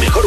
mejor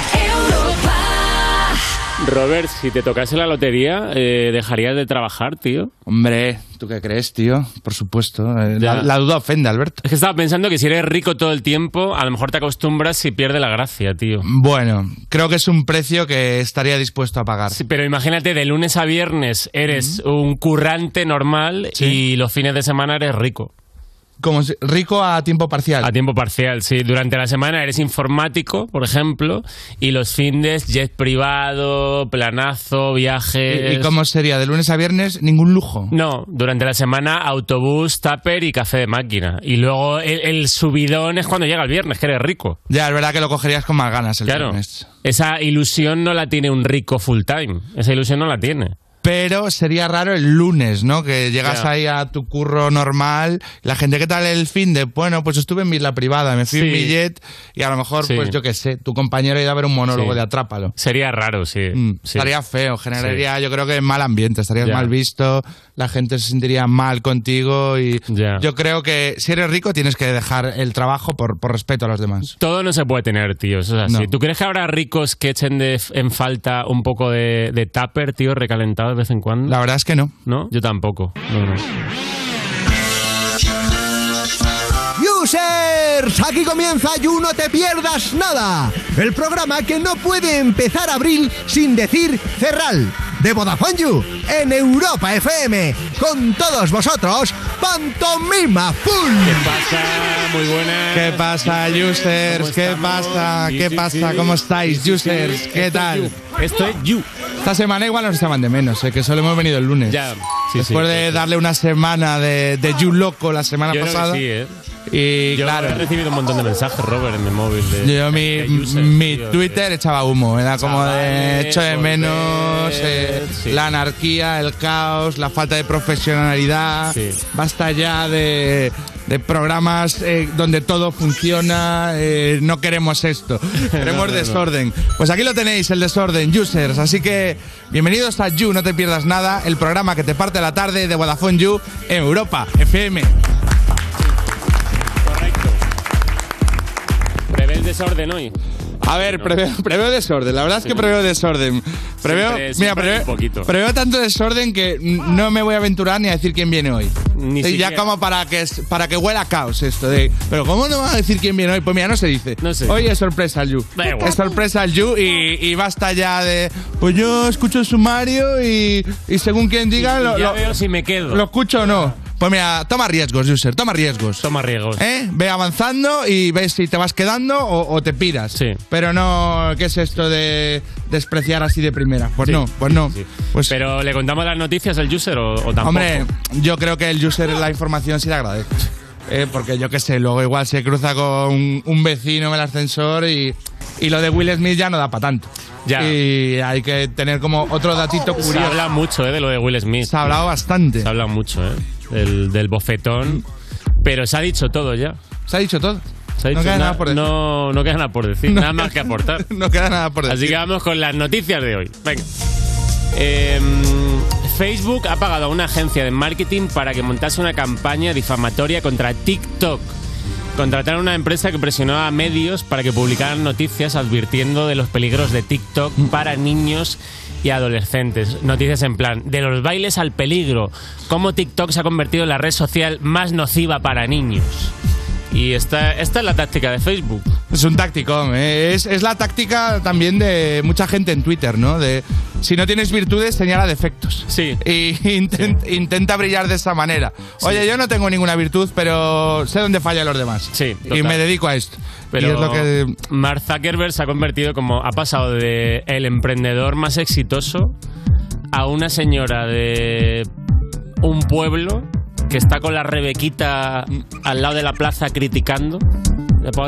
Europa. Robert, si te tocase la lotería, eh, ¿dejarías de trabajar, tío? Hombre, ¿tú qué crees, tío? Por supuesto. Eh, la, la, duda ofende, Alberto. Es que estaba pensando que si eres rico todo el tiempo, a lo mejor te acostumbras y pierde la gracia, tío. Bueno, creo que es un precio que estaría dispuesto a pagar. Sí, pero imagínate, de lunes a viernes eres mm -hmm. un currante normal sí. y los fines de semana eres rico. Como si, rico a tiempo parcial. A tiempo parcial, sí. Durante la semana eres informático, por ejemplo, y los fines jet privado, planazo, ¿Y, viajes. ¿Y, cómo sería? ¿De lunes a viernes ningún lujo? No, durante la semana autobús, tupper y café de máquina. Y luego el, el subidón es cuando llega el viernes, que eres rico. Ya, es verdad que lo cogerías con más ganas el claro, viernes. Esa ilusión no la tiene un rico full time. Esa ilusión no la tiene pero sería raro el lunes, ¿no? Que llegas yeah. ahí a tu curro normal, la gente, ¿qué tal el fin de? Bueno, pues estuve en la privada, me fui sí. en mi jet y a lo mejor, sí. pues yo qué sé, tu compañero iba a ver un monólogo sí. de Atrápalo. Sería raro, sí. Mm, estaría feo, generaría yo creo que mal ambiente, estarías yeah. mal visto, la gente se sentiría mal contigo y yeah. yo creo que si eres rico tienes que dejar el trabajo por, por respeto a los demás. Todo no se puede tener, tío, eso es así. No. ¿Tú crees que habrá ricos que echen de, en falta un poco de, de tupper, tío, recalentado? de vez en cuando? La verdad es que no. ¿No? Yo tampoco. No, no. Users, aquí comienza y no te pierdas nada. El programa que no puede empezar abril sin decir Cerral de Vodafone You en Europa FM. Con todos vosotros, Pantomima Full. ¿Qué pasa? Muy buenas. ¿Qué pasa, users? ¿Qué pasa? ¿Qué pasa? ¿Cómo estáis, users? ¿Qué tal? Esto es You. Esta semana igual nos llaman de menos, ¿eh? que solo hemos venido el lunes. Ya. Sí, Después sí, de sí. darle una semana de, de You Loco la semana Yo pasada. Creo que ¿eh? Y yo claro. he recibido un montón de mensajes, Robert, en mi móvil. De, yo mi, de users, mi tío, Twitter tío. echaba humo, era como Chavales, de echo de menos eh, sí. la anarquía, el caos, la falta de profesionalidad. Sí. Basta ya de, de programas eh, donde todo funciona, eh, no queremos esto, queremos no, no, desorden. No. Pues aquí lo tenéis, el desorden, users. Así que bienvenidos a You, no te pierdas nada, el programa que te parte la tarde de Vodafone You en Europa, FM. el desorden hoy? A ver, no. preveo, preveo, desorden. La verdad es que preveo desorden. Preveo, siempre, siempre mira, preveo, un poquito. preveo tanto desorden que no me voy a aventurar ni a decir quién viene hoy. Ni y ya como para que, para que huela a caos esto de, pero ¿cómo no vas a decir quién viene hoy? Pues mira, no se dice. No sé. Hoy es sorpresa al You. Es sorpresa al You y, y, basta ya de, pues yo escucho el sumario y, y según quien diga, y, lo, ya lo, veo si me quedo. lo escucho o no. Pues mira, toma riesgos, user, toma riesgos. Toma riesgos. ¿Eh? Ve avanzando y ves si te vas quedando o, o te piras. Sí. Pero no, ¿qué es esto de despreciar así de primera? Pues sí, no, pues no. Sí, pues Pero ¿le contamos las noticias al user o, o tampoco? Hombre, yo creo que el user la información sí le agradece. Eh, porque yo qué sé, luego igual se cruza con un vecino en el ascensor y, y lo de Will Smith ya no da para tanto. Ya. Y hay que tener como otro datito curioso. Se habla mucho eh, de lo de Will Smith. Se ha hablado bastante. Se ha hablado mucho, ¿eh? Del, del, bofetón. Pero se ha dicho todo ya. Se ha dicho todo. Se ha dicho no, queda na nada por decir. No, no, queda nada por decir, no nada más que aportar. no queda nada por decir. Así que vamos con las noticias de hoy. Venga. Eh, Facebook ha pagado a una agencia de marketing para que montase una campaña difamatoria contra TikTok. Contrataron una empresa que presionó a medios para que publicaran noticias advirtiendo de los peligros de TikTok Mm. para niños y adolescentes. Noticias en plan, de los bailes al peligro, cómo TikTok se ha convertido en la red social más nociva para niños. Y esta, esta es la táctica de Facebook. Es un táctico, es, es la táctica también de mucha gente en Twitter, ¿no? De si no tienes virtudes, señala defectos. Sí. Y intent, sí. intenta brillar de esa manera. Oye, sí. yo no tengo ninguna virtud, pero sé dónde fallan los demás. Sí. Total. Y me dedico a esto. Pero y es lo que... Mark Zuckerberg se ha convertido como. Ha pasado de el emprendedor más exitoso a una señora de un pueblo que está con la Rebequita al lado de la plaza criticando.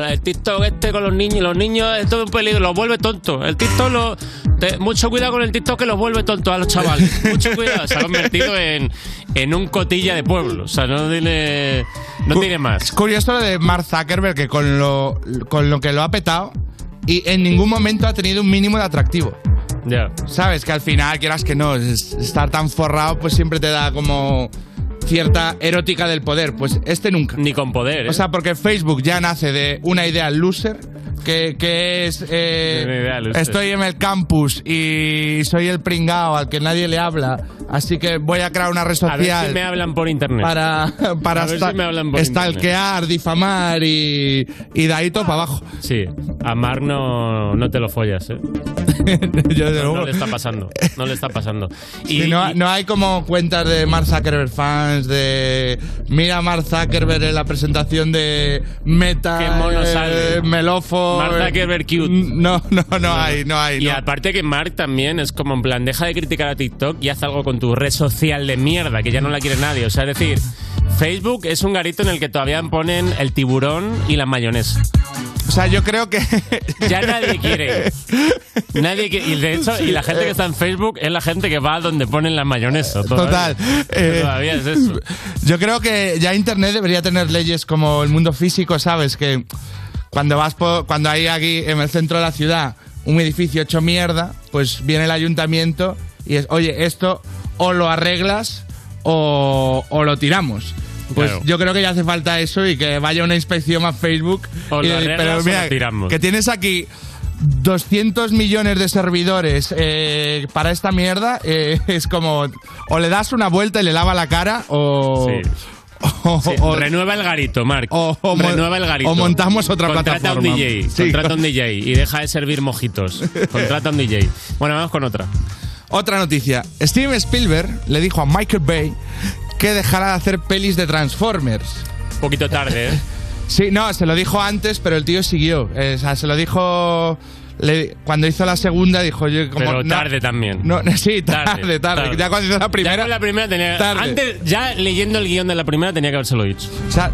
El TikTok este con los niños, los niños es todo un peligro, los vuelve tonto. El TikTok lo, te, mucho cuidado con el TikTok que los vuelve tonto a los chavales. Mucho cuidado, se ha convertido en, en un cotilla de pueblo. O sea, no tiene, no tiene más. Es curioso lo de Mark Zuckerberg que con lo, con lo que lo ha petado y en ningún momento ha tenido un mínimo de atractivo. Sabes que al final, quieras que no, es- estar tan forrado pues siempre te da como cierta erótica del poder. Pues este nunca. Ni con poder. ¿eh? O sea, porque Facebook ya nace de una idea loser. Que, que es. eh, Una idea loser. estoy en el campus y soy el pringao al que nadie le habla. Así que voy a crear una red A social. ver si me hablan por internet. Para, para A ver esta- si me hablan por stalkear, difamar y, y de ahí todo para abajo. Sí, a Mark no, no te lo follas, ¿eh? no, no le está pasando, no le está pasando. Sí, no, no hay como cuentas de Mark Zuckerberg fans, de mira a Mark Zuckerberg en la presentación de Meta, eh, Qué mono sale. Melofo. eh, Mark Zuckerberg cute. No, no, no, hay, no hay. Y aparte que Mark también es como en plan, deja de criticar a TikTok y haz algo con tu red social de mierda, que ya no la quiere nadie. O sea, es decir, Facebook es un garito en el que todavía ponen el tiburón y la mayonesa. O sea, yo creo que... Ya nadie quiere. Nadie quiere. Y de hecho, y la gente que está en Facebook es la gente que va a donde ponen la mayonesa. todavía. Total. eh, Todavía es eso. Yo creo que ya Internet debería tener leyes como el mundo físico, ¿sabes? Que cuando vas po- cuando hay aquí en el centro de la ciudad un edificio hecho mierda, pues viene el ayuntamiento y es, oye, esto o lo arreglas o, o lo tiramos. Pues Claro. yo creo que ya hace falta eso y que vaya una inspección a Facebook. O lo y- arreglas o lo tiramos. que tienes aquí 200 millones de servidores eh, para esta mierda eh, es como o le das una vuelta y le lava la cara o Sí. o, Sí, o- renueva el garito, Marc. o- o mo- renueva el garito. o montamos otra contrata plataforma. Un DJ, Sí. Contrata un DJ y deja de servir mojitos. Contrata un DJ. Bueno, vamos con otra. otra noticia Steven Spielberg le dijo a Michael Bay que dejara de hacer pelis de Transformers Un poquito tarde, ¿eh? Sí, no, se lo dijo antes, pero el tío siguió. Eh, o sea, se lo dijo. le- cuando hizo la segunda, dijo yo como. Pero no- tarde también. No, sí, tarde, tarde, Tarde, tarde. Ya cuando hizo la Ya primera. con la primera tenía- tarde. Antes, ya leyendo el guión de la primera tenía que habérselo dicho. O sea,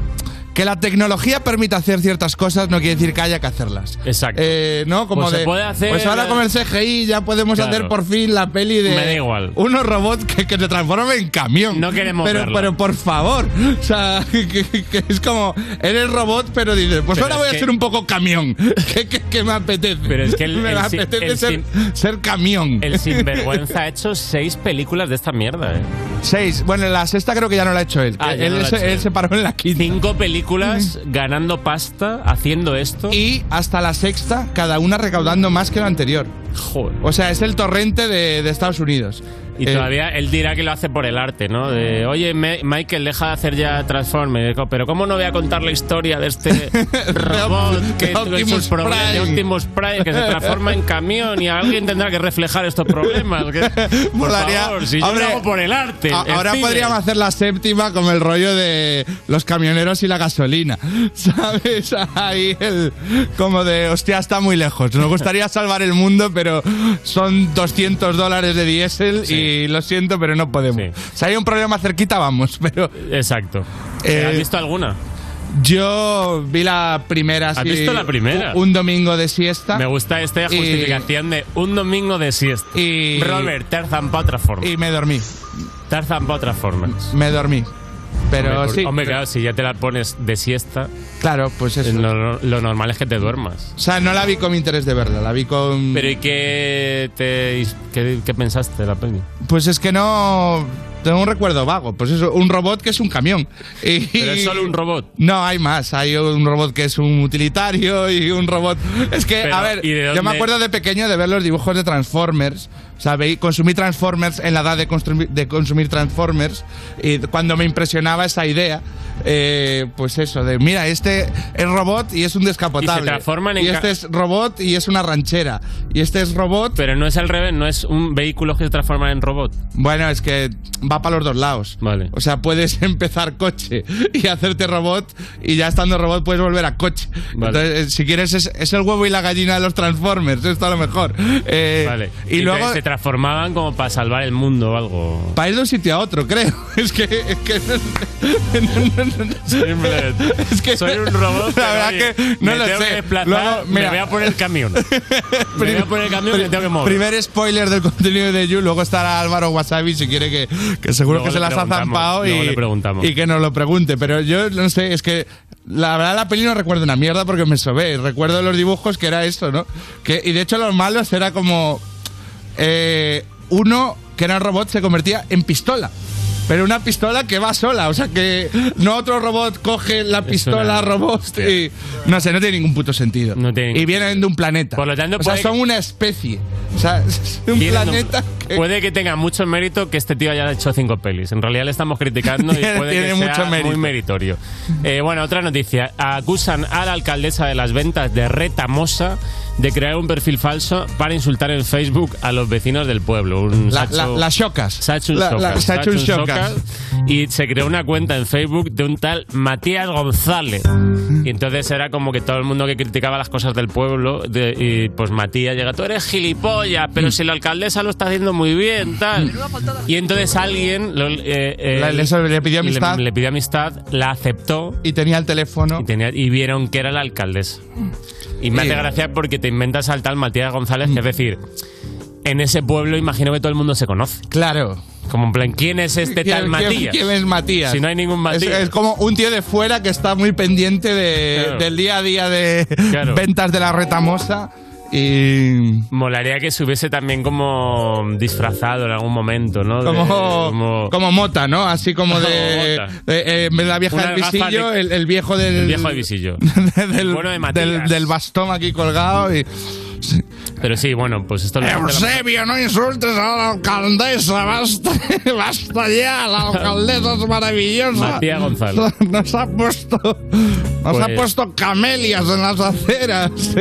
que la tecnología permita hacer ciertas cosas no quiere decir que haya que hacerlas. Exacto. Eh, ¿No? Como Pues se de, puede hacer- Pues ahora con el CGI ya podemos Claro. hacer por fin la peli de. Me da igual. Unos robots que, que se transforman en camión. No queremos pero, verla. pero por favor. O sea, que, que es como. Eres robot, pero dices, pues Pero ahora es voy que- a ser un poco camión. Que, que- que me apetece. Pero es que el- me el si- apetece el ser, sim- ser camión. El sinvergüenza ha hecho seis películas de esta mierda, ¿eh? Seis. Bueno, la sexta creo que ya no la ha hecho él. Ah, que ya él, no la ha se, hecho él él. se paró en la quinta. Cinco películas ganando pasta haciendo esto. Y hasta la sexta, cada una recaudando más que la anterior. Joder. O sea, es el torrente de, de Estados Unidos. Y Eh, todavía él dirá que lo hace por el arte, ¿no? De, oye, Me- Michael, deja de hacer ya Transformers. Pero ¿cómo no voy a contar la historia de este robot Op- que de tuvo Optimus sus problemas de Prime? Optimus Prime que se transforma en camión y alguien tendrá que reflejar estos problemas? Que- por Molaría- favor, si yo hombre, lo hago por el arte. a- el ahora cine. podríamos hacer la séptima con el rollo de los camioneros y la gasolina. ¿Sabes? Ahí el. Como de, hostia, está muy lejos. Nos gustaría salvar el mundo, pero son 200 dólares de diésel y lo siento, pero no podemos. Sí. Si hay un problema cerquita, vamos. Pero Exacto. Eh, ¿Has visto alguna? yo vi la primera. ¿Has así, visto la primera? Un domingo de siesta. Me gusta esta y- justificación de un domingo de siesta. Y- Robert, Tarzan para otra forma. Y me dormí. Tarzan para otra forma. Me dormí. Pero hombre, por- sí. hombre, claro, si ya te la pones de siesta, Claro, pues eso. lo, lo normal es que te duermas. O sea, no la vi con interés de verla, la vi con... Pero ¿y qué, te, qué, qué pensaste de la peli? Pues es que no... Tengo un recuerdo vago. Pues eso, un robot que es un camión. Y- Pero es solo un robot. No, hay más. Hay un robot que es un utilitario y un robot... Es que, Pero, a ver, ¿y de yo dónde? me acuerdo de pequeño de ver los dibujos de Transformers. O sea, veí- consumí Transformers en la edad de, construmi- de consumir Transformers. Y cuando me impresionaba esa idea, eh, pues eso, de mira, este es robot y es un descapotable. transforman en Y ca- este es robot y es una ranchera. Y este es robot Pero no es al revés, no es un vehículo que se transforma en robot. Bueno, es que va para los dos lados. Vale. O sea, puedes empezar coche y hacerte robot y ya estando robot puedes volver a coche. Vale. Entonces, eh, si quieres, es, es el huevo y la gallina de los Transformers. Esto a lo mejor. Eh, Vale. Y, luego, te- se transformaban como para salvar el mundo o algo. para ir de un sitio a otro, creo. Es que... Es que, no- no- no- Simple. Es que- soy un la robot. pero, verdad oye, que no me lo tengo sé. Que desplazar, Luego, me mira. voy a poner el camión. me voy a poner el camión y me tengo que mover. Primer spoiler del contenido de You, luego estará Álvaro Wasabi si quiere que, que seguro Luego que se le las ha preguntamos, zampado luego le y, preguntamos. y que nos lo pregunte. Pero yo no sé, es que la verdad la peli no recuerdo una mierda porque me sobé. Recuerdo los dibujos que era esto, ¿no? Que, y de hecho los malos era como... eh, uno que era un robot se convertía en pistola. Pero una pistola que va sola, o sea que no otro robot coge la pistola una- robot y. No sé, no tiene ningún puto sentido. y vienen de un planeta. Por lo tanto, o sea, puede que- son una especie. O sea, es un Tiene- planeta. Puede que tenga mucho mérito que este tío haya hecho cinco pelis. En realidad le estamos criticando y Tiene- puede que tiene sea mucho mérito. muy meritorio. Eh, bueno, otra noticia. Acusan a la alcaldesa de las ventas de Retamosa de crear un perfil falso para insultar en Facebook a los vecinos del pueblo. Un La- Sachu- la- las chocas. Sachu La- la- Chocas. Sachu Sachu Chocas. Chocas. Y se creó una cuenta en Facebook de un tal Matías González. Y entonces era como que todo el mundo que criticaba las cosas del pueblo, de- y pues Matías llega, tú eres gilipollas, Mm. pero si la alcaldesa lo está haciendo muy bien, tal. Y entonces alguien lo- eh, eh, Le- le- le pidió amistad. Le, pidió amistad, la aceptó. Y tenía el teléfono. Y, tenía- y vieron que era la alcaldesa. Y me hace Sí. gracia porque te inventas al tal Matías González, que es decir, en ese pueblo imagino que todo el mundo se conoce. Claro. Como en plan, ¿quién es este ¿Quién- tal quién- Matías? quién es Matías? Si no hay ningún Es, Matías. es como un tío de fuera que está muy pendiente de- Claro. del día a día de Claro. ventas de la retamosa. Y. Molaría que se hubiese también como disfrazado en algún momento, ¿no? De- Como, como, mota, ¿no? Así como de. Como mota. de, eh, en vez de la vieja Una del gafa visillo, de- el, el viejo del. el viejo de visillo. del, bueno de Matías. del, del bastón aquí colgado. Y, Pero sí, bueno, pues esto lo Eh, Eusebio, no insultes a la alcaldesa, basta, basta ya, la alcaldesa es maravillosa. Matías González. Nos ha puesto, nos Pues- ha puesto camelias en las aceras.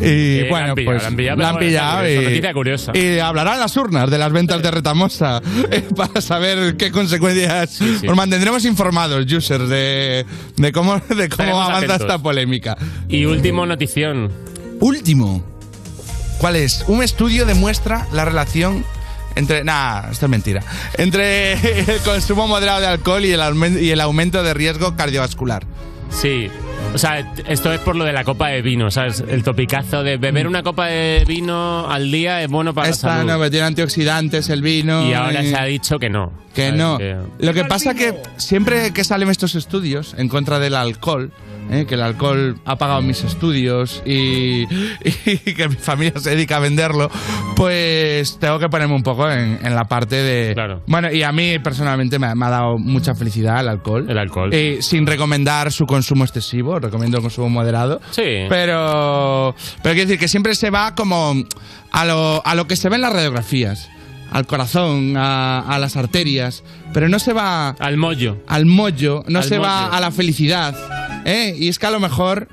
y Eh, la bueno, han pillado, pues la han la pillado, pero han bueno, pillado está y, curiosa, noticia curiosa. y hablarán las urnas de las ventas de Retamosa eh, para saber qué consecuencias. sí. Os mantendremos informados, users, de, de cómo, de cómo Estaremos avanza atentos. esta polémica. Y último notición. Último. ¿Cuál es? Un estudio demuestra la relación entre. Nah, esto es mentira. Entre el consumo moderado de alcohol y el, aumen- y el aumento de riesgo cardiovascular. Sí. O sea, t- esto es por lo de la copa de vino, ¿sabes? El topicazo de beber una copa de vino al día es bueno para la Esta salud. no, pero tiene antioxidantes, el vino. Y ahora se ha y- dicho que no. Que ¿sabes? no. Que- Lo que pasa que siempre que salen estos estudios en contra del alcohol, ¿eh? que el alcohol ha pagado mis estudios y, y que mi familia se dedica a venderlo, pues tengo que ponerme un poco en, en la parte de... Bueno, y a mí personalmente me ha, me ha dado mucha felicidad el alcohol. El alcohol. sin recomendar su consumo excesivo, recomiendo el consumo moderado. Sí. Pero, pero quiero decir que siempre se va como a lo, a lo que se ve en las radiografías, al corazón, a, a las arterias, pero no se va... Al mollo. Al mollo, no Al se mollo. va a la felicidad. ¿eh? Y es que a lo mejor,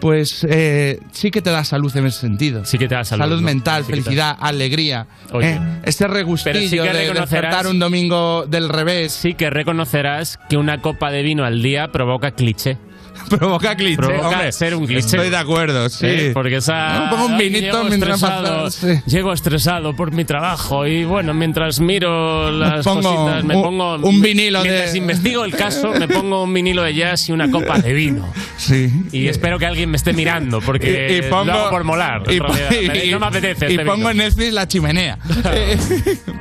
pues eh, sí que te da salud en ese sentido. Sí que te da salud. ¿no? mental, Sí que te- felicidad, alegría. Oye. ¿eh? Este regustillo Pero sí que de reconocerás. despertar un domingo del revés. Sí que reconocerás que una copa de vino al día provoca cliché. Provoca cliché. Provoca hombre. ser un cliché. Estoy de acuerdo, sí. Eh, Porque esa. Me pongo un Ay, vinito llego mientras estresado, pasa- sí. Llego estresado por mi trabajo y bueno, mientras miro las pongo cositas, me un- pongo. un vinilo de- Mientras investigo el caso, me pongo un vinilo de jazz y una copa de vino. Sí. Y espero que alguien me esté mirando porque Y- y lo pongo- hago por molar. en y- realidad. Me- y- no me apetece. Y este pongo vino. en Netflix la chimenea.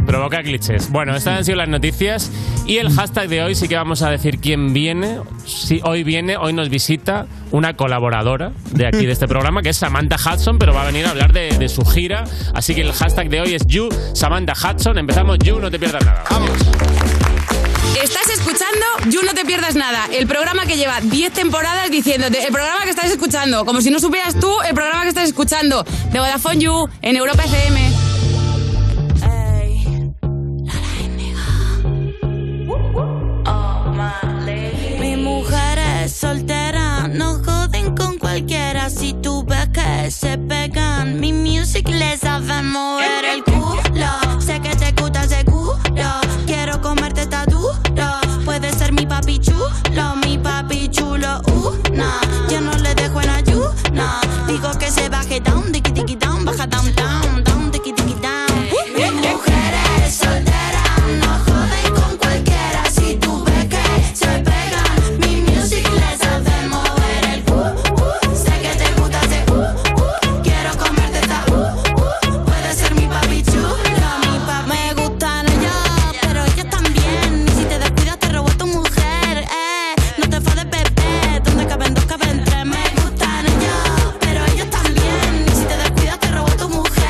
Provoca clichés. Bueno, estas han sido las noticias. Y el hashtag de hoy sí que vamos a decir quién viene. Si hoy viene, hoy nos visita una colaboradora de aquí, de este programa, que es Samantha Hudson, pero va a venir a hablar de, de su gira. Así que el hashtag de hoy es You, Samantha Hudson. Empezamos You, no te pierdas nada. Estás escuchando You No Te Pierdas Nada, el programa que lleva 10 temporadas diciéndote, el programa que estás escuchando, como si no supieras tú el programa que estás escuchando, de Vodafone You, en Europa FM. Mi mujer es soltera, no joden con cualquiera. Si tú ves que se pegan, mi music les sabe mover el culo. Sé que te gusta seguro, quiero comerte está duro. Puede ser mi papi chulo, mi papi chulo, uh, nah. Yo no le dejo en ayuna, digo que se baje down, tiki tiki down, baja down, down, down, tiki tiki down. Mi mujer es soltera, no joden con cualquiera. Si tú ves que se pegan, mi music les hace mover el cu. uh. Sé que te gusta ese uh, uh. Quiero comerte esta uh, uh. Puede ser mi papi chulo. Mi papá me gustan ellas, pero ellas también. Y si te descuidas, te robo a tu mujer. Eh. No te fades, bebé. Donde caben dos, caben tres. Me gustan ellas, pero ellas también. Y si te descuidas, te robo a tu mujer.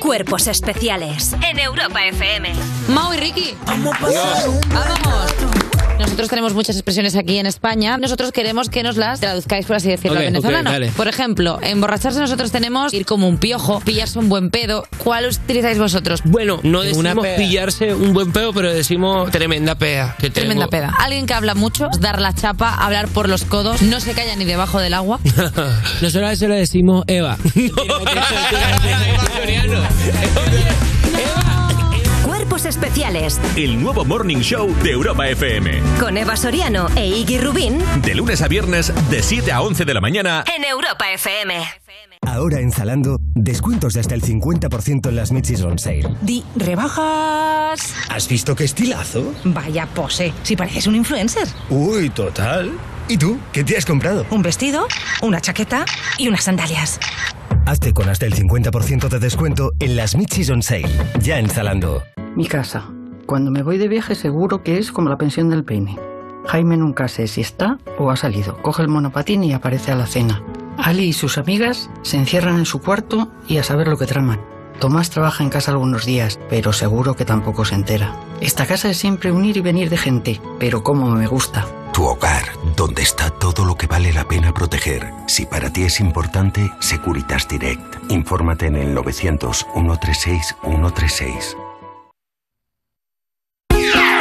Cuerpos especiales en Europa FM. Mau y Ricky. Vamos. Nosotros tenemos muchas expresiones aquí en España. Nosotros queremos que nos las traduzcáis, por así Ok, decirlo, al venezolano. ok, dale. por ejemplo, emborracharse nosotros tenemos ir como un piojo, pillarse un buen pedo. ¿Cuál utilizáis vosotros? Bueno, no Una decimos peda. pillarse un buen pedo, pero decimos tremenda peda. que tengo. Tremenda peda. Alguien que habla mucho, dar la chapa, hablar por los codos, no se calla ni debajo del agua. Nosotros a eso le decimos Eva. Cuerpos especiales El nuevo Morning Show de Europa FM. con Eva Soriano e Iggy Rubín De lunes a viernes, de 7 a 11 de la mañana. en Europa FM. Ahora en Zalando, descuentos de hasta el 50% en las Michis on sale. Di, rebajas. ¿Has visto qué estilazo? Vaya pose, si pareces un influencer. Uy, total. ¿Y tú? ¿Qué te has comprado? Un vestido, una chaqueta y unas sandalias. Hazte con hasta el 50% de descuento en las Michis on sale. Ya en Zalando. Mi casa. Cuando me voy de viaje seguro que es como la pensión del peine. Jaime nunca sé si está o ha salido. Coge el monopatín y aparece a la cena. Ali y sus amigas se encierran en su cuarto y a saber lo que traman. Tomás trabaja en casa algunos días, pero seguro que tampoco se entera. Esta casa es siempre un ir y venir de gente, pero como me gusta. Tu hogar, donde está todo lo que vale la pena proteger. Si para ti es importante, Securitas Direct. Infórmate en el 900 136 136.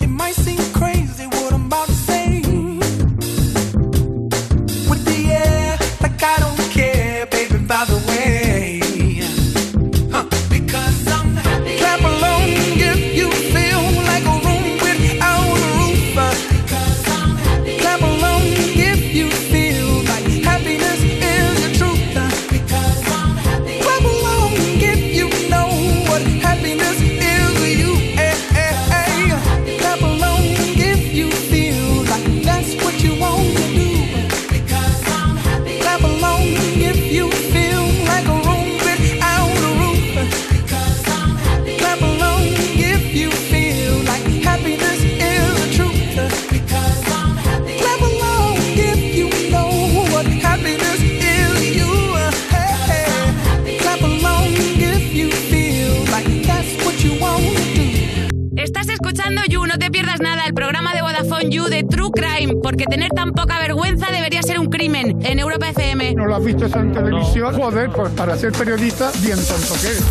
It might seem crazy what I'm about to say. With the air, like I don't care, baby, by the way. Huh, Because I'm happy. Clap along if you feel like a room without a roof. Uh, Clap along if you feel like happiness is the truth. Uh, Clap along if you know what happiness is to you. Eh, eh, eh. Clap along if you feel like that's what you want to do. Clap along if you feel like a room without a roof. Clap along if you feel like happiness is the truth. Clap along if you know what happiness is to you. Hey, hey. Clap along if you feel like that's what you want to do. Estás escuchando You, no te pierdas nada, el programa de Vodafone You de True Crime, porque tener tan poca vergüenza debería ser un crimen en Europa FM. ¿No lo has visto en televisión? Joder, pues para ser periodista, bien tonto que eres.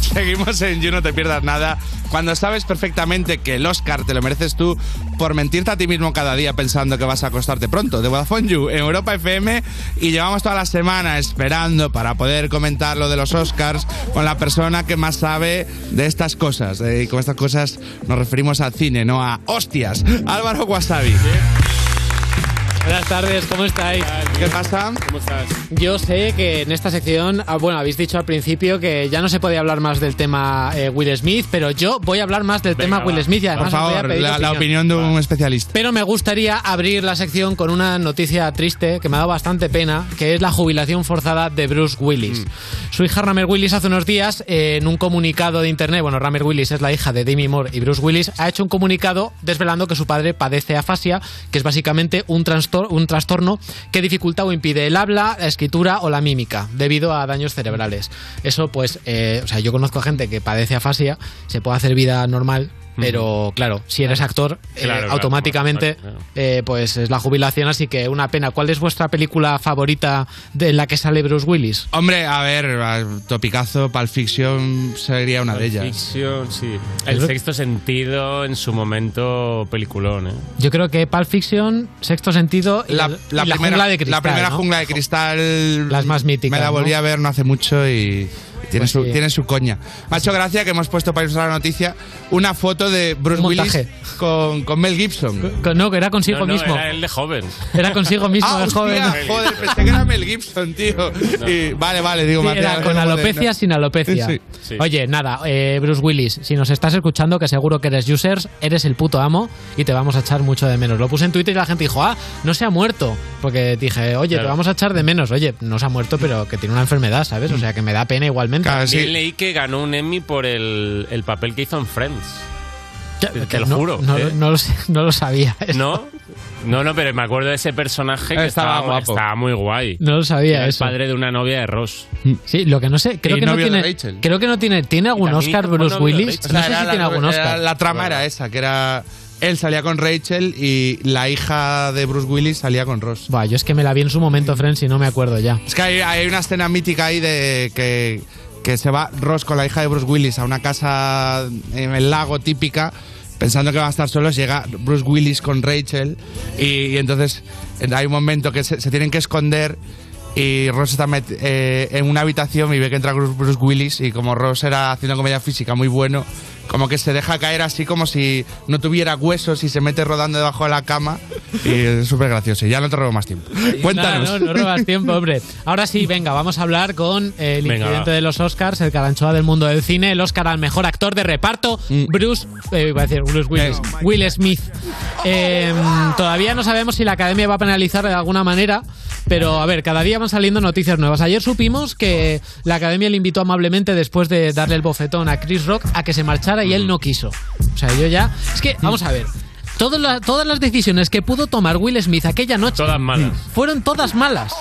Seguimos en You No Te Pierdas Nada. Cuando sabes perfectamente que el Oscar te lo mereces tú por mentirte a ti mismo cada día pensando que vas a acostarte pronto. De Vodafone You en Europa FM y llevamos toda la semana esperando para poder comentar lo de los Oscars con la persona que más sabe de estas cosas. Eh, Y con estas cosas nos referimos al cine, no a hostias. Álvaro Wasabi. Buenas tardes, ¿cómo estáis? ¿Qué pasa? ¿Cómo estás? Yo sé que en esta sección, ah, bueno, habéis dicho al principio que ya no se podía hablar más del tema eh, Will Smith, pero yo voy a hablar más del tema va. Will Smith y además Por os voy a favor, pedir la, la opinión de un especialista. Pero me gustaría abrir la sección con una noticia triste que me ha dado bastante pena, que es la jubilación forzada de Bruce Willis. Su hija Ramer Willis hace unos días, eh, en un comunicado de internet, bueno, Ramer Willis es la hija de Demi Moore y Bruce Willis, ha hecho un comunicado desvelando que su padre padece afasia, que es básicamente un, trastor- un trastorno que dificulta o impide el habla, la escritura o la mímica, debido a daños cerebrales. Eso, pues, eh, o sea, yo conozco a gente que padece afasia, se puede hacer vida normal. Pero claro, si eres actor, eh, Claro, claro, automáticamente claro, claro. eh, pues es la jubilación, así que una pena. ¿Cuál es vuestra película favorita de la que sale Bruce Willis? Hombre, a ver, a- topicazo, Pulp Fiction sería una de ellas. Ficción, sí. El sexto sentido en su momento peliculón, ¿eh? Yo creo que Pulp Fiction, Sexto Sentido y la, y la jungla de cristal. la primera ¿no? jungla de cristal. Las más míticas, Me la volví ¿no? a ver no hace mucho y. Tiene, Pues su, sí. tiene su coña. Macho, gracia que hemos puesto para ilustrar la noticia una foto de Bruce Un Willis montaje. con, con Mel Gibson. Con- No, que era consigo No, no, mismo. Era él de joven. Era consigo mismo, ah, el hostia, joven. joder, pensé que era Mel Gibson, tío. Y- vale, vale, digo, Sí, Mateo, era algo con de- alopecia sin alopecia. Sí. Sí. Oye, nada, eh, Bruce Willis, si nos estás escuchando, que seguro que eres users, eres el puto amo y te vamos a echar mucho de menos. Lo puse en Twitter y la gente dijo, ah, no se ha muerto. Porque dije, oye, te Claro. vamos a echar de menos. Oye, no se ha muerto, pero que tiene una enfermedad, ¿sabes? O sea, que me da pena igualmente. También leí que ganó un Emmy por el, el papel que hizo en Friends. Te, te lo No, juro. No, ¿eh? no lo, sé, no lo sabía. ¿eh? ¿No? No, no, pero me acuerdo de ese personaje que Estaba estaba, guapo. estaba muy guay. No lo sabía Era eso. El padre de una novia de Ross. Sí, lo que no sé, creo Mm. Y que no novio de tiene. Rachel. Creo que no tiene. ¿Tiene algún también Oscar hizo Bruce novio de Willis? Rachel. No O sea, sé era si la- tiene algún era- Oscar. La trama era esa, que era... Él salía con Rachel y la hija de Bruce Willis salía con Ross. Buah, yo es que me la vi en su momento, Friends, y no me acuerdo ya. Es que hay, hay una escena mítica ahí de que, que se va Ross con la hija de Bruce Willis a una casa en el lago típica, pensando que van a estar solos, llega Bruce Willis con Rachel y, y entonces hay un momento que se, se tienen que esconder. Y Ross está met- eh, en una habitación y ve que entra Bruce Bruce Willis y como Ross era haciendo comedia física muy bueno, como que se deja caer así como si no tuviera huesos y se mete rodando debajo de la cama y es súper gracioso. Y Ya no te robo más tiempo. Cuéntanos. Nada, no, no robas tiempo, hombre. Ahora sí, venga, vamos a hablar con eh, el Venga, incidente va. de los Oscars, el caranchoa del mundo del cine, el Oscar al mejor actor de reparto, Mm. Bruce, eh, iba a decir Bruce Willis, Will Smith. Eh, todavía no sabemos si la academia va a penalizar de alguna manera. Pero a ver, cada día van saliendo noticias nuevas. Ayer supimos que la academia le invitó amablemente después de darle el bofetón a Chris Rock a que se marchara y Mm. él no quiso. O sea, yo ya. Es que, eh, vamos a ver. Todas las, todas las decisiones que pudo tomar Will Smith aquella noche fueron todas malas.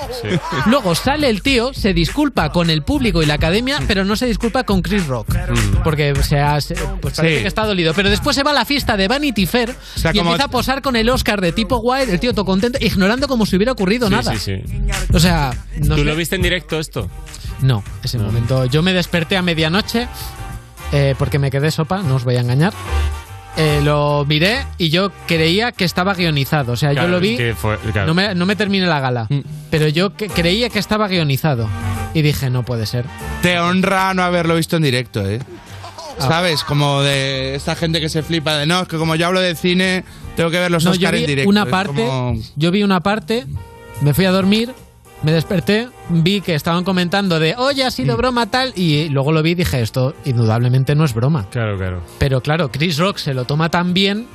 Luego sale el tío, se disculpa con el público y la academia, pero no se disculpa con Chris Rock. Porque o sea, se- pues parece Sí. que está dolido. Pero después se va a la fiesta de Vanity Fair sea, y como- empieza a posar con el Oscar de tipo guay, el tío todo contento, ignorando como si hubiera ocurrido Sí, nada. sí, sí. O sea, no ¿Tú sé. lo viste en directo esto? No, ese Ah. momento. Yo me desperté a medianoche eh, porque me quedé sopa, no os voy a engañar. Eh, lo miré y yo creía que estaba guionizado. O sea, Claro, yo lo vi. es que fue- claro. Mm. No, me, no me terminé la gala. Pero yo que- creía que estaba guionizado. Y dije, no puede ser. Te honra no haberlo visto en directo, ¿eh? Ah. ¿Sabes? Como de esta gente que se flipa de no, es que como yo hablo de cine, tengo que ver los No, yo Oscar vi en directo. una Es parte, como- yo vi una parte, me fui a dormir, me desperté, vi que estaban comentando de, oye, ha Mm. sido broma tal, y luego lo vi y dije, esto indudablemente no es broma. Claro, claro. Pero claro, Chris Rock se lo toma tan bien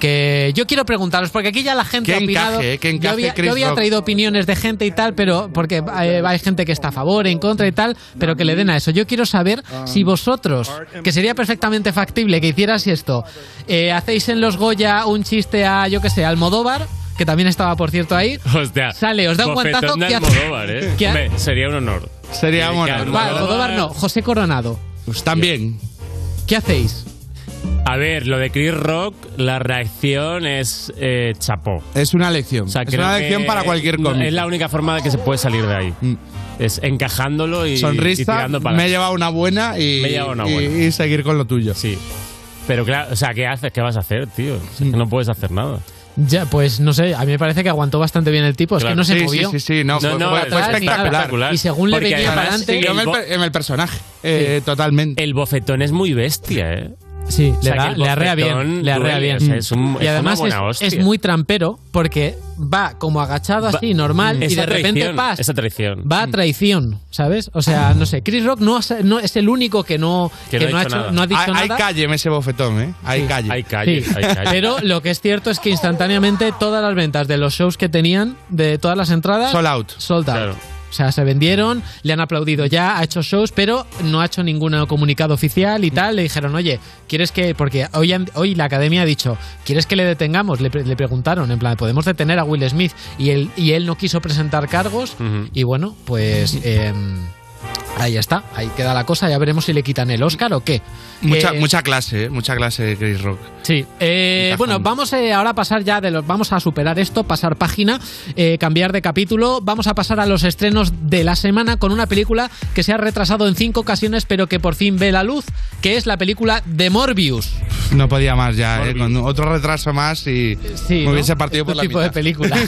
que yo quiero preguntaros, porque aquí ya la gente Que ha opinado. encaje, eh, que yo encaje había, Chris yo había Rock. traído opiniones de gente y tal, pero porque eh, hay gente que está a favor, en contra y tal, pero que le den a eso. Yo quiero saber si vosotros, que sería perfectamente factible que hicieras esto, eh, hacéis en los Goya un chiste a, yo que sé, Almodóvar, que también estaba, por cierto, ahí. Hostia. Sale, os da un bofetón guantazo de que hace- Almodóvar, ¿eh? que ha- Hombre, sería un honor. Sería Que- un que honor. Va, Almodóvar no, José Coronado. también. ¿Qué hacéis? A ver, lo de Chris Rock, la reacción es eh, chapó. Es una lección. O sea, es creo una que lección para cualquier no- cómic. Mm. Es la única forma de que se puede salir de ahí. Es encajándolo y, y Sonrisa, tirando para me he llevado una buena y, Me he llevado una y- buena. y seguir con lo tuyo. Sí. Pero claro, o sea, ¿qué haces? ¿Qué vas a hacer, tío? O Mm. sea, que no puedes hacer nada. Ya, pues no sé, a mí me parece que aguantó bastante bien el tipo, es que Claro. no se Sí, sí, movió. sí, sí, no, fue- fue- fue atrás ni nada. espectacular. Y según le Porque venía para además adelante, el Yo me- bo- En el personaje, eh, totalmente. El bofetón es muy bestia, ¿eh? Sí, O le, sea, da- que el le arrea bofetón bien, le arrea duele, bien. o sea, es un- es y una además buena es, hostia. es muy trampero porque va como agachado así, normal, y Mm. Esa de repente traición, Mm. paz. Esa traición. Va a traición, ¿sabes? O sea, no sé. Chris Rock no, ha- no es el único que no, Que que no ha, hecho- no ha dicho hay, hay nada. calle en ese bofetón, ¿eh? Hay calle. Hay Sí. Pero lo que es cierto es que instantáneamente todas las ventas de los shows que tenían, de todas las entradas, Sold out. Sold out. O sea, se vendieron, le han aplaudido ya, ha hecho shows, pero no ha hecho ningún comunicado oficial y Mm. tal. Le dijeron, oye, ¿quieres que.? Porque hoy, han- hoy la academia ha dicho, ¿quieres que le detengamos? Le, pre- le preguntaron, en plan, ¿podemos detener a Will Smith? Y él, y él no quiso presentar cargos. Y bueno, Mm. pues. em, ahí está, ahí queda la cosa. Ya veremos si le quitan el Oscar o qué. mucha, Eh, mucha clase, ¿eh? mucha clase de Chris Rock. Sí. Eh, bueno, vamos eh, ahora a pasar ya de los. Vamos a superar esto, pasar página, eh, cambiar de capítulo. Vamos a pasar a los estrenos de la semana con una película que se ha retrasado en cinco ocasiones, pero que por fin ve la luz, que es la película de Morbius. No podía más ya, ¿eh? con otro retraso más y Sí, me ¿no? hubiese partido Este por la tipo mitad. de película.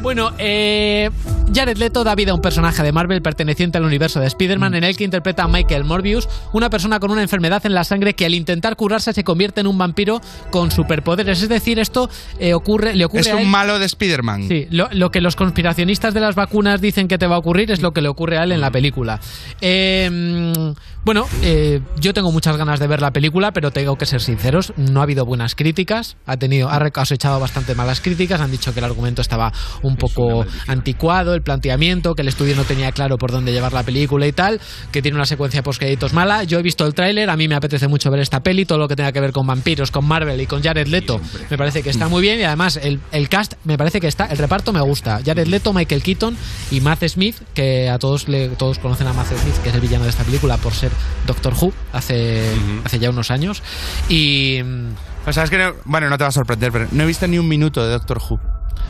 bueno, eh, Jared Leto da vida a un personaje de Marvel perteneciente al universo de Mm. Spider-Man en el que interpreta a Michael Morbius, una persona con una enfermedad en la sangre que al intentar curarse se convierte en un vampiro con superpoderes. Es decir, esto eh, ocurre, le ocurre Es a él- un malo de Spider-Man. Sí, lo, lo que los conspiracionistas de las vacunas dicen que te va a ocurrir es lo que le ocurre a él en la película. Eh, mm, bueno, eh, yo tengo muchas ganas de ver la película, pero tengo que ser sinceros, no ha habido buenas críticas, ha tenido, ha recosechado bastante malas críticas, han dicho que el argumento estaba un poco anticuado, el planteamiento, que el estudio no tenía claro por dónde llevar la película y tal, que tiene una secuencia post-créditos mala. Yo he visto el tráiler, a mí me apetece mucho ver esta peli, todo lo que tenga que ver con vampiros, con Marvel y con Jared Leto, me parece que está muy bien y además el, el cast me parece que está, el reparto me gusta. Jared Leto, Michael Keaton y Matt Smith, que a todos le, todos conocen a Matt Smith, que es el villano de esta película por ser Doctor Who hace, hace ya unos años. Y... Pues sabes que no- bueno, no te va a sorprender, pero no he visto ni un minuto de Doctor Who.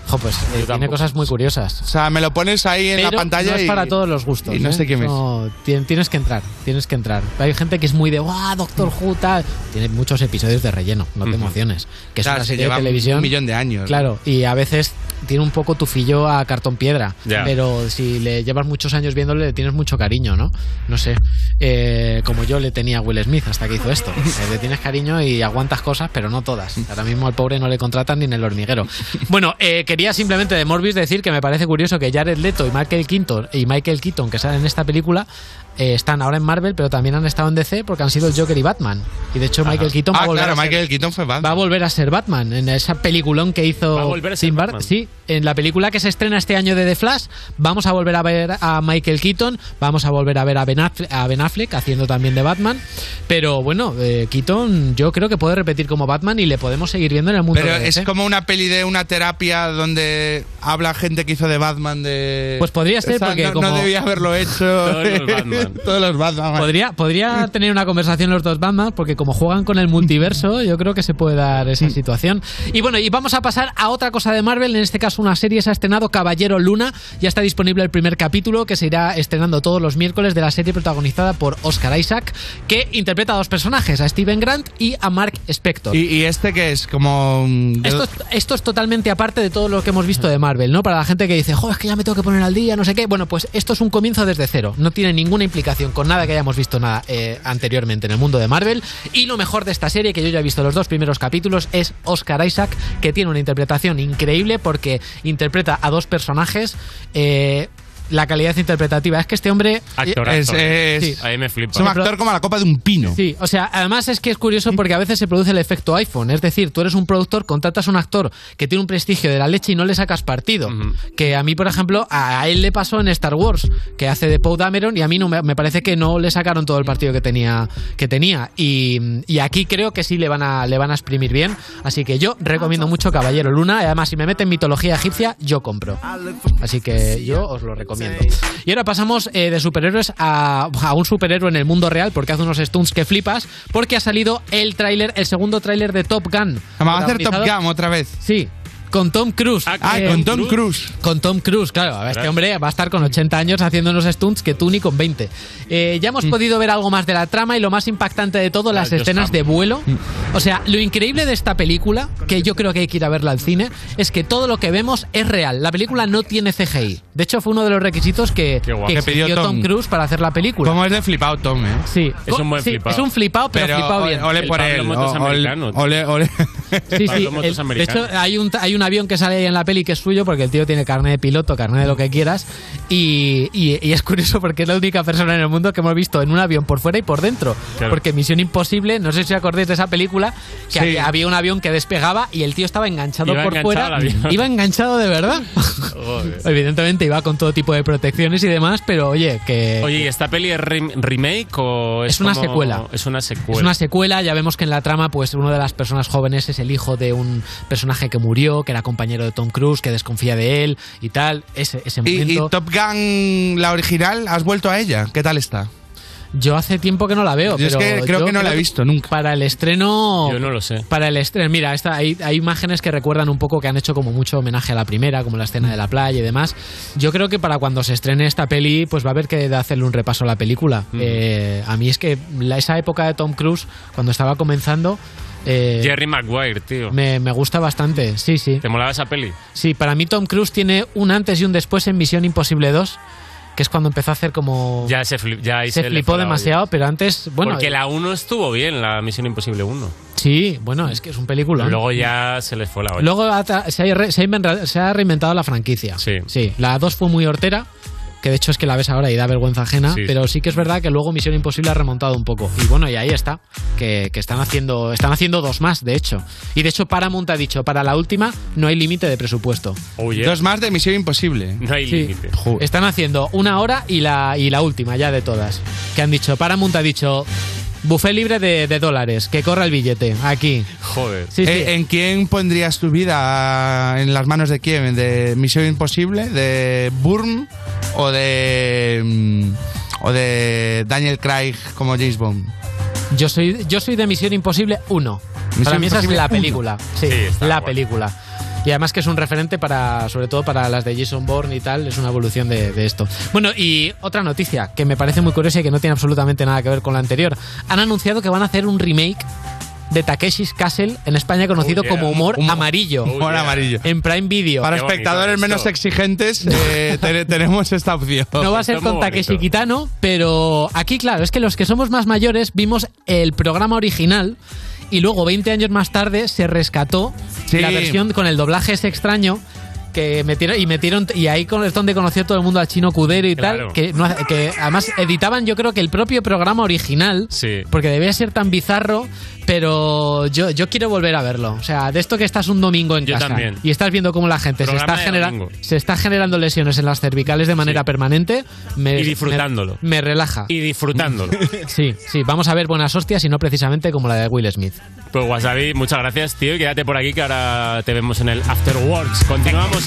Jo, pues tiene cosas muy curiosas. O sea, me lo pones ahí en la Pero pantalla no es y- para todos los gustos. Y no ¿eh? sé quién es. No, tien- tienes que entrar, tienes que entrar. Hay gente que es muy de, ¡guau, Doctor Who, tal! Tiene muchos episodios de relleno, no te emociones. Que es Claro, una se serie lleva de televisión. un millón de años. Claro, y a veces tiene un poco tufillo a cartón piedra. Ya. Pero si le llevas muchos años viéndole, le tienes mucho cariño, ¿no? No sé. Eh, como yo le tenía a Will Smith hasta que hizo esto. Eh, le tienes cariño y aguantas cosas, pero no todas. Ahora mismo al pobre no le contratan ni en el hormiguero. Bueno, eh, quería simplemente de Morbius decir que me parece curioso que Jared Leto y Michael Keaton, y Michael Keaton que salen en esta película. eh, están ahora en Marvel, pero también han estado en DC porque han sido el Joker y Batman. Y de hecho, Michael Keaton va Ah, a volver claro, a ser- Michael Keaton fue Batman. va a volver a ser Batman en esa peliculón que hizo Va a volver a ser Tim Burton. Batman. Sí, en la película que se estrena este año de The Flash, vamos a volver a ver a Michael Keaton, vamos a volver a ver a Ben Affleck, a Ben Affleck haciendo también de Batman. Pero bueno, eh, Keaton yo creo que puede repetir como Batman y le podemos seguir viendo en el mundo Pero de es DC. como una peli de una terapia donde habla gente que hizo de Batman de... Pues podría ser O sea, porque no, como- no debía haberlo hecho. Todos los Batman. Podría, podría tener una conversación los dos Batman, porque como juegan con el multiverso, yo creo que se puede dar esa situación. Y bueno, y vamos a pasar a otra cosa de Marvel, en este caso una serie se ha estrenado Caballero Luna, ya está disponible el primer capítulo que se irá estrenando todos los miércoles de la serie protagonizada por Oscar Isaac, que interpreta a dos personajes, a Steven Grant y a Mark Spector. ¿Y, y este que es? Como... mm, un- de- Esto, es- esto es totalmente aparte de todo lo que hemos visto de Marvel, ¿no? Para la gente que dice, jo, es que ya me tengo que poner al día, no sé qué. Bueno, pues esto es un comienzo desde cero. No tiene ninguna implicación con nada que hayamos visto nada eh, anteriormente en el mundo de Marvel. Y lo mejor de esta serie, que yo ya he visto los dos primeros capítulos, es Oscar Isaac, que tiene una interpretación increíble porque interpreta a dos personajes. eh, la calidad interpretativa. Es que este hombre. Actor, eh, actor. sí. Ahí me flipa. Es un actor como la copa de un pino. Sí, o sea, además es que es curioso porque a veces se produce el efecto iPhone. Es decir, tú eres un productor, contratas a un actor que tiene un prestigio de la leche y no le sacas partido. Que a mí, por ejemplo, a él le pasó en Star Wars, que hace de Poe Dameron, y a mí no me, me parece que no le sacaron todo el partido que tenía. Que tenía. Y, y aquí creo que sí le van, a, le van a exprimir bien. Así que yo recomiendo mucho Caballero Luna. Y además, si me meten mitología egipcia, yo compro. Así que yo os lo recomiendo. Y ahora pasamos eh, de superhéroes a, a un superhéroe en el mundo real, porque hace unos stunts que flipas, porque ha salido el tráiler, el segundo tráiler de Top Gun. Vamos Ah, a hacer Top Protagonizado- Gun otra vez. Sí. Con Tom Cruise. Ah, con Tom Cruise. Con Tom Cruise, claro. A ver, Este hombre va a estar con 80 años haciendo unos stunts que tú ni con 20. Eh, ya hemos Mm. podido ver algo más de la trama y lo más impactante de todo, las yo escenas de vuelo. O sea, lo increíble de esta película, que yo creo que hay que ir a verla al cine, es que todo lo que vemos es real. La película no tiene CGI. De hecho, fue uno de los requisitos que, que Que pidió exigió Tom. Tom. Cruise para hacer la película. Como es de flipado Tom, ¿eh? Sí. Es un buen Sí, flipao. es un flipao, pero flipao bien. Ole por El Pablo él. Motos o- americano, Ole, ole, ole. Sí, sí, el- de hecho, hay un, hay un avión que sale ahí en la peli que es suyo porque el tío tiene carnet de piloto, carnet de lo que quieras. Y, y- y es curioso porque es la única persona en el mundo que hemos visto en un avión por fuera y por dentro. Claro. Porque Misión Imposible, no sé si acordáis de esa película, que Sí. había, había un avión que despegaba y el tío estaba enganchado Iba por enganchado al fuera. avión. Iba enganchado de verdad. Evidentemente iba con todo tipo de protecciones y demás, pero oye, que. Oye, ¿y esta peli es rem- remake o es, Es una como- secuela. Es una secuela. Es una secuela, ya vemos que en la trama, pues una de las personas jóvenes es el hijo de un personaje que murió, que era compañero de Tom Cruise, que desconfía de él y tal. Ese, ese Y- este momento. y Top Gun, la original, has vuelto a ella. ¿Qué tal está? Yo hace tiempo que no la veo. Yo es pero que creo yo que no la he visto nunca. Para el estreno. Yo no lo sé. Para el estreno. Mira, esta, hay, hay imágenes que recuerdan un poco que han hecho como mucho homenaje a la primera, como la escena de la playa y demás. Yo creo que para cuando se estrene esta peli, pues va a haber que hacerle un repaso a la película. Eh, a mí es que la- esa época de Tom Cruise, cuando estaba comenzando. eh, Jerry Maguire, tío. me, me gusta bastante, sí, sí. ¿Te molaba esa peli? Sí, para mí Tom Cruise tiene un antes y un después en Misión Imposible 2, que es cuando empezó a hacer como... Ya se, flip- ya ahí se, le flipó fue la olla. demasiado, pero antes, bueno... eh. Porque la 1 estuvo bien, la Misión Imposible 1. Sí, bueno, es que es un película. Luego ya se les fue la olla. Luego ha tra- se ha, re- se ha invenra- se ha reinventado la franquicia. Sí. la 2 fue muy hortera. que de hecho es que la ves ahora y da vergüenza ajena, Sí. pero sí que es verdad que luego Misión Imposible ha remontado un poco. Y bueno, y ahí está, que, que están, haciendo, están haciendo dos más, de hecho. Y de hecho Paramount ha dicho, para la última no hay límite de presupuesto. Dos más de Misión Imposible. Oh, No hay límite. Están haciendo una hora y la, y la última ya de todas. Que han dicho, Paramount ha dicho, buffet libre de, de dólares, que corra el billete, aquí. Joder. Sí, sí. Eh, ¿En quién pondrías tu vida? Ah, ¿En las manos de quién? ¿De Misión Imposible? ¿De Burm? ¿O de. mm, o de Daniel Craig como James Bond? Yo soy, yo soy de Misión Imposible 1. Misión para mí esa es Imposible la 1. película. Sí, la película. Y además que es un referente para, sobre todo para las de Jason Bourne y tal, es una evolución de, de esto. Bueno, y otra noticia que me parece muy curiosa y que no tiene absolutamente nada que ver con la anterior. Han anunciado que van a hacer un remake de Takeshi's Castle, en España conocido Oh, yeah. Oh, como eh, Humor Humor- Amarillo. Humor amarillo. En Prime Video. Para espectadores menos exigentes, eh, te- tenemos esta opción. No va a ser con Takeshi Kitano, pero aquí, claro, es que los que somos más mayores vimos el programa original y luego, 20 años más tarde, se rescató Sí. la versión con el doblaje ese extraño. Que metieron, y metieron y ahí con- es donde conoció todo el mundo al chino Cudero y Claro. tal que, no hace- que además editaban yo creo que el propio programa original porque debía ser tan bizarro pero yo, yo quiero volver a verlo o sea de esto que estás un domingo en Yo casa también. y estás viendo cómo la gente se Programa está, de genera- domingo. se está generando lesiones en las cervicales de manera permanente me- Y disfrutándolo. me, me relaja Y disfrutándolo. sí sí vamos a ver buenas hostias y no precisamente como la de Will Smith Pues Wasabi, muchas gracias, tío, y quédate por aquí que ahora te vemos en el After Works. Continuamos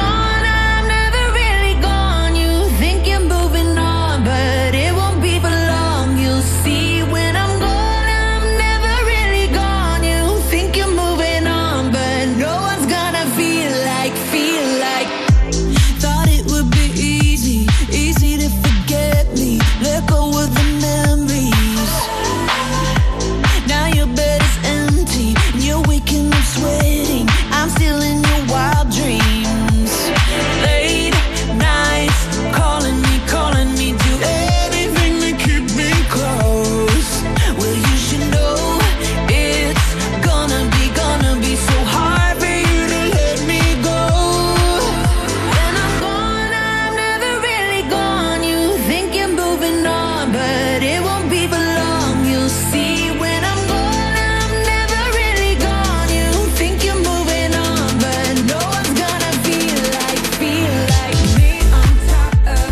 I'm never really gone. You think you're moving on, but it won't be for long. You'll see when I'm gone, I'm never really gone. You think you're moving on, but no one's gonna feel like, feel like. Thought it would be easy, easy to forget me. Let go of the memories. Now your bed is empty, and you're waking up sweating. I'm still in your wild dreams. Late nights, calling me, calling me, do anything to keep me close. Well, you should know it's gonna be, gonna be so hard for you to let me go. When I'm gone, I'm never really gone. You think you're moving on, but it won't be for long. You'll see when I'm gone, I'm never really gone. You think you're moving on, but no one's gonna feel like, feel like me on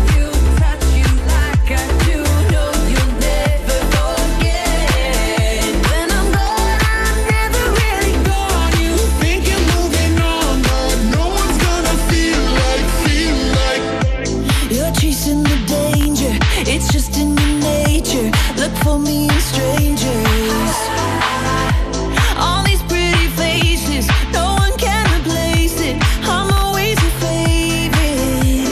top of you, touch you like I do. No, you'll never forget. When I'm gone, I'm never really gone. You think you're moving on, but no one's gonna feel like, feel like. You're chasing the danger, it's just in your nature. Look for me in strangers. All these pretty faces, no one can replace it. I'm always a favorite.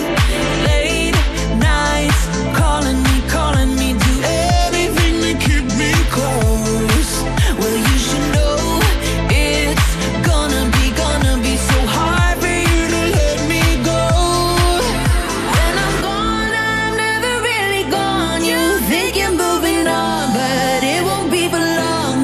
Late nights, calling me, calling me, do anything to keep me close. Well, you should know it's gonna be, gonna be so hard for you to let me go. When I'm gone, I'm never really gone. You think you're moving on, but it won't be for long.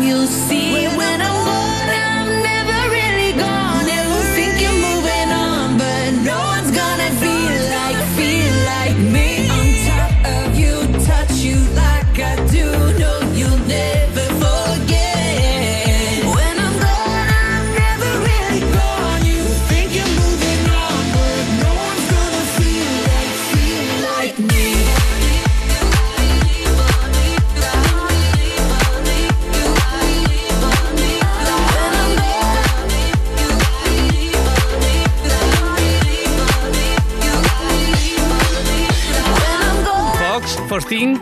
You'll see when I'm gone, I'm never really gone. You think you're moving on, but no one's gonna feel like, feel like me. On top of you, touch you like I do. No, you'll never forget. When I'm gone, I'm never really gone. You think you're moving on, but no one's gonna feel like, feel like me. Fox, Forstin,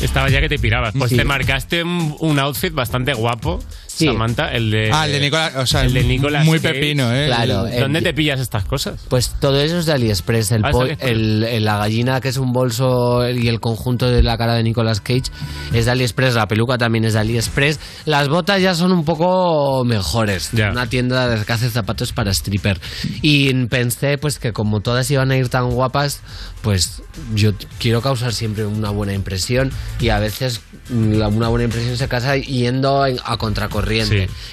Estaba ya que te pirabas. Pues Sí. te marcaste un, un outfit bastante guapo, Samantha, el de... Ah, el de Nicola- o sea, el de Nicolas muy Cage. pepino, ¿eh? Claro, el- ¿Dónde te pillas estas cosas? Pues todo eso es de AliExpress. El Ah, po- ¿es de el- el- la gallina, que es un bolso, y el conjunto de la cara de Nicolas Cage, es de AliExpress. La peluca también es de AliExpress. Las botas ya son un poco mejores. Una tienda de- que hace zapatos para stripper. Y pensé, pues que como todas iban a ir tan guapas, pues yo t- quiero causar siempre una buena impresión. Y a veces mm, la- una buena impresión se casa yendo en- a contracorriente.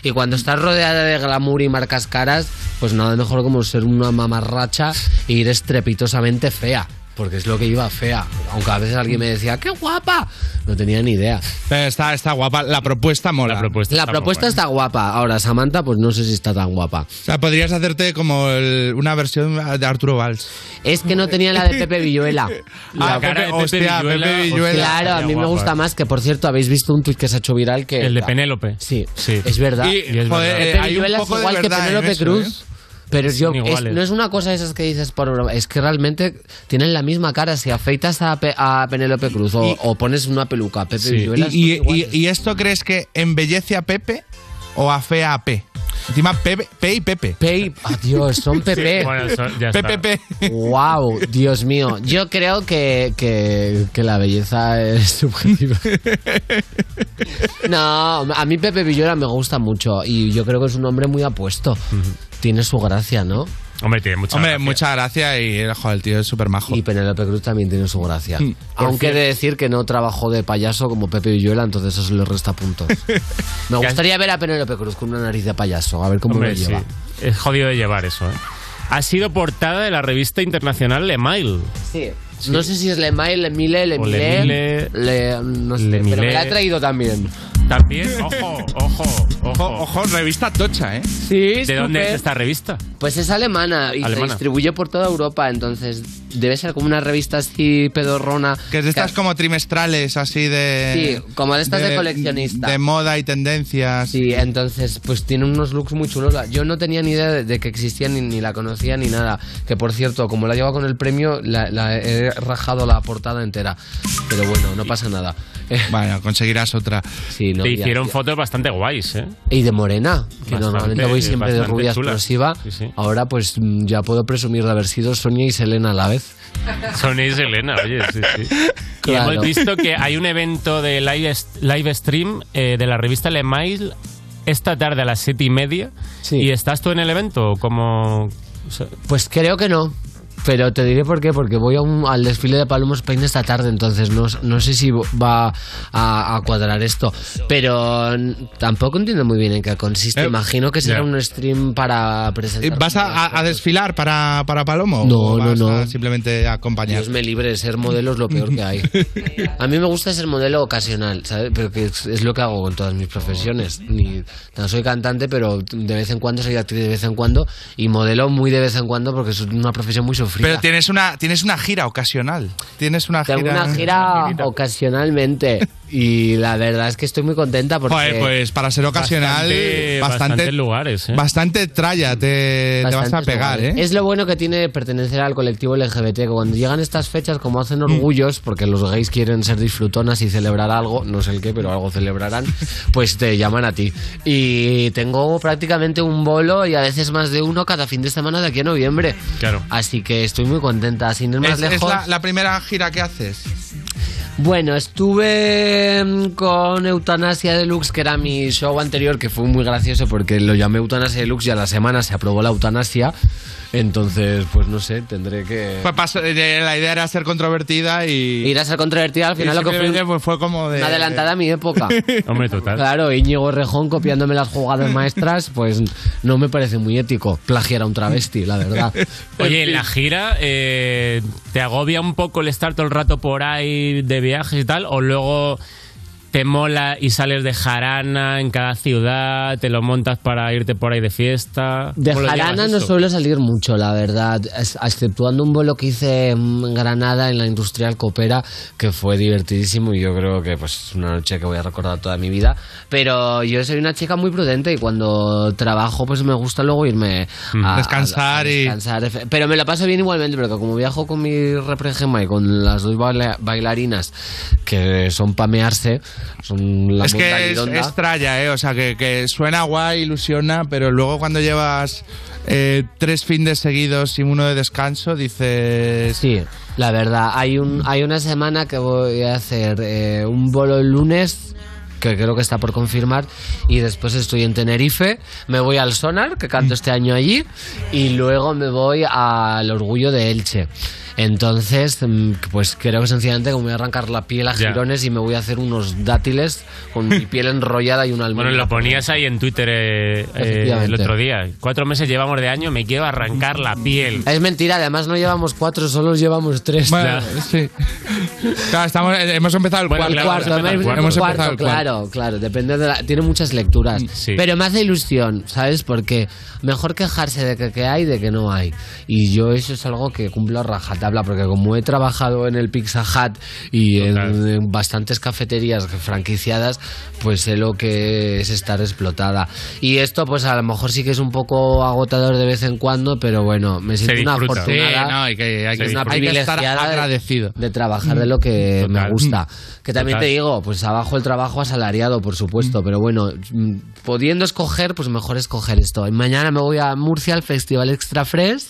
Y cuando estás rodeada de glamour y marcas caras, pues nada mejor como ser una mamarracha e ir estrepitosamente fea. Porque es lo que iba fea. Aunque a veces alguien me decía, ¡qué guapa! No tenía ni idea. Pero está, está guapa, la propuesta mola. La propuesta, La propuesta está guapa. Ahora, Samantha, pues no sé si está tan guapa. O sea, podrías hacerte como el- una versión de Arturo Valls. Es que no tenía la de Pepe Villuela. Ah, Pepe- hostia, Pepe Villuela. Claro, a mí me gusta más, que por cierto, habéis visto un tuit que se ha hecho viral que... El de Penélope. Sí, es verdad. Y, es Joder, eh, verdad. Pepe Villuela es igual que Penélope Cruz. Pero Son yo, es- iguales. no es una cosa de esas que dices por broma, es que realmente tienen la misma cara. Si afeitas a, Pe- a Penélope Cruz o, o pones una peluca a Pepe Sí. Villuela, son ¿Y, y- iguales. y- y esto crees que embellece a Pepe o afea a P? Encima Pepe, P y Pepe. P y, Dios, son Pepe. Wow, Dios mío. Yo creo que, que, que la belleza es subjetiva. No, a mí Pepe Villuela me gusta mucho y yo creo que es un hombre muy apuesto. Tiene su gracia, ¿no? Hombre, tiene mucha Hombre, mucha gracia y joder, el tío es Mm. súper majo. Y Penélope Cruz también tiene su gracia. Hmm. Aunque he de decir que no trabajó de payaso como Pepe Villuela, entonces eso le resta puntos. Me gustaría ver a Penélope Cruz con una nariz de payaso, a ver cómo Hombre, lo sí. lleva. Es jodido de llevar eso, ¿eh? Ha sido portada de la revista internacional Le Mail. Sí. No sé si es Le Mail, Le Mile, Le O Le Mile. Mile. Le- no sé, Le pero Mile. me la ha traído también. También, ojo, ojo, ojo. Ojo, revista tocha, ¿eh? Sí, ¿De dónde es súper. esta revista? Pues es alemana y se Alemana. distribuye por toda Europa, entonces debe ser como una revista así pedorrona. Que es de estas como trimestrales, así de. Sí, como de estas de coleccionista. De moda y tendencias. Sí, entonces, pues tiene unos looks muy chulos. Yo no tenía ni idea de, de que existía, ni, ni la conocía, ni nada. Que por cierto, como la lleva con el premio, la, la he rajado la portada entera. Pero bueno, no pasa nada. Bueno, conseguirás otra. Sí, no, Te ya- hicieron ya. fotos bastante guays, ¿eh? Y de morena, que Bastante, normalmente voy siempre de bastante rubia chula. explosiva. Ahora pues mm, ya puedo presumir de haber sido Sonia y Selena a la vez. Sonia y Selena, oye, sí, sí. Y Claro. hemos visto que hay un evento de live, live stream eh, de la revista Le Mail esta tarde a las siete y media. ¿Y estás tú en el evento? Como... Pues creo que no. Pero te diré por qué, porque voy a un- al desfile de Palomos Peine esta tarde, entonces no, no sé si va a, a cuadrar esto. Pero n- tampoco entiendo muy bien en qué consiste. Eh, Imagino que será ya. un stream para Eh, presentar. ¿Vas a, a- a desfilar para, para Palomo? No, ¿O no, vas no. a simplemente acompañar. Dios me libre, ser modelo es lo peor que hay. A mí me gusta ser modelo ocasional, ¿sabes? Pero que es, es lo que hago con todas mis profesiones. Ni, no soy cantante, pero de vez en cuando soy actriz de vez en cuando y modelo muy de vez en cuando porque es una profesión muy sufrida. Pero tienes una, tienes una gira ocasional. Tienes una gira. Tengo una gira ocasionalmente y la verdad es que estoy muy contenta porque Joder, pues para ser ocasional, bastante, bastante, lugares, ¿eh? tralla te, te vas a bastantes pegar, lugares. ¿eh? Es lo bueno que tiene pertenecer al colectivo LGBT, que cuando llegan estas fechas, como hacen Mm. orgullos, porque los gays quieren ser disfrutonas y celebrar algo, no sé el qué, pero algo celebrarán, pues te llaman a ti. Y tengo prácticamente un bolo y a veces más de uno cada fin de semana de aquí a noviembre. Claro. Así que estoy muy contenta. Sin ir más Es- es lejos. la, la primera gira que haces. Bueno, estuve mm, con Eutanasia Deluxe, que era mi show anterior, que fue muy gracioso porque lo llamé Eutanasia Deluxe y a la semana se aprobó la eutanasia. Entonces, pues no sé, tendré que... Pues pasó- eh, la idea era ser controvertida y. Ir a ser controvertida al final y lo que simplemente, fue- pues, fue como de. Una adelantada a mi época. Hombre, total. Claro, Íñigo Rejón copiándome las jugadas maestras, pues no me parece muy ético plagiar a un travesti, la verdad. Oye, en la gira, eh, ¿te agobia un poco el estar todo el rato por ahí de viajes y tal? ¿O luego te mola y sales de jarana en cada ciudad? ¿Te lo montas para irte por ahí de fiesta? De ¿Cómo lo llevas Jarana no eso? suelo salir mucho, la verdad, es- exceptuando un vuelo que hice en Granada en la Industrial Copera, que fue divertidísimo y yo creo que pues es una noche que voy a recordar toda mi vida. Pero yo soy una chica muy prudente y cuando trabajo pues me gusta luego irme a Mm, Descansar y- descansar. efe- Pero me lo paso bien igualmente, porque como viajo con mi reprengema y con las dos baila- bailarinas que son pamearse, son la es que es, mondalidonda. es tralla, ¿eh? O sea, que, que suena guay, ilusiona, pero luego cuando llevas eh, tres fines seguidos y uno de descanso, dices. Sí, la verdad. Hay, un, hay una semana que voy a hacer eh, un bolo el lunes que creo que está por confirmar y después estoy en Tenerife, me voy al Sonar, que Mm. canto este año allí, y luego me voy al Orgullo de Elche. Entonces, mm, pues creo que sencillamente que me voy a arrancar la piel a Ya. girones y me voy a hacer unos dátiles con mi piel enrollada y un almendra. Bueno, lo ponías ahí en Twitter eh, eh, el Efectivamente. otro día. Cuatro meses llevamos de año, me quiero arrancar la piel. Es mentira, además no llevamos cuatro, solo llevamos tres. Bueno, sí. Claro, estamos, eh, hemos empezado el Bueno, cuarto. claro, cuarto, hemos empezado el hemos- cuarto, Mm, cuarto, claro, claro, depende de la- tiene muchas lecturas, pero me hace ilusión, ¿sabes? Porque mejor quejarse de que, que hay de que no hay. Y yo eso es algo que cumplo a rajatabla porque como he trabajado en el Pizza Hut y en, en bastantes cafeterías franquiciadas, pues sé lo que es estar explotada. Y esto pues a lo mejor sí que es un poco agotador de vez en cuando, pero bueno, me Se siento una disfruta. afortunada. Sí, no, hay que- hay que- es una hay que estar privilegiada de- agradecido. de trabajar de lo que me gusta. Que también Total. te digo, pues abajo el trabajo asalariado, por supuesto, pero bueno, mm, pudiendo escoger, pues mejor escoger esto. Y mañana me voy a Murcia al Festival Extra Fresh.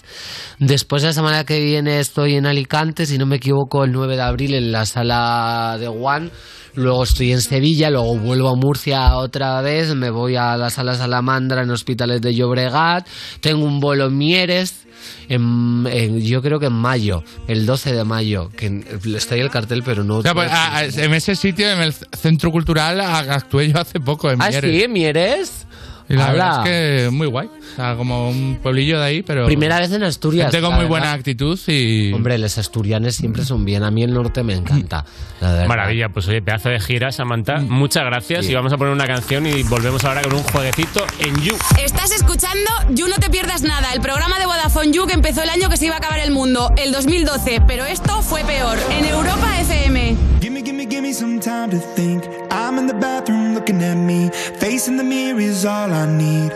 Después la semana que viene estoy en Alicante, si no me equivoco, el 9 de abril en la sala de One. Luego estoy en Sevilla, luego vuelvo a Murcia otra vez, me voy a la sala Salamandra en Hospitales de Llobregat, tengo un vuelo en Mieres, en- en- yo creo que en mayo, el 12 de mayo, que en- está ahí el cartel, pero no... O sea, pues, a- a- en ese sitio, en el centro cultural, a- actué yo hace poco. En Ah, Mieres. sí, Mieres. Y la Ala. verdad es que muy guay. O sea, como un pueblillo de ahí, pero. Primera vez en Asturias. Gente con la muy buena verdad. actitud y. Hombre, los asturianes siempre son bien. A mí el norte me encanta. la verdad. Maravilla, pues oye, pedazo de gira, Samantha. Muchas gracias y vamos a poner una canción y volvemos ahora con un jueguecito en You. Estás escuchando You No Te Pierdas Nada, el programa de Vodafone You que empezó el año que se iba a acabar el mundo, el 2012, pero esto fue peor, en Europa FM. Gimme, gimme, gimme some time to think. I'm in the bathroom looking at me. Facing the mirror is all I need.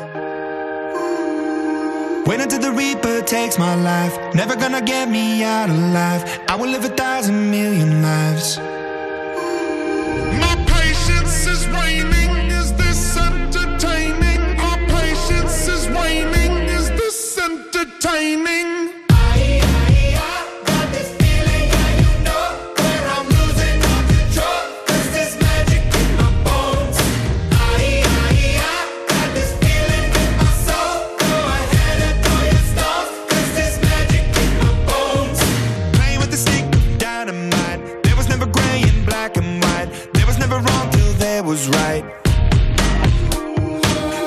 Wait until the Reaper takes my life. Never gonna get me out alive. I will live a thousand million lives. My patience is waning. Is this entertaining? Our patience is waning. Is this entertaining? Oh, Playing with the stick of dynamite. There was never gray and black and white. There was never wrong till there was right.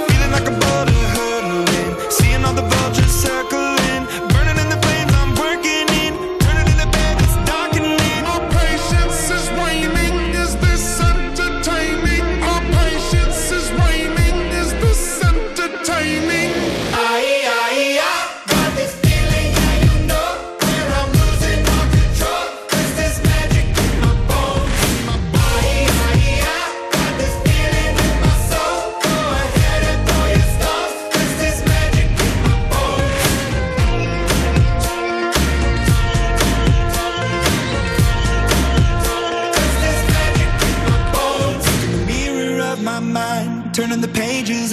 Feeling like a boulder hurtling. Seeing all the vultures circling. Burning in the flames I'm working in. Turning in the bed that's dark and lit. Our patience is waning. Is this entertaining? Our patience is waning. Is this entertaining? Aye, aye, aye. Got this feeling, yeah, you know, where I'm losing all control. 'Cause there's magic in my bones. Aye, aye, aye. Got this feeling in my soul. Go ahead and throw your stones. 'Cause there's magic in my bones. Looking in the mirror of my mind. Turning the pages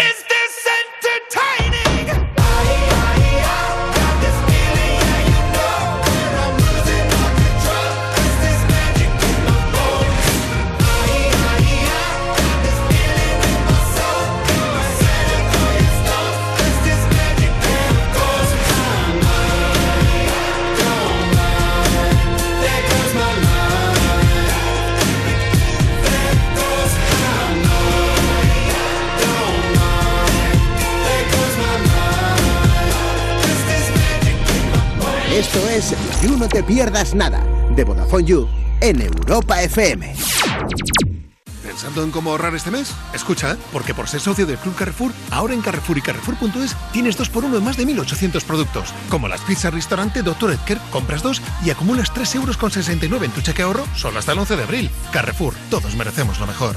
Is this entertaining? Esto es You No Te Pierdas Nada de Vodafone You en Europa FM. ¿Pensando en cómo ahorrar este mes? Escucha, porque por ser socio del Club Carrefour, ahora en Carrefour y Carrefour.es tienes 2 por 1 en más de 1.800 productos, como las pizzas restaurante Dr. Edker, compras 2 y acumulas 3,69 euros en tu cheque ahorro solo hasta el 11 de abril. Carrefour, todos merecemos lo mejor.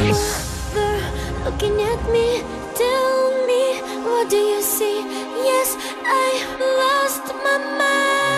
Mother, looking at me, tell me, what do you see? Yes, I lost my mind.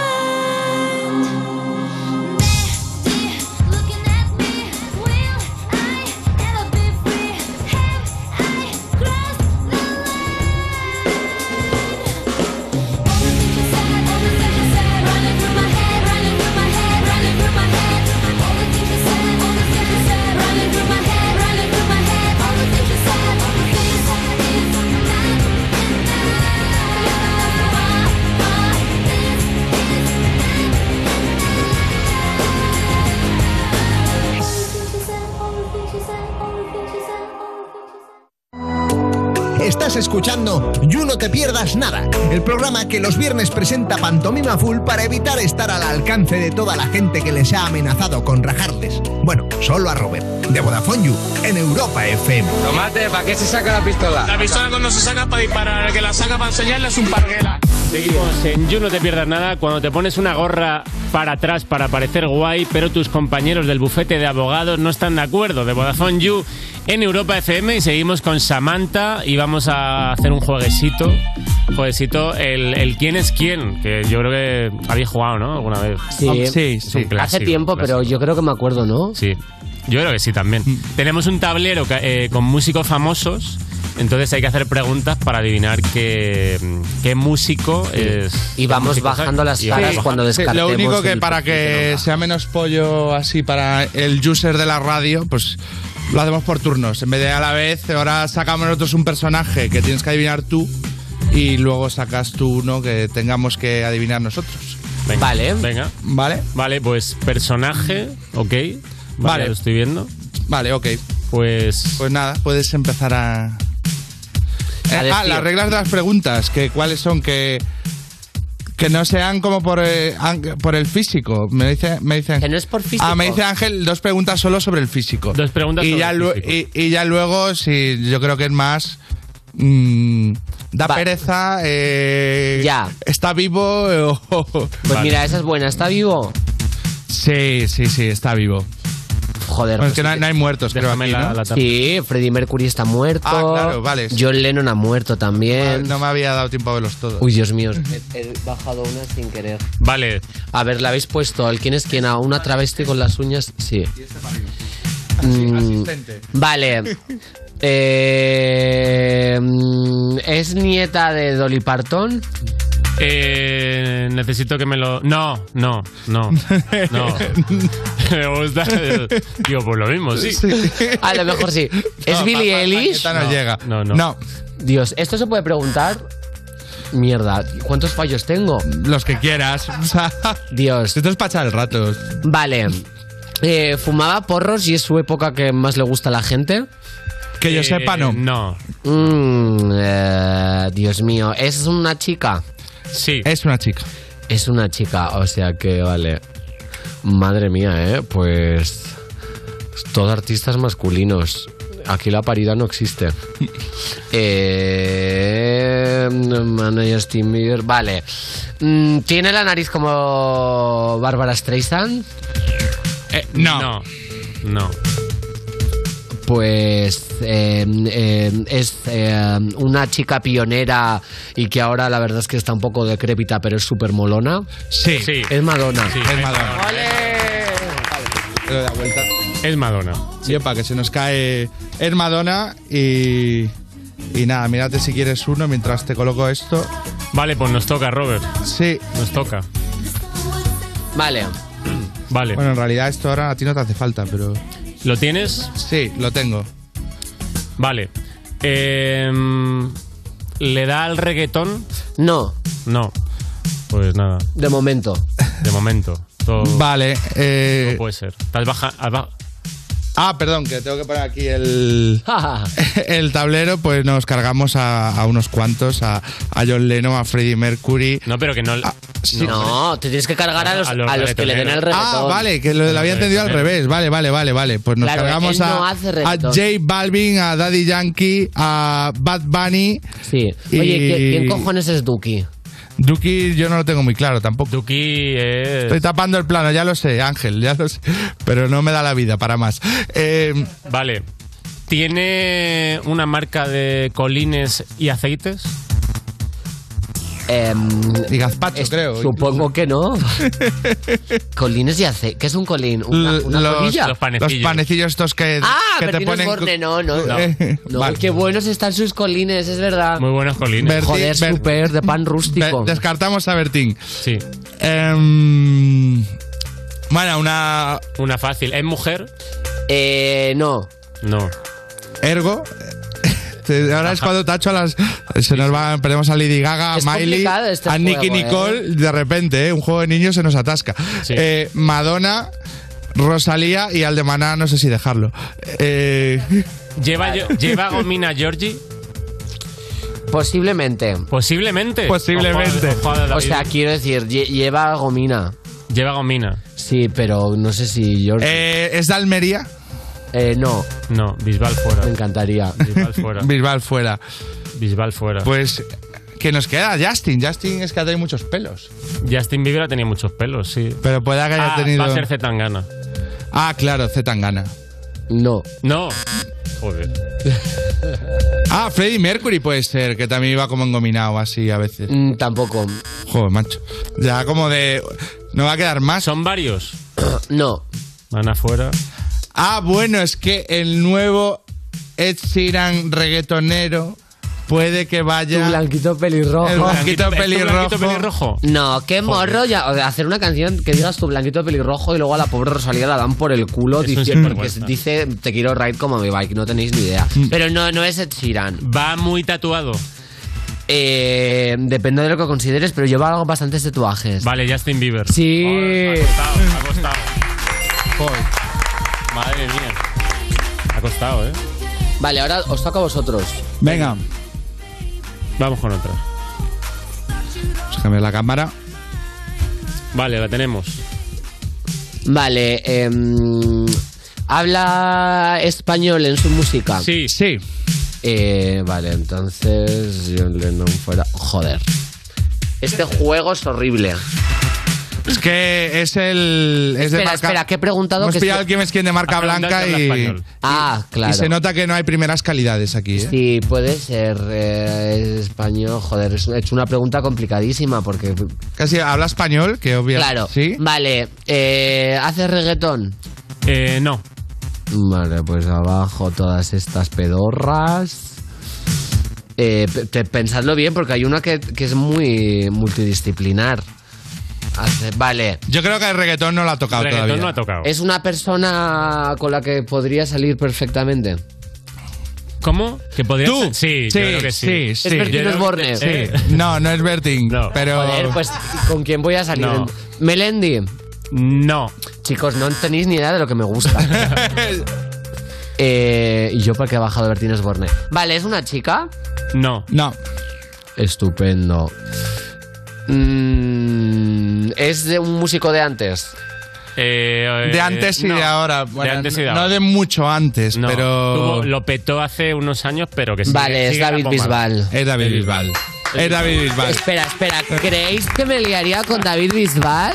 Estás escuchando You No Te Pierdas Nada, el programa que los viernes presenta Pantomima Full para evitar estar al alcance de toda la gente que les ha amenazado con rajarles. Bueno, solo a Robert, de Vodafone You, en Europa FM. Tomate, ¿para qué se saca la pistola? La pistola cuando se saca para disparar, el que la saca para enseñarle es un parguela. Seguimos en You No Te Pierdas Nada cuando te pones una gorra para atrás para parecer guay, pero tus compañeros del bufete de abogados no están de acuerdo. De Vodafone You en Europa FM y seguimos con Samantha y vamos a hacer un jueguecito. Jueguecito, el, el quién es quién, que yo creo que habéis jugado, ¿no? Alguna vez. Sí, Es un Hace clásico, tiempo, clásico. pero yo creo que me acuerdo, ¿no? Sí. Yo creo que sí también. Mm. Tenemos un tablero ca- eh, con músicos famosos, entonces hay que hacer preguntas para adivinar qué, mm, qué músico es. Y vamos bajando las caras cuando Lo único que para que sea menos pollo así para el user de la radio, pues lo hacemos por turnos. En vez de a la vez, ahora sacamos nosotros un personaje que tienes que adivinar tú y luego sacas tú uno que tengamos que adivinar nosotros. vale. Venga. Vale. Vale, pues personaje, ok. Vale. Vale. ya Lo estoy viendo. Vale, ok. Pues. Pues nada, puedes empezar a. Eh, ah, decir. las reglas de las preguntas, que cuáles son, que. Que no sean como por, eh, ang- por el físico. Me dice, me dice Que no es por físico. Ah, me dice Ángel dos preguntas solo sobre el físico. Dos preguntas y sobre ya el lue- Y, y ya luego, si yo creo que es más. mm, da pereza. eh, Está vivo. eh, o- Pues mira, esa es buena. ¿Está vivo? Sí, sí, sí, está vivo. Joder. Bueno, es que no hay- no hay muertos, creo, Déjame aquí, la- ¿no? la tapa. sí, Freddie Mercury está muerto. Ah, claro, vale, sí. John Lennon ha muerto también. No me había dado tiempo a verlos todos. Uy, Dios mío. He, he bajado una sin querer. Vale. A ver, ¿la habéis puesto? ¿El quién es quién? ¿A una travesti con las uñas? Sí. este Mm, Vale. Eh, mm, ¿Es nieta de Dolly Parton? Eh, necesito que me lo. No, no, no. No. me gusta. Digo, pues lo mismo, sí. A lo mejor sí. ¿Es No, pa- Billie pa- Eilish? paqueta no No, llega. no, no. Dios, ¿esto se puede preguntar? mierda, ¿cuántos fallos tengo? Los que quieras. Dios. Esto es para echar el rato. Vale. Eh, ¿Fumaba porros y es su época que más le gusta a la gente? Que yo Eh, sepa, no. No. Mm, eh, Dios mío, ¿es una chica? Sí. Es una chica. Es una chica, o sea que vale. Madre mía, ¿eh? Pues... Todos artistas masculinos. Aquí la paridad no existe. eh, managers, team leader, Vale. Mm, ¿Tiene la nariz como Bárbara Streisand? Eh, no. No. No. Pues eh, eh, es eh, una chica pionera y que ahora la verdad es que está un poco decrépita, pero es súper molona. Sí. Es Madonna. es Madonna. Lo da vuelta. Es Madonna. Yepa, que se nos cae. Es Madonna y. Y nada, mírate si quieres uno mientras te coloco esto. Vale, pues nos toca, Robert. Sí. Nos toca. Vale. Vale. Bueno, en realidad esto ahora a ti no te hace falta, pero. ¿Lo tienes? Sí, lo tengo. Vale. Em, ¿Le da al reggaetón? No. No. Pues nada. De momento. De momento. Todo, Vale. eh, todo puede ser. Te has baja- has ba- Ah, perdón, que tengo que poner aquí el, el tablero, pues nos cargamos a, a unos cuantos, a, a John Lennon, a Freddie Mercury. Ah, No, pero que no... sí. No, te tienes que cargar a los, a los, que le den el reggaetón. Ah, vale, que lo, lo había entendido al revés. Vale, vale, vale, vale. Pues nos Claro, cargamos él a, no hace a reggaetón. J Balvin, a Daddy Yankee, a Bad Bunny. Sí. Oye, ¿quién- quién cojones es Duki? Duki yo no lo tengo muy claro tampoco. Duki es... Estoy tapando el plano, ya lo sé, Ángel, ya lo sé. Pero no me da la vida para más. Eh, Vale. ¿Tiene una marca de colines y aceites? y gazpacho, creo. Em, Supongo que no. Colines y aceite. ¿Qué es un colín? ¿Una, una colilla? los panecillos estos que, Ah, que pero te tiene ponen. borne, no, no. no. Eh, No, vale. qué buenos están sus colines, es verdad. Muy buenos colines. Bertín, Joder, Ber- súper, de pan rústico. Be- descartamos a Bertín. Sí. Em, bueno, una. Una fácil. ¿Es mujer? Eh, no. No. Ergo. Te- Ahora es cuando tacho a las. Se nos va. Perdemos a Lady Gaga, a Es Miley, complicado este a Nicky juego, ¿eh? Nicole. De repente, ¿eh? un juego de niños se nos atasca. Eh, Madonna, Rosalía y al de Maná, no sé si dejarlo. Eh, ¿Lleva, yo- ¿lleva gomina Georgie? Posiblemente. Posiblemente. Ojo a- ojo a David. O sea, quiero decir, lle- lleva gomina. Lleva gomina. Sí, pero no sé si George. eh, ¿Es de Almería? Eh, no. No, Bisbal fuera. Me encantaría. Bisbal fuera. Bisbal fuera. Bisbal fuera. Pues. ¿Qué nos queda? Justin. Justin es que ha tenido muchos pelos. Justin Bieber ha tenido muchos pelos, sí. Pero puede que haya Ah, tenido. Va a ser Zetangana. Ah, claro, Z Tangana. No. No. Joder. Ah, Freddie Mercury puede ser, que también iba como engominado así a veces. Mm, tampoco. Joder, macho. Ya como de. No va a quedar más. Son varios. no. Van afuera. Ah, bueno, es que el nuevo Ed Sheeran reggaetonero puede que vaya. El blanquito pelirrojo. El blanquito ¿Es tu pelirrojo. blanquito pelirrojo? No, qué morro ya. o sea, hacer una canción que digas tu blanquito pelirrojo y luego a la pobre Rosalía la dan por el culo Es un diciendo, porque sinvergüenza. dice te quiero ride como mi bike, no tenéis ni idea. Pero no, no es Ed Sheeran. Mm. Va muy tatuado. Eh, depende de lo que consideres, pero lleva algo- bastantes tatuajes. Vale, Justin Bieber. Sí. Ha costado. Madre mía. Ha costado, ¿eh? Vale, ahora os toca a vosotros. Venga. Vamos con otra. Déjame la cámara. Vale, la tenemos. Vale, em, habla español en su música. Sí, Eh, sí. vale, entonces John Lennon fuera. Joder. Este juego es horrible. Es que es el. Es de Espera, marca, espera, que he preguntado Hemos que pillado si- al quién es quién de marca Ha preguntado blanca que habla y. español. Ah, y- claro. Y se nota que no hay primeras calidades aquí, ¿eh? Sí, puede ser eh, español. Joder, es- he hecho una pregunta complicadísima porque. Casi habla español, que obviamente. Claro. Vale, eh, ¿haces reggaetón? Eh, no. Vale, pues abajo todas estas pedorras. Eh, pe- te- pensadlo bien porque hay una que, que es muy multidisciplinar. Hace- vale. Yo creo que el reggaetón no lo ha tocado Reggaetón todavía. no ha tocado. Es una persona con la que podría salir perfectamente. ¿Cómo? Que podría ¿Tú? ser- Sí, yo creo que sí. sí. Yo creo que- eh, Sí. No, no es Bertín, pero... Joder, pues ¿con quién voy a salir? No. ¿Melendi? No. Chicos, no tenéis ni idea de lo que me gusta. Eh, ¿Y yo para qué he bajado Bertín Osborne? Vale, ¿es una chica? No. No. Estupendo. Mm, ¿Es de un músico de antes? eh, De antes y de ahora. Bueno, de antes y de no ahora. No de mucho antes, No, pero... tuvo- lo petó hace unos años, pero que sí. Vale, es David Bisbal. Ah, Es David Bisbal. Es David Bisbal. Espera, espera, ¿creéis que me liaría con David Bisbal?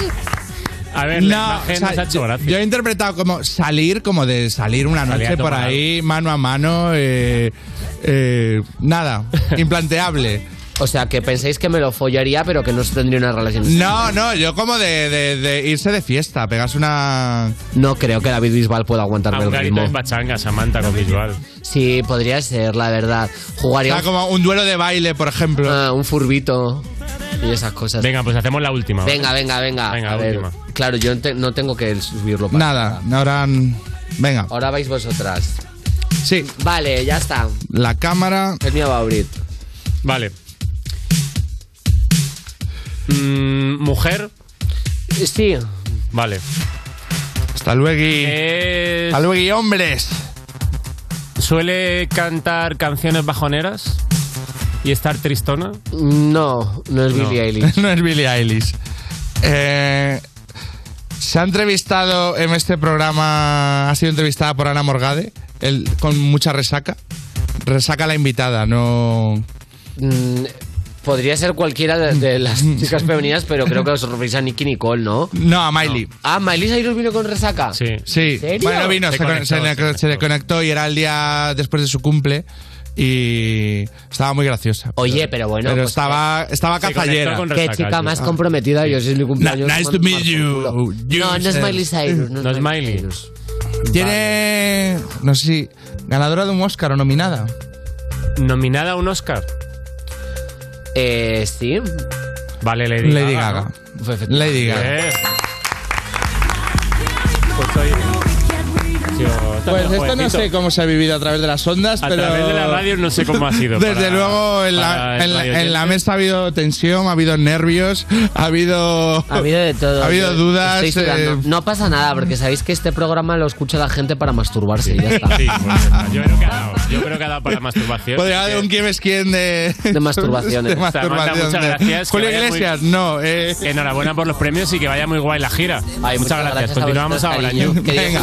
A ver, la imagen nos ha hecho yo, yo he interpretado como salir, como de salir una Salir a noche por tomar ahí, mano a mano, eh, eh, nada, implanteable. O sea, que pensáis que me lo follaría, pero que no tendría una relación. No, no, yo como de, de- de irse de fiesta, pegas una... No creo que David Bisbal pueda aguantarme Ah, Un el garito ritmo. en bachanga, Samantha con Bisbal. Sí, podría ser, la verdad. Jugaría. Ah, O sea, como un duelo de baile, por ejemplo. un furbito. Y esas cosas. Venga, pues hacemos la última. ¿vale? Venga, venga, venga. Venga, A la ver, última. Claro, yo te- no tengo que subirlo para Nada, ahora... Venga, Ahora vais vosotras. Sí. Vale, ya está. la cámara... El mío va a abrir. Vale. Mm, ¿Mujer? Sí. Vale. Hasta luego. Es- Hasta luego, hombres. ¿Suele cantar canciones bajoneras? ¿Y estar tristona? No, no es No. Billie Eilish. no es Billie Eilish. Eh, se ha entrevistado en este programa, ha sido entrevistada por Ana Morgade, el- con mucha resaca. Resaca la invitada, no... Mm, Podría ser cualquiera de, de las chicas femeninas, pero creo que os referís a Nicky Nicole, ¿no? No, a Miley. Ah, Miley Cyrus vino con resaca. Sí. Sí, serio? bueno, vino, Se se, con- conectó, se se le- se le conectó y era el día después de su cumple y estaba muy graciosa. Oye, pero bueno. Pero pues, estaba, estaba Ah. cazallera. Qué chica más comprometida. Yo si es mi cumpleaños. nice to meet you. You No, no es said- Miley Cyrus. No, es Miley. Tiene, no sé si, ganadora de un Oscar o nominada. ¿Nominada a un Oscar? Eh, sí. Vale, Lady, Lady Gaga. Lady Gaga. Bien. Pues soy... Yo Pues también, esto no jovencito. sé cómo se ha vivido a través de las ondas, A pero... través de la radio no sé cómo ha sido. Desde para- luego en la, para en, la, radio en la oyentes. mesa ha habido tensión, ha habido nervios, ha habido... Ha habido de todo. Ha habido Yo dudas. estoy sudando. eh, No pasa nada, porque sabéis que este programa lo escucha la gente para masturbarse y ya está. Sí, pues ya está. yo creo que ha dado. Yo creo que ha dado para la masturbación. Podría haber un quién es quién de... De De masturbaciones. Samantha, masturbación. muchas gracias, que Julio vaya muy- Iglesias, no. eh. Enhorabuena por los premios y que vaya muy guay la gira. muchas, gracias. Continuamos ahora. Ñu. Venga.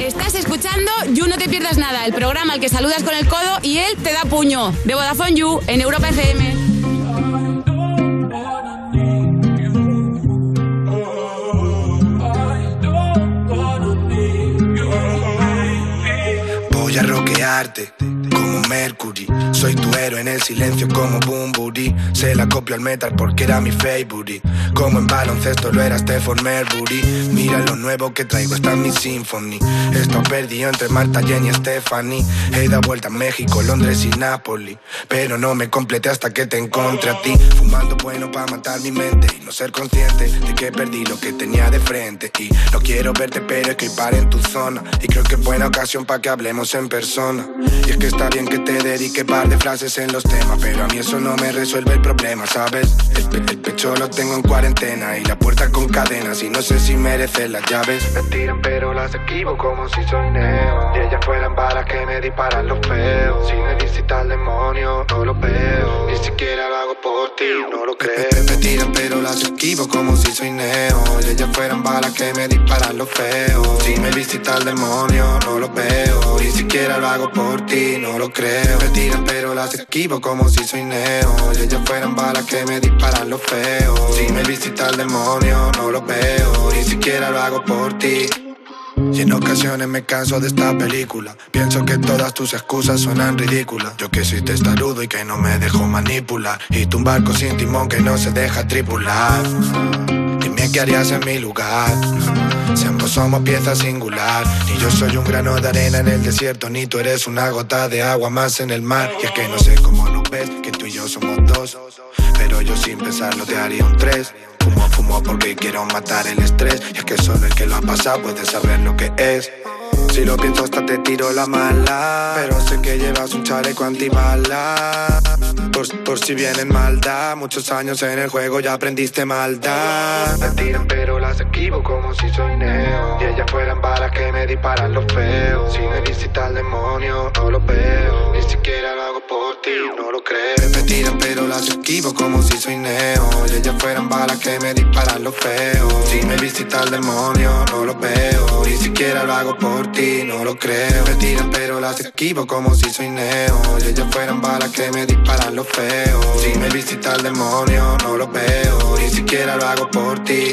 Estás escuchando You No Te Pierdas Nada, el programa al que saludas con el codo y él te da puño. De Vodafone You en Europa FM. Voy a roquearte como Mercury. Soy tu héroe en el silencio como Bumburi. Se la copio al metal porque era mi favorite. Como en baloncesto lo era Stephen Mercury. Mira lo nuevo que traigo, está en mi symphony. Esto perdido entre Marta, Jenny y Stephanie. He dado vuelta a México, Londres y Napoli. Pero no me completé hasta que te encontré a ti. Fumando bueno para matar mi mente y no ser consciente de que perdí lo que tenía de frente. Y no quiero verte, pero es que paré en tu zona. Y creo que es buena ocasión para que hablemos en persona. Y es que está bien que te dedique par de frases en los temas, pero a mí eso no me resuelve el problema, ¿sabes? El, pe- el pecho lo tengo en cuarentena y la puerta con cadenas y no sé si merece las llaves. Me tiran pero las equivoco como si son neo. Y ellas fueran balas que me disparan los feos. Sin necesitar al demonio, no lo veo. Ni siquiera lo hago por ti, no lo creo. Me tiran pero las esquivo como si soy neo. Y ellas fueran balas que me disparan los feos. Si me visita el demonio, no lo veo. Ni siquiera lo hago por ti, no lo creo. Me tiran pero las esquivo como si soy neo. Y ellas fueran balas que me disparan los feos. Si me visita el demonio, no lo veo. Ni siquiera lo hago por ti. Y en ocasiones me canso de esta película. Pienso que todas tus excusas suenan ridículas. Yo que soy testarudo y que no me dejo manipular. Y tu barco sin timón que no se deja tripular. Dime qué harías en mi lugar. Si ambos somos pieza singular. Ni yo soy un grano de arena en el desierto, ni tú eres una gota de agua más en el mar. Y es que no sé cómo nos ves, que tú y yo somos dos. Pero yo sin pensarlo te haría un tres. Fumo, fumo porque quiero matar el estrés. Y es que solo el que lo ha pasado puede saber lo que es. Si lo pienso hasta te tiro la mala Pero sé que llevas un chaleco antibala Por, por si vienen maldad Muchos años en el juego ya aprendiste maldad Me tiran pero las esquivo como si soy neo Y ellas fueran balas que me disparan los feos Si me visita el demonio no lo veo Ni siquiera lo hago por ti, no lo creo Me tiran pero las esquivo como si soy neo Y ellas fueran balas que me disparan los feos Si me visita el demonio no lo veo Ni siquiera lo hago por ti, no lo creo Me tiran pero las esquivo como si soy neo Y ellas fueran balas que me disparan los feos Si me visita el demonio no lo veo Ni siquiera lo hago por ti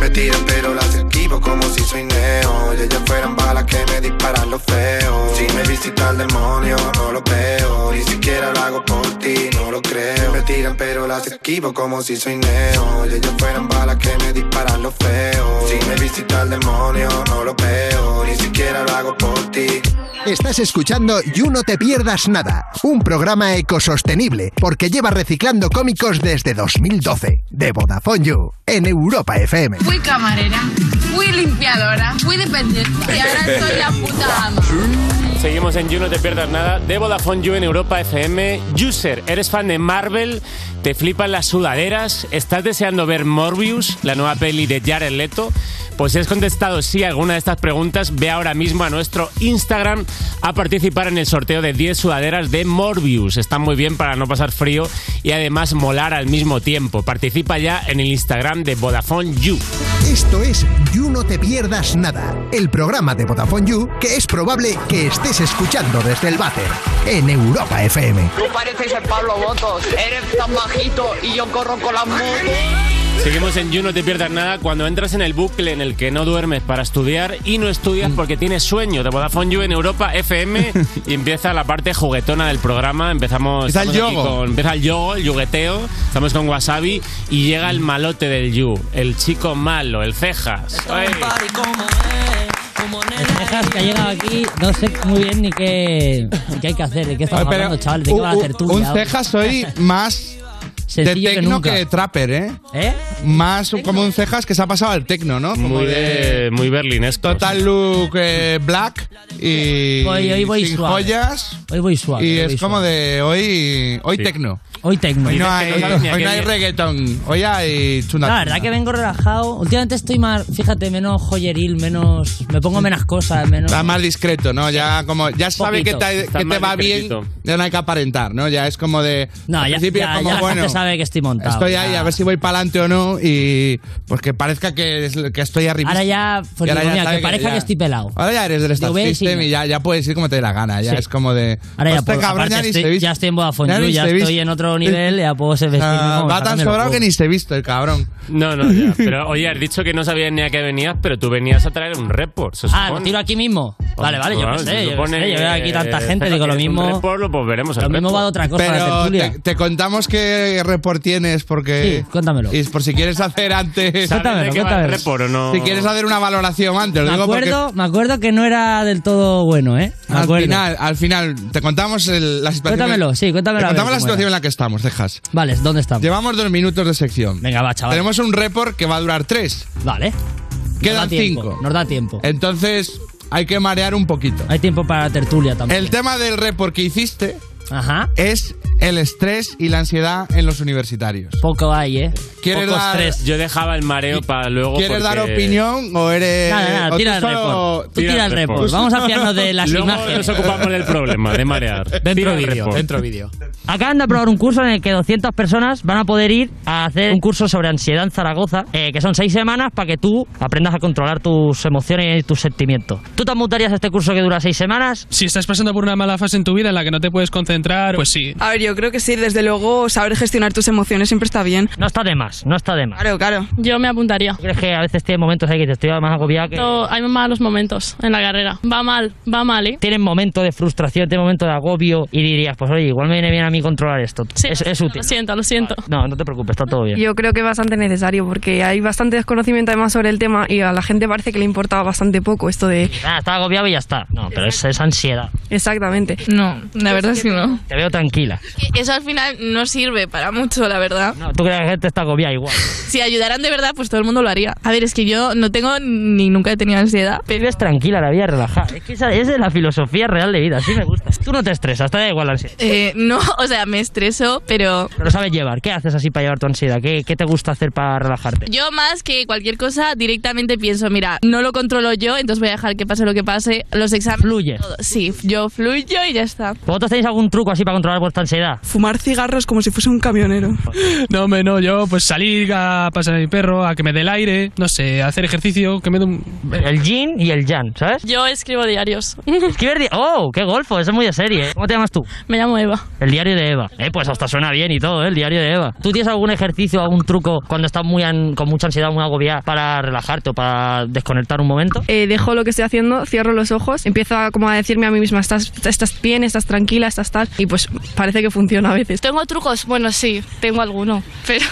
Me tiran pero las esquivo como si soy neo Y ellas fueran balas que me disparan los feos Si me visita el demonio no lo veo Ni siquiera lo hago por ti, no lo creo Me tiran pero las esquivo como si soy neo Y ellas fueran balas que me disparan los feos Si me visita el demonio no lo veo Ni siquiera lo hago por ti Estás escuchando You No Te Pierdas Nada, un programa ecosostenible porque lleva reciclando cómicos desde 2012 de Vodafone You en Europa FM. Fui camarera, fui limpiadora, fui dependiente y ahora soy la puta ama. Seguimos en You, no te pierdas nada. De Vodafone You en Europa FM. User, ¿eres fan de Marvel? ¿Te flipan las sudaderas? ¿Estás deseando ver Morbius, la nueva peli de Jared Leto? Pues si has contestado sí a alguna de estas preguntas, ve ahora mismo a nuestro Instagram a participar en el sorteo de 10 sudaderas de Morbius. Están muy bien para no pasar frío y además molar al mismo tiempo. Participa ya en el Instagram de Vodafone You. Esto es You No Te Pierdas Nada, el programa de Vodafone You que es probable que estés escuchando desde el váter en Europa FM. Tú pareces el Pablo Botos, eres tan bajito y yo corro con las motos. Seguimos en You, no te pierdas nada. Cuando entras en el bucle en el que no duermes para estudiar y no estudias Mm. porque tienes sueño, de Vodafone You en Europa FM y empieza la parte juguetona del programa. Empezamos Empieza el estamos aquí yogo. con- empieza el yogo, el yugueteo. Estamos con Wasabi y llega el malote del You, el chico malo, el cejas. Ay. El Cejas que ha llegado aquí, no sé muy bien ni qué, ni qué hay que hacer, de qué Oye, estamos Ah, pero hablando, chaval, de qué un- va la un- tertulia. Un cejas hoy más Sencillo de que tecno nunca. que, de trapper, ¿eh? Más un- como un cejas que se ha pasado al tecno, ¿no? Como Muy, de, muy berlinesco. Total look eh, black y Hoy- hoy voy sin suave. joyas. Hoy voy suave. Y hoy es voy como suave. de hoy hoy tecno. Hoy tecno. Hoy no Dices que hay, no sabes ni a hoy qué no hay viene. reggaetón. Hoy hay chunda. La verdad que vengo relajado. Últimamente estoy más, fíjate, menos joyeril, menos. Me pongo menos cosas, menos. Está más discreto, ¿no? Ya como ya sabe que Poquito. te, Está que te más va bien, discretito. ya no hay que aparentar, ¿no? Ya es como de No, al ya- principio ya- es como ya la gente bueno. sabe que estoy montado, Estoy ahí ya. a ver si voy para adelante o no y pues que parezca que, es- que estoy arriba. Ahora ya, pues Y ahora digo, ya mira, sabe que parezca ya- que estoy pelado. Ahora ya eres del Digo, Star voy a ir System sin- y ya, ya puedes ir como te dé la gana, ya Sí. es como de Ahora ya, "Hostia, puedo- cabrón, ya aparte ni estoy- se viste". ya estoy en Vodafone Ya You, ni ya se estoy viste. en otro nivel, ya puedo ser vestirme Ah, como va tan sacármelo, sobrado que puedo. ni se visto el cabrón. No, no, ya. Pero oye, has dicho que no sabías ni a qué venías, pero tú venías a traer un report. se Ah, lo supone. tiro aquí mismo. Vale, vale, yo Ah, qué se sé, yo qué supone sé. Yo veo aquí tanta que- gente, digo lo que es un mismo. report, lo- pues veremos el Lo mismo report. va de otra cosa, la Pero tertulia. te, te contamos qué report tienes porque. Sí, cuéntamelo. Y por si quieres hacer antes. ¿Sabes Cuéntamelo, de qué va el cuéntamelo. report o no? Si quieres hacer una valoración antes, lo Me digo acuerdo, porque. me acuerdo que no era del todo bueno, ¿eh? Me Al acuerdo. final, al final, te contamos el- la situación. Cuéntamelo, sí, cuéntamelo Te a ver contamos la cómo era. situación en la que estamos, dejas. Vale, ¿dónde estamos? Llevamos dos minutos de sección. Venga, va, chaval. Tenemos un report que va a durar tres. Vale. Quedan da tiempo, cinco. Nos da tiempo. Entonces, hay que marear un poquito. Hay tiempo para la tertulia también. El tema del report que hiciste Ajá. es el estrés y la ansiedad en los universitarios. Poco hay, ¿eh? ¿Quieres Poco dar- estrés. Yo dejaba el mareo para luego. ¿Quieres porque- dar opinión o eres.? Nada, nada, o tú tira el solo- report. Tú tira el report. Tú- Vamos a fiarnos de las Luego imágenes. nos ocupamos del problema, de marear. Tira Dentro el vídeo, report. dentro vídeo. Acaban de aprobar un curso en el que 200 personas van a poder ir a hacer un curso sobre ansiedad en Zaragoza, eh, que son seis semanas para que tú aprendas a controlar tus emociones y tus sentimientos. ¿Tú te apuntarías a este curso que dura seis semanas? Si estás pasando por una mala fase en tu vida en la que no te puedes concentrar, pues sí. A ver, yo creo que sí, desde luego saber gestionar tus emociones siempre está bien. No está de más, no está de más. Claro, claro. Yo me apuntaría. ¿Crees que a veces tiene momentos ahí que te estoy más agobiado que... Pero hay malos momentos en la carrera. Va mal, va mal, ¿eh? Tienen momentos de frustración, tienen momentos de agobio y dirías, pues oye, igual me viene bien a mí controlar esto. es, es útil. Lo siento, lo siento. No, no te preocupes, está todo bien. Yo creo que es bastante necesario porque hay bastante desconocimiento además sobre el tema y a la gente parece que le importaba bastante poco esto de... Ah, está agobiado y ya está. No, pero es, es ansiedad. Exactamente. No, la verdad es que no. Te veo tranquila. Eso al final no sirve para mucho, la verdad. No, tú crees que la gente está agobiada igual. Si ayudaran de verdad, pues todo el mundo lo haría. A ver, es que yo no tengo ni nunca he tenido ansiedad. Pero es tranquila, la vida relajada. Es que esa, esa es la filosofía real de vida, así me gusta. Tú no te estresas, te da igual la ansiedad. Eh, no, o sea, me estreso, pero Pero sabes llevar. ¿Qué haces así para llevar tu ansiedad? ¿Qué, qué te gusta hacer para relajarte? yo más que cualquier cosa directamente pienso, mira, no lo controlo yo, entonces voy a dejar que pase lo que pase, los exámenes. Fluye. todo. Sí, yo fluyo y ya está. ¿Vosotros tenéis algún truco así para controlar vuestra ansiedad? Fumar cigarros como si fuese un camionero. No, hombre, no, yo pues salir a pasar a mi perro, a que me dé el aire, no sé, hacer ejercicio, que me dé un... El yin y el yang, ¿sabes? Yo escribo diarios. Escribir di- ¡Oh, qué golfo! Eso es muy de serie. ¿eh? ¿Cómo te llamas tú? Me llamo Eva. El diario de Eva. Eh, pues hasta suena bien y todo, ¿eh? El diario de Eva. ¿Tú tienes algún ejercicio, algún truco cuando estás muy an- con mucha ansiedad, muy agobiada para relajarte o para desconectar un momento? Eh, dejo lo que estoy haciendo, cierro los ojos, empiezo a, como a decirme a mí misma, estás, estás bien, estás tranquila, estás tal, y pues parece que funciona a veces. ¿Tengo trucos? Bueno, sí, tengo alguno, pero...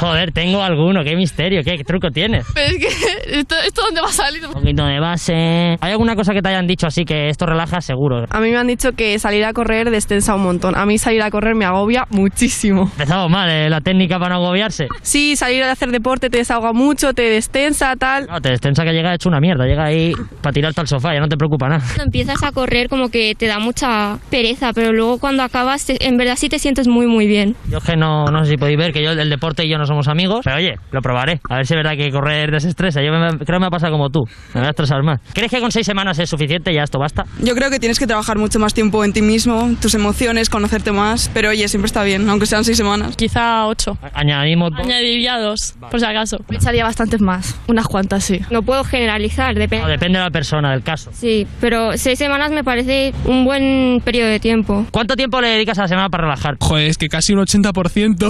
Joder, tengo alguno. ¡Qué misterio! ¿Qué truco tienes? Pero es que esto, esto dónde va a salir. Un poquito de base. ¿Hay alguna cosa que te hayan dicho así que esto relaja seguro? A mí me han dicho que salir a correr destensa un montón. A mí salir a correr me agobia muchísimo. Empezamos mal, ¿eh? La técnica para no agobiarse. Sí, salir a hacer deporte te desahoga mucho, te destensa, tal. No, te destensa que llega hecho una mierda. Llega ahí para tirarte al sofá, ya no te preocupa nada. Cuando empiezas a correr como que te da mucha pereza, pero luego cuando acabas te- en verdad sí te sientes muy muy bien. Yo es que no, no sé si podéis ver que yo el deporte y yo no somos amigos, pero oye, lo probaré. A ver si es verdad que correr desestresa. Yo me- creo que me ha pasado como tú. Me voy a estresar más. ¿Crees que con seis semanas es suficiente? Ya esto basta. Yo creo que tienes que trabajar mucho más tiempo en ti mismo, tus emociones, conocerte más, pero oye, siempre está bien, aunque sean seis semanas. Quizá ocho. Añadimos Ah, dos. Añadiría dos, por si acaso. Me echaría bastantes más, unas cuantas sí. No puedo generalizar, No, depende. depende de la persona, del caso. Sí, pero seis semanas me parece un buen periodo de tiempo. ¿Cuánto tiempo le dedicas a la semana para relajar? Joder, es que casi un 80%.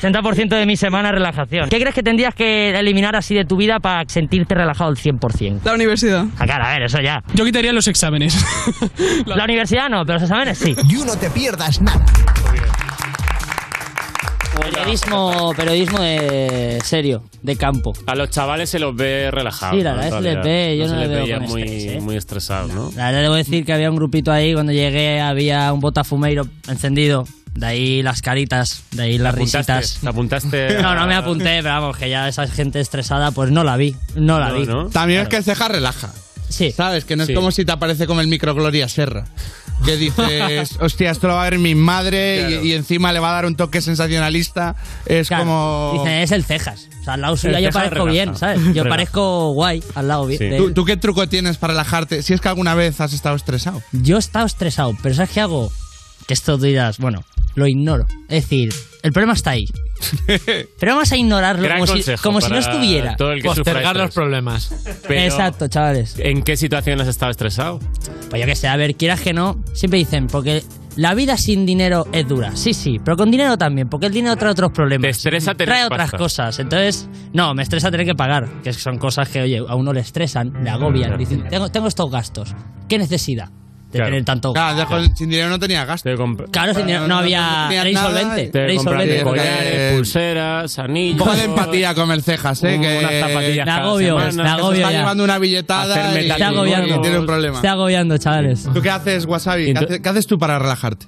80% de mi semana es relajación. ¿Qué crees que tendrías que eliminar así de tu vida para sentirte relajado al 100%? La universidad. Ah, claro, a ver, eso ya. Yo quitaría los exámenes. La universidad no, pero los exámenes sí. You no te pierdas nada. Periodismo, periodismo de serio, de campo. A los chavales se los ve relajados. Sí, la verdad ¿no? es que les ve, yo no se les les veo veía con muy, estrés, ¿eh? muy estresados, ¿no? La verdad debo decir que había un grupito ahí, cuando llegué había un botafumeiro encendido, de ahí las caritas, de ahí las ¿Te apuntaste? risitas. ¿Te apuntaste? No, no me a- apunté, pero vamos, que ya esa gente estresada, pues no la vi, no la vi. También es que ceja relaja. Sí. ¿Sabes? Que no Sí. es como si te aparece como el micro Gloria Serra. Que dices, hostia, esto lo va a ver mi madre y- Claro. y, encima le va a dar un toque sensacionalista. Es como. Dice, es el cejas. O sea, al lado suyo El yo cejas parezco relaja. bien, ¿sabes? Yo Relaja. parezco guay al lado bien. de él. ¿Tú, tú qué truco tienes para relajarte? Si es que alguna vez has estado estresado. Yo he estado estresado, pero ¿sabes qué hago? Que esto tú dirás, bueno, lo ignoro. Es decir, el problema está ahí. Pero vamos a ignorarlo Gran como si, consejo como si no para estuviera. todo el que sufra Postergar estrés. los problemas. Pero- Exacto, chavales. ¿En qué situación has estado estresado? Pues yo que sé, a ver, quieras que no, siempre dicen, porque la vida sin dinero es dura. Sí, sí, pero con dinero también, porque el dinero trae otros problemas. Te estresa tener Trae otras pasta. cosas. Entonces, no, me estresa tener que pagar, que son cosas que, oye, a uno le estresan, le agobian. Dicen, tengo, tengo estos gastos. ¿Qué necesidad? De tener tanto Claro, ya con- sin dinero no tenía gasto. Claro, sin dinero no había- tenías nada era insolvente. y- Te Era Comprar insolvente. collares, pulseras, anillos. Un poco de empatía con el cejas, ¿eh? Un- Que unas zapatillas Me agobio, cada semana, me que agobio se está ya. llevando una billetada Hacer y, metal- Está agobiando. y tiene un problema. Está agobiando, chavales. ¿Tú qué haces, Wasabi? ¿Qué, hace- qué haces tú para relajarte?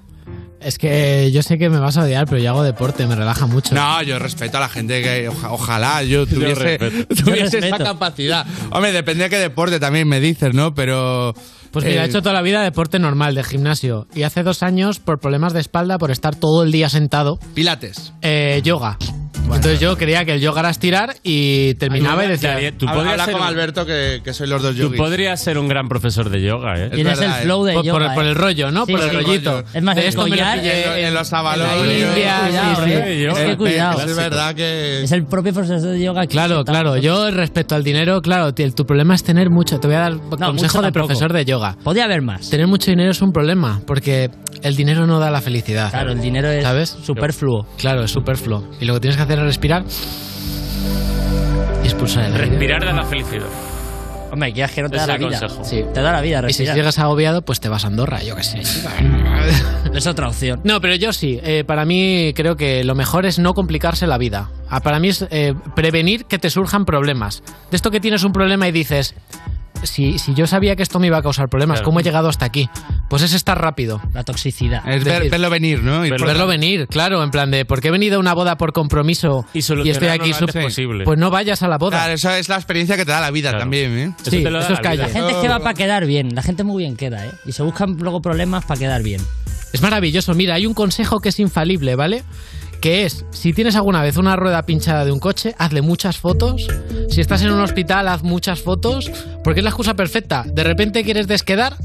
Es que yo sé que me vas a odiar, pero yo hago deporte, me relaja mucho. No, yo respeto a la gente que oja- ojalá yo tuviese, respeto. tuviese Yo esa respeto. capacidad. Hombre, depende de qué deporte también me dices, ¿no? Pero... Pues mira, eh, he hecho toda la vida deporte normal, de gimnasio. Y hace dos años, por problemas de espalda, por estar todo el día sentado, Pilates. eh, yoga. Entonces yo creía que el yoga era estirar y terminaba y decía... Tú Habla- podrías habla ser con un- Alberto que, que soy los dos Tú yogis. podrías ser un gran profesor de yoga, ¿eh? Tienes el flow de Por- yoga, por- ¿eh? por el rollo, ¿no? Sí, por el sí. rollito. Es más, De el esto me lo collar, pillé eh, en los avalones. en la India, sí, Cuidado, sí. eh. Es que Es cuidado. clásico. Es verdad que- Es el propio profesor de yoga que Claro, claro. Yo respecto al dinero, claro, tío, tu problema es tener mucho. Te voy a dar consejo mucho de tampoco. profesor de yoga. Podría haber más. Tener mucho dinero es un problema, porque El dinero no da la felicidad. Claro, el dinero es ¿Sabes? superfluo. Claro, es superfluo. Y lo que tienes que hacer es respirar y expulsar el aire. Respirar da la felicidad. Hombre, quieras que no te Ese da la es el vida. consejo. Sí. Te da la vida, Y si respirar. llegas agobiado, pues te vas a Andorra, yo qué sé. Es otra opción. No, pero yo sí. Eh, para mí creo que lo mejor es no complicarse la vida. Ah, Para mí es eh, prevenir que te surjan problemas. De esto que tienes un problema y dices, si, si yo sabía que esto me iba a causar problemas, Claro. ¿cómo he llegado hasta aquí? Pues es estar rápido. La toxicidad. Es ver- verlo venir, ¿no? Y por- verlo venir, claro, en plan de, porque he venido a una boda por compromiso y, estoy aquí solucionarlo lo sup- antes posible. Pues no vayas a la boda. Claro, eso es la experiencia que te da la vida también, ¿eh? Sí, Eso te lo da eso es la vida. La calle. gente es que va para quedar bien. La gente muy bien queda, ¿eh? Y se buscan luego problemas para quedar bien. Es maravilloso. Mira, hay un consejo que es infalible, ¿vale? Que es, si tienes alguna vez una rueda pinchada de un coche, hazle muchas fotos. Si estás en un hospital, haz muchas fotos. Porque es la excusa perfecta. De repente quieres desquedar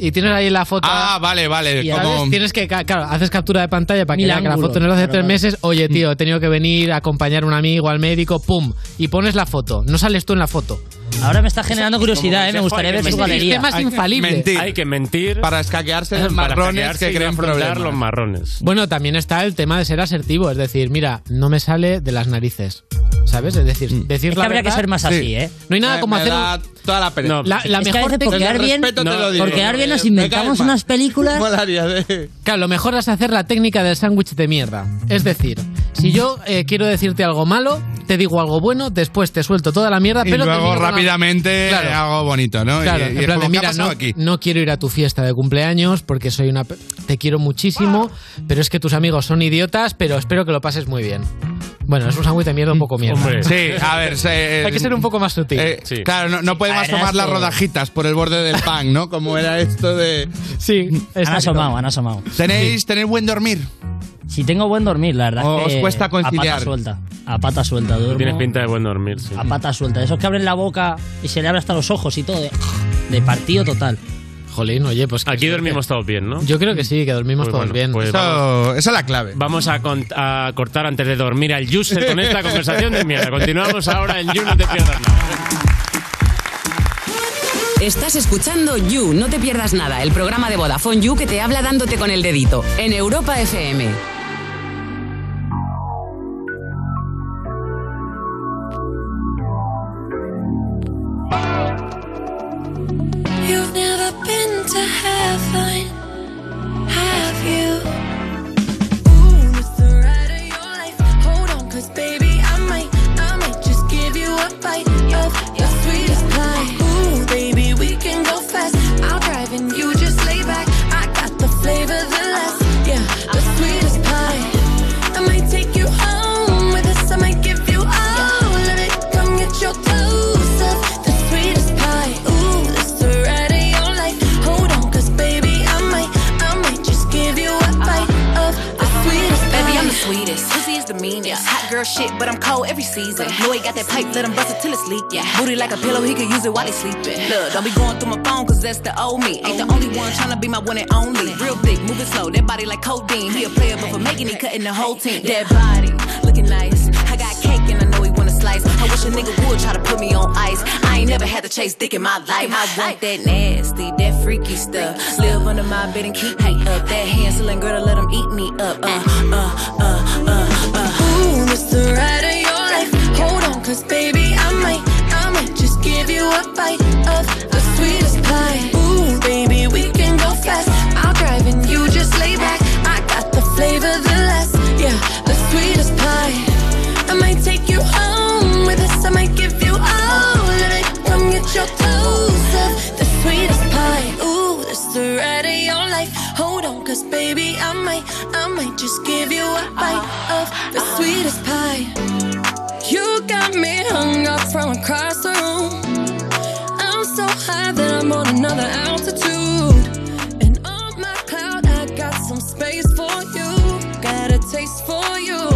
y tienes ahí la foto. Ah, vale, vale. Y como- ¿sabes? tienes que, ca- claro, haces captura de pantalla para que Mil vea que la ángulos, foto no es de hace claro, tres claro. meses. Oye, tío, he tenido que venir a acompañar a un amigo al médico, pum, y pones la foto. No sales tú en la foto. Ahora me está generando curiosidad, ¿eh? Me gustaría ver su galería. El sistema es infalible. Hay que mentir. Para escaquearse los marrones que creen problemas. los marrones. Bueno, también está el tema de ser asertivo, es decir, mira, no me sale de las narices. ¿Sabes? Es decir, decir Es que la habría que verdad- ser más así, ¿eh? No hay nada Mm. Me- como me hacer un- da toda la pereza. La, la Es que a mejor veces por quedar bien, por quedar bien nos inventamos unas películas. Claro, lo mejor es hacer la técnica del sándwich de mierda. Es decir, si yo eh, quiero decirte algo malo, te digo algo bueno, después te suelto toda la mierda, Y pero te luego digo una- rápidamente Claro. hago bonito, ¿no? Claro, Y- y en es plan de, como, ¿qué ha mira, pasado no, aquí? no quiero ir a tu fiesta de cumpleaños porque soy una... pe- Te quiero muchísimo, pero es que tus amigos son idiotas, pero espero que lo pases muy bien. Bueno, es un sándwich de mierda un poco mierda. Sí, ah. a ver. se- Hay que ser un poco más sutil. eh, Claro, no, no podemos La verdad asomar es las que- rodajitas por el borde del pan, ¿no? Como era esto de. Sí, Han asomado, han asomado. ¿Tenéis, ¿Tenéis buen dormir? Si tengo buen dormir, la verdad. ¿O es que os cuesta Eh, A conciliar? pata suelta. A pata suelta, duermo. Tienes pinta de buen dormir, sí. A pata suelta. Esos que abren la boca y se le abre hasta los ojos y todo. De, de partido total. Jolín, oye, pues. Aquí dormimos todos bien, ¿no? Yo creo que sí, que dormimos Pues todos bueno, bien. pues Eso- esa es la clave. Vamos a, cont- a cortar antes de dormir al user con esta conversación de mierda. Continuamos ahora en You, no te pierdas nada. Estás escuchando You, no te pierdas nada, el programa de Vodafone You que te habla dándote con el dedito en Europa FM. You've never been to heaven, have you? Ooh, it's the ride of your life. Hold on, cause baby, I might, I might just give you a bite of your sweetest pie. Ooh, baby, we can go fast. I'll drive and you just lay back. I got the flavor, the last, yeah, the sweetest pie. I might take you home with us. I might give you all of it. Come get your dose of the sweetest pie. Ooh, that's the ride of your life. Hold on, cause baby, I might, I might just give you a bite of the sweetest pie. Baby, I'm the sweetest. Pussy is the meanest. Hot girl shit, but I'm cold every season. Know he got that pipe, let him bust it till it's leak. Yeah. Booty like a pillow, he could use it while he sleeping. Look, don't be going through my phone, cause that's the old me. Ain't the only one tryna be my one and only. Real thick, moving slow, that body like codeine. He a player, but for making it, cutting the whole team. That body, looking nice. I got cake and I know he wanna slice. I wish a nigga would try to put me on ice. I ain't never had to chase dick in my life. I want that nasty, that freaky stuff. Live under my bed and keep me up. That hand-selling girl to let him eat me up. Uh, uh, uh, uh, uh. Ooh, it's the ride of your life. Hold on, cause baby, I might, I might just give you a bite of the sweetest pie. Ooh, baby, we can go fast. I'll drive and you just lay back. I got the flavor, the last, yeah, the sweetest pie. I might take you home with us. I might give you all of it. Come get your dose of the sweetest pie. Ooh, that's the ride of your life. Hold on, cause baby, I might, I might just give you a bite of the sweetest pie. You got me hung up from across the room. I'm so high that I'm on another altitude. And on my cloud, I got some space for you. Got a taste for you.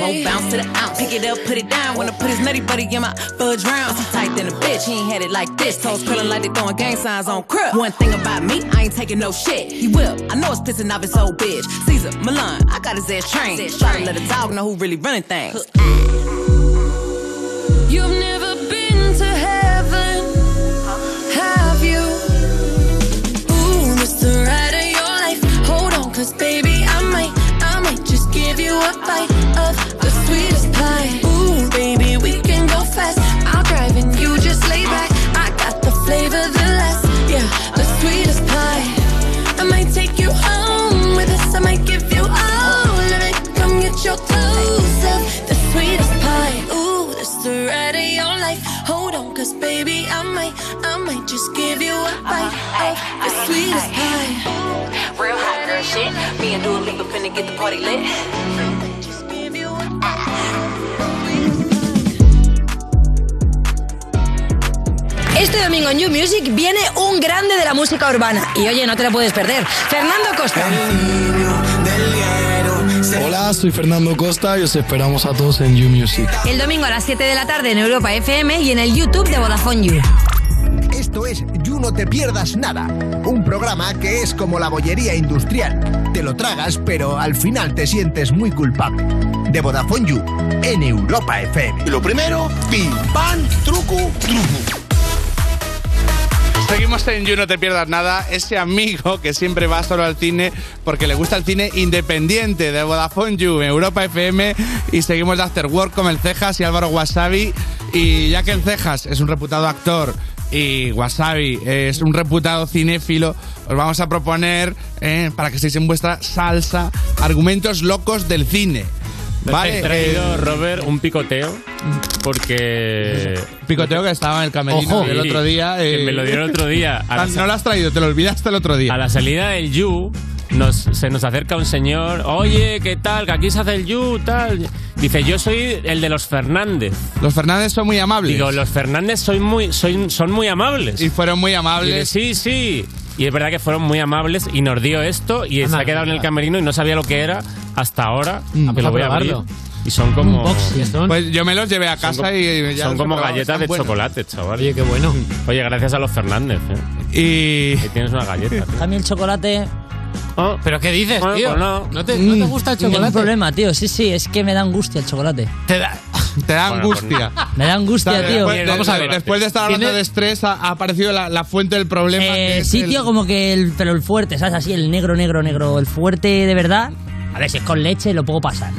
Won't bounce to the ounce. Pick it up, put it down. Wanna put his nutty buddy in my fudge round. I'm tight than a bitch. He ain't had it like this. Toes curling like they throwing gang signs on crib. One thing about me, I ain't taking no shit. He will. I know it's pissing off his old bitch. Caesar, Milan, I got his ass trained. Try to let a dog know who really running things. You've never been to heaven, have you? Ooh, it's the ride of your a bite of the sweetest pie. Ooh, baby, we can go fast. I'll drive and you just lay back. I got the flavor, the last, yeah, the sweetest pie. I might take you home with us. I might give you all of it. Come get your clothes up. The sweetest pie. Ooh, that's the ride of your life. Hold on, cause baby, I might, I might just give you a bite of the sweetest pie. Real hot girl shit. Me and Dua Lipa finna get the party lit. Este domingo en You Music viene un grande de la música urbana. Y oye, no te lo puedes perder. Fernando Costa. Hola, soy Fernando Costa y os esperamos a todos en You Music. El domingo a las 7 de la tarde en Europa FM y en el YouTube de Vodafone You. Esto es You No Te Pierdas Nada, un programa que es como la bollería industrial. Te lo tragas, pero al final te sientes muy culpable. De Vodafone You, en Europa FM. Lo primero, pim, pan, truco, truco. Seguimos en You No Te Pierdas Nada, ese amigo que siempre va solo al cine porque le gusta el cine independiente de Vodafone You, Europa FM y seguimos de After Work con el Cejas y Álvaro Wasabi y ya que el Cejas es un reputado actor y Wasabi es un reputado cinéfilo, os vamos a proponer eh, para que estéis en vuestra salsa argumentos locos del cine. Vale, Vale, he traído, eh, Robert, un picoteo porque... Picoteo que estaba en el camerino Ojo. el otro día. Que me lo dieron el otro día. A la Ah, sa- no lo has traído, te lo olvidaste el otro día. A la salida del You nos, se nos acerca un señor, oye, ¿qué tal? Que aquí se hace el You, tal. Dice, yo soy el de los Fernández. Los Fernández son muy amables. Digo, los Fernández soy muy, soy- son muy amables. Y fueron muy amables. sí, sí. Y es verdad que fueron muy amables y nos dio esto y se ha quedado en el camerino y no sabía lo que era hasta ahora. Mm. que Vamos lo a voy a abrir. probarlo. Y son como... Pues yo me los llevé a Son casa co- y ya son los he como probado, galletas están de buenos. chocolate, chaval. Oye, qué bueno. Oye, gracias a los Fernández. eh. Y. Ahí tienes una galleta. tío. A mí el chocolate. Oh, ¿Pero qué dices, Bueno, tío? pues no. te, no te gusta el Ningún chocolate? problema, tío. Sí, sí, es que me da angustia el chocolate. Te da, te da angustia. Me da angustia, Dale, tío. después- de- Después de estar hablando de estrés, ha, ha aparecido la, la fuente del problema. que Eh, es sí, el- tío, como que el, pero el fuerte, ¿sabes? Así, el negro, negro, negro. El fuerte de verdad. A ver, si es con leche, lo puedo pasar.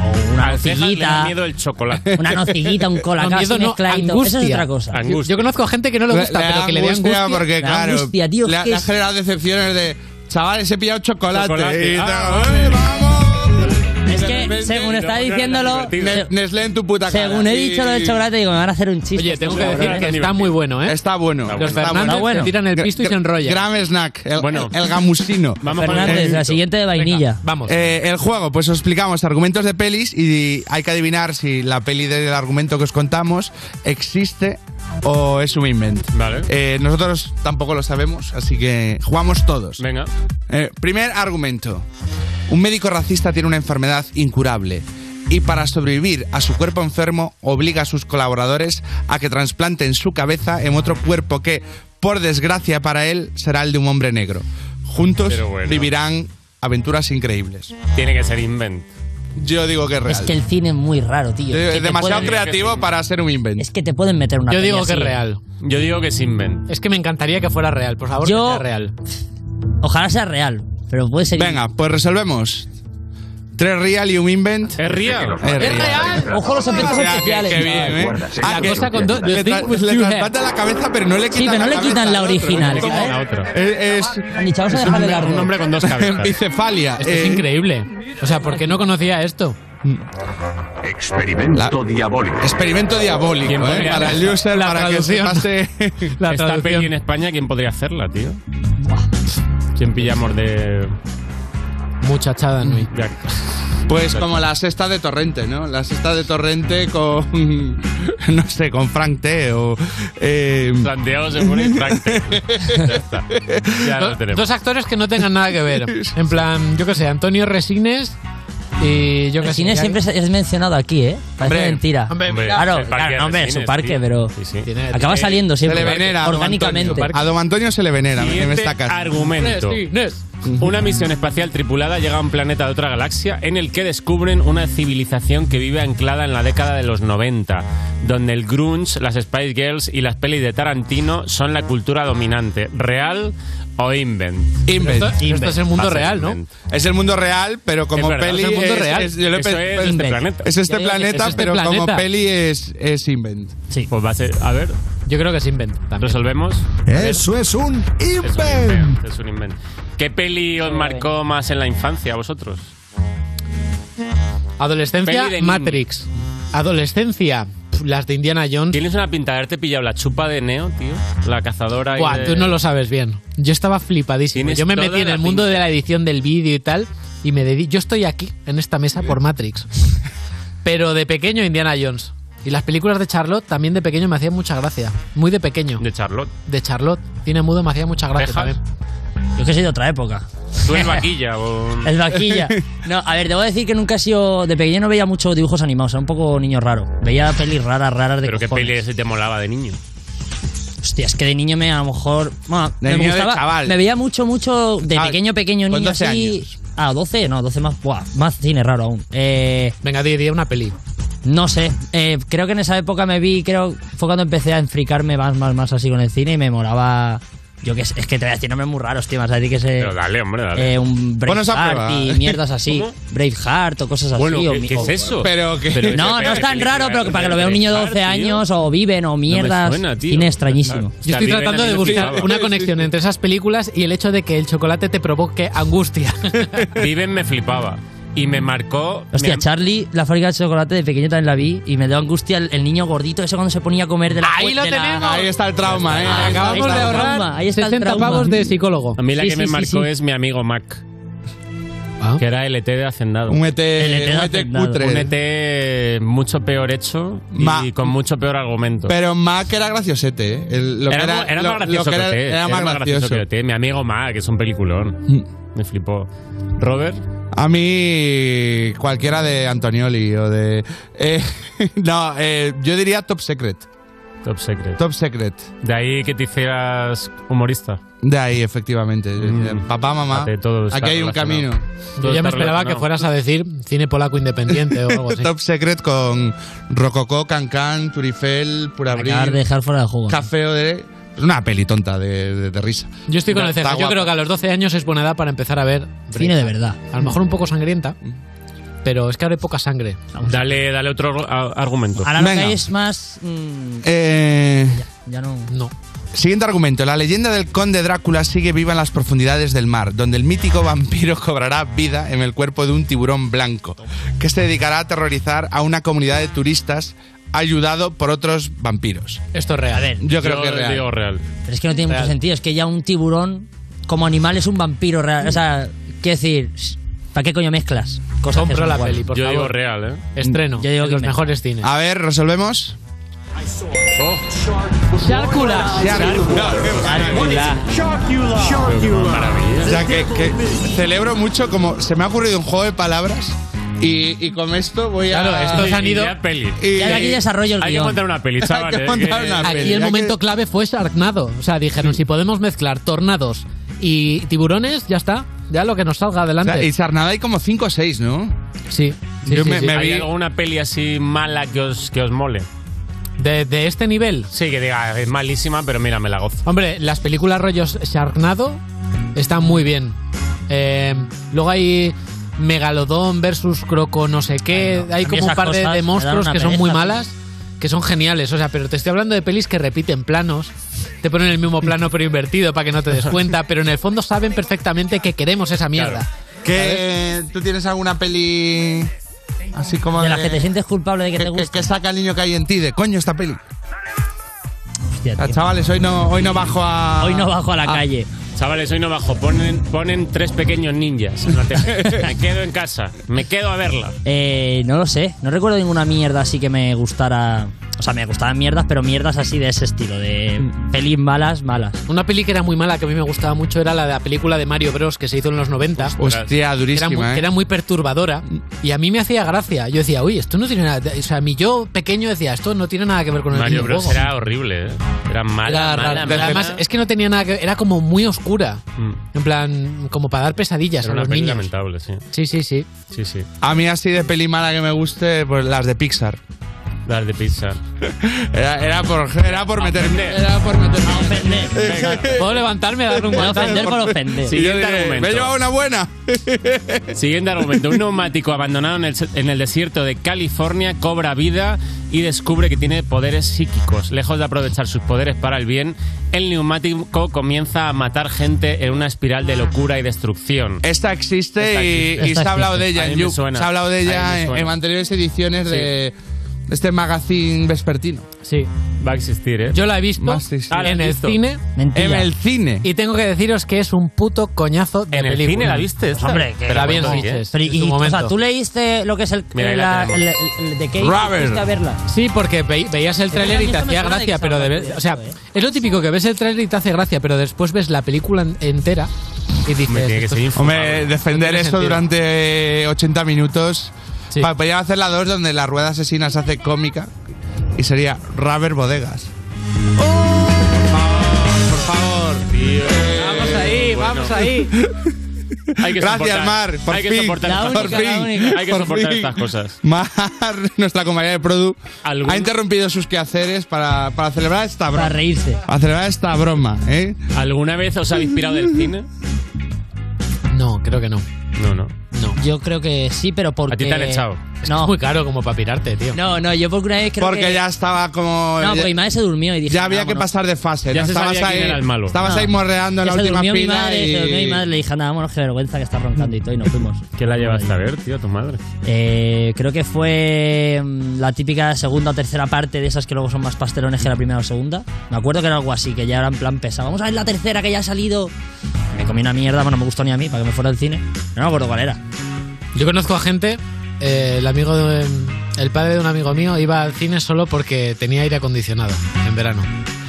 O una Al cejas le da nocillita. miedo el chocolate. Una nocillita, un cola, No, así miedo no, mezcladito. angustia. Eso es otra cosa. Yo, yo conozco a gente que no le gusta, da pero que le dé angustia. porque, Da claro, angustia, tío, le, es que le ha es- generado decepciones de. Chavales, he pillado chocolate. Chocolate, Y ah, tal, vale. "Ay, vamos". Es De que, repente, según no, está claro, diciéndolo, divertido. Ne- Nestlé en tu puta cara. Según he dicho lo del Y- chocolate, digo, me van a hacer un chiste. Oye, tengo que Estos decir que cabrones. está muy bueno, ¿eh? Está bueno. Los Fernández te tiran el pisto y se enrollan. Gran snack. El, el gamusino. Fernández, la siguiente de vainilla. vamos. el juego, pues os explicamos argumentos de pelis y hay que adivinar si la peli del argumento que os contamos existe o es un invento. Eh, Vale. nosotros tampoco lo sabemos, así que jugamos todos. Venga. Eh, primer argumento. Un médico racista tiene una enfermedad incurable y para sobrevivir a su cuerpo enfermo obliga a sus colaboradores a que trasplanten su cabeza en otro cuerpo que, por desgracia para él, será el de un hombre negro. Juntos Pero bueno. vivirán aventuras increíbles. Tiene que ser invent. Yo digo que es real. Es que el cine es muy raro, tío. Eh, Que es te demasiado pueden- creativo para ser un invent. Es que te pueden meter una Yo digo peli que es así. real. Yo digo que es invent. Es que me encantaría que fuera real, por favor, Yo- que sea real. Ojalá sea real, pero puede ser. Venga, pues resolvemos. Tres real y un invent. Es real. Es real. Ojo los efectos especiales. Qué bien, ¿eh? La que- cosa con dos- Le, the tra- thing with le two trasplantan la cabeza, pero no le Sí, quitan pero no le cabeza quitan la al otro, original, es como- ¿sabes? Ah, La otra. Eh, Es, Ni chavos a es dejar un- de largo. un hombre con dos cabezas. Bicefalia. Esto es eh, increíble. O sea, ¿por qué no conocía esto? Experimento diabólico. Experimento diabólico, ¿Quién ¿eh? podría Para el hacer? user, La para que se traducción. pase... Esta peli en España, ¿quién podría hacerla, tío? ¿Quién pillamos de...? Muchachada Nui. Pues como la sexta de Torrente, ¿no? La sexta de Torrente con... No sé, con Frank T o... Eh, Planteado se pone Frank T. Ya está. Ya lo tenemos. Dos actores que no tengan nada que ver. En plan, yo qué sé, Antonio Resines y yo qué sé. Resines ya- siempre es mencionado aquí, ¿eh? Parece Hombre. mentira. Hombre, Hombre, claro, el parque claro, no, hombre, Resines, su parque, tío. pero Tiene- acaba Eh, tiene- saliendo se siempre le venera a don orgánicamente. Antonio. A don Antonio se le venera en Siguiente esta casa. este argumento. Una misión espacial tripulada llega a un planeta de otra galaxia en el que descubren una civilización que vive anclada en la década de los 90, donde el grunge, las Spice Girls y las pelis de Tarantino son la cultura dominante. ¿Real O invent. Invent. Esto- esto es el mundo Va a ser real, ¿no? Invent. Es el mundo real, pero como Es verdad, peli. es el mundo real. yo lo he Eso pe- es este Invent. planeta. Es este Ya, ya, ya, planeta, es este pero como planeta. peli es, es Invent. Sí. Pues va a ser. A ver. Yo creo que es invent. ¿Resolvemos? Eso es un invent. Es un invent. ¿Qué peli os marcó más en la infancia a vosotros? Adolescencia, Peli de Matrix. Adolescencia, pf, las de Indiana Jones. ¿Tienes una pinta de haberte pillado la chupa de Neo, tío? La cazadora. y Buah, de- tú no lo sabes bien. Yo estaba flipadísimo. Tienes Yo me toda metí en la el mundo de la edición del vídeo y tal. Y me dediqué. Yo estoy aquí, en esta mesa, por Matrix. Pero de pequeño, Indiana Jones. Y las películas de Charlotte también de pequeño me hacían mucha gracia. Muy de pequeño. ¿De Charlotte? De Charlotte. Tiene mudo, me hacía mucha gracia ¿Texas? también. Yo que soy de otra época. Tú el vaquilla. o- El vaquilla. No, a ver, debo decir que nunca he sido. De pequeño no veía muchos dibujos animados, era un poco niño raro. Veía pelis raras, raras de Pero qué peli se te molaba de niño. Hostia, es que de niño me a lo mejor. bueno, De me niño de gustaba. chaval. Me veía mucho, mucho. De Ah, pequeño, pequeño con niño 12 así. Ah, 12, no, 12 más. buah, más cine raro aún. Eh, Venga, diría una peli. No sé, eh, creo que en esa época me vi, creo, fue cuando empecé a enfricarme más, más, más así con el cine y me moraba. Yo que sé, es que te voy a decir nombres muy raros, tío, más a ti que se. Pero dale, hombre, dale. Eh, un Ponos a Braveheart prueba. y mierdas así. ¿Cómo? Braveheart o cosas así. Bueno, o ¿qué- mi- qué es o- eso? Pero que- Pero no, esa no es tan película raro, es pero que para que lo vea un niño de 12 años o viven o me mierdas. suena, tío. Cine extrañísimo. Yo estoy tratando de buscar una conexión entre esas películas y el hecho de que el chocolate te provoque angustia. Viven me flipaba. Y me marcó. Hostia, me- Charlie, la fábrica de chocolate de pequeño también la vi y me dio angustia el, el niño gordito ese cuando se ponía a comer de la Ahí lo de la- tenemos. Ahí está el trauma, ¿eh? ahí Acabamos está de el ahorrar trauma, ahí está el 60 trauma. pavos de psicólogo. A mí la Sí, que sí, me sí, marcó sí. es mi amigo Mac. Que era el ET de Hacendado. Ah. Un ET El E ET de un ET Hacendado. cutre. Un ET mucho peor hecho y Ma- con mucho peor argumento. Pero Mac era graciosete, ¿eh? El- lo que era, era, mu- era lo- más gracioso lo que era- que E ET, era más gracioso. que ET. Mi amigo Mac, que es un peliculón. Me flipó. Robert, A mí, cualquiera de Antonioli o de. eh, no, eh, yo diría Top Secret. Top Secret. Top Secret. de ahí que te hicieras humorista. De ahí, efectivamente. Papá, mamá. Fíjate, todo está aquí hay un relacionado. camino. Yo ya me esperaba que fueras a decir cine polaco independiente o algo así. Top Secret con Rococó, Cancán, Turifel, Purabril. Acabar de dejar fuera de juego. Cafeo de. Es una peli tonta de, de- de risa. Yo estoy con el Está ceja. Yo guapa. creo que a los 12 años es buena edad para empezar a ver Cine de verdad. A lo mejor un poco sangrienta, Mm. pero es que ahora hay poca sangre. Dale, dale otro argu- a- argumento. Ahora lo que hay es más. mm, Eh, ya no. No. Siguiente argumento. La leyenda del conde Drácula sigue viva en las profundidades del mar, donde el mítico vampiro cobrará vida en el cuerpo de un tiburón blanco, que se dedicará a aterrorizar a una comunidad de turistas ayudado por otros vampiros. Esto es real. A ver, Yo creo Yo que es real. digo real. Pero es que no tiene Real. mucho sentido. Es que ya un tiburón como animal es un vampiro real. O sea, quiero decir, ¿para qué coño mezclas? Cosas que Compro son la iguales. peli, por Yo favor. digo real, ¿eh? Estreno. Yo digo de que los me- mejores cines. A ver, ¿resolvemos? Sharkula. O sea, que, que celebro mucho como se me ha ocurrido un juego de palabras y, y con esto voy a... Claro, estos han ido- Ya peli. Y- Ya de aquí desarrollo el Hay que guión. montar una peli, chaval. eh, que montar una peli. Aquí el Ya momento clave fue Sharknado. O sea, dijeron, si podemos mezclar tornados y tiburones, ya está. Ya lo que nos salga O adelante. sea, y Sarnada hay como 5 o 6, ¿no? Sí. sí, Yo sí, me- sí. me ¿Hay vi- alguna peli así mala que os, que os mole? ¿De, de este nivel? Sí, que diga, es malísima, pero mira, me la gozo. Hombre, las películas rollos Sharknado están muy bien. Eh, luego hay Megalodón versus Croco no sé qué. no. Hay A mí como un esas par de, cosas de me dan monstruos una que son muy pereza, tío. malas, que son geniales. O sea, pero te estoy hablando de pelis que repiten planos. Te ponen el mismo plano pero invertido para que no te des cuenta. Pero en el fondo saben perfectamente que queremos esa mierda. ¿Qué, ¿Tú tienes alguna peli así como De las que te sientes culpable de que que, te que- guste. que saca el niño que hay en ti de coño esta peli? Hostia, Ah, tío. chavales, hoy no, hoy no bajo a... Hoy no bajo a la calle. Chavales, hoy no bajo. Ponen, ponen tres pequeños ninjas. en la tele. me quedo en casa. Me quedo a verla. Eh, no lo sé, no recuerdo ninguna mierda así que me gustara. O sea, me gustaban mierdas, pero mierdas así de ese estilo, de pelis malas, malas. Mm. Una peli que era muy mala, que a mí me gustaba mucho, era la de la película de Mario Bros. que se hizo en los 90. Que Hostia, Era durísima, muy, ¿eh? que era muy perturbadora y a mí me hacía gracia. Yo decía, uy, esto no tiene nada. O sea, mi yo pequeño decía, esto no tiene nada que ver con el Mario Bros. videojuego. era horrible, ¿eh? Era mala, Era mala, rara. mala. Además, es que no tenía nada que Era como muy oscura. Mm. En plan, como para dar pesadillas Era a una los peli niños. lamentable, sí. Sí, sí, sí. Sí, sí. A mí así de peli mala que me guste, pues las de Pixar. Dar de Ah, pizza. Era, era por, era por meterme. Era por meterme. A ofender. Puedo levantarme a dar un guantazo. ofender por ofender. Siguiente argumento. Me he llevado una buena. Siguiente argumento. Un neumático abandonado en el, en el desierto de California cobra vida y descubre que tiene poderes psíquicos. Lejos de aprovechar sus poderes para el bien, el neumático comienza a matar gente en una espiral de locura y destrucción. Esta existe Esta y, existe. y Esta se ha hablado de existe. ella A en mí me You. Se suena. ha hablado de A mí ella me en, suena. en anteriores ediciones de de este magazine vespertino. Sí. Va a existir, ¿eh? Yo la he visto Ah, ¿la has en el visto? cine. Mentira. En el cine. Y tengo que deciros que es un puto coñazo de ¿En el película. cine la viste esta? hombre, que Pero la vi en bueno, Sitges, ¿qué? en Y- su o sea, momento. ¿Tú leíste lo que es el... Mira, ahí la la- tenemos. el- el- ¿De qué fuiste a verla? Sí, porque ve- veías el tráiler y te Esto me hacía suena de gracia, que pero de ver, o sea, es lo típico que ves el tráiler y te hace gracia, pero después ves la película en- entera y dices, "Esto es- Hombre, defender tiene eso sentido". durante 80 minutos. Pa- Podría hacer la 2 donde la rueda asesina se hace cómica y sería Rubber Bodegas. Por favor, por favor. Vamos ahí, vamos ahí. Hay que Gracias, soportar. Mar. Por Hay que fin. soportar La estas única, cosas. la única. Hay que Por soportar fin. estas cosas. Mar, nuestra compañera de Produ, ha interrumpido sus quehaceres para, para celebrar esta broma. Para reírse. Para celebrar esta broma, ¿eh? ¿Alguna vez os ha inspirado del cine? No, creo que no. No, no. No. Yo creo que sí, pero porque... ti te han echado. No. Es muy caro como para pirarte, tío. No, no, yo porque una vez creo Porque que... ya estaba como. No, porque mi madre se durmió y dije... Ya había que "Vámonos". pasar de fase. ¿no? estabas ahí, Estabas No. ahí morreando en la Que se última durmió fila. Mi madre, y... Se durmió mi madre, le dije, anda, vámonos, qué vergüenza que está roncando y todo, y nos fuimos. ¿Qué la llevaste a ver, tío, tu madre? Eh, creo que fue mm, la típica segunda o tercera parte de esas que luego son más pastelones que la primera o segunda. Me acuerdo que era algo así, que ya era en plan pesado. Vamos a ver la tercera que ya ha salido. Me comí una mierda, bueno, no me gustó ni a mí, para que me fuera al cine. No me acuerdo cuál era. Yo conozco a gente, eh, el amigo de- el padre de un amigo mío iba al cine solo porque tenía aire acondicionado en verano.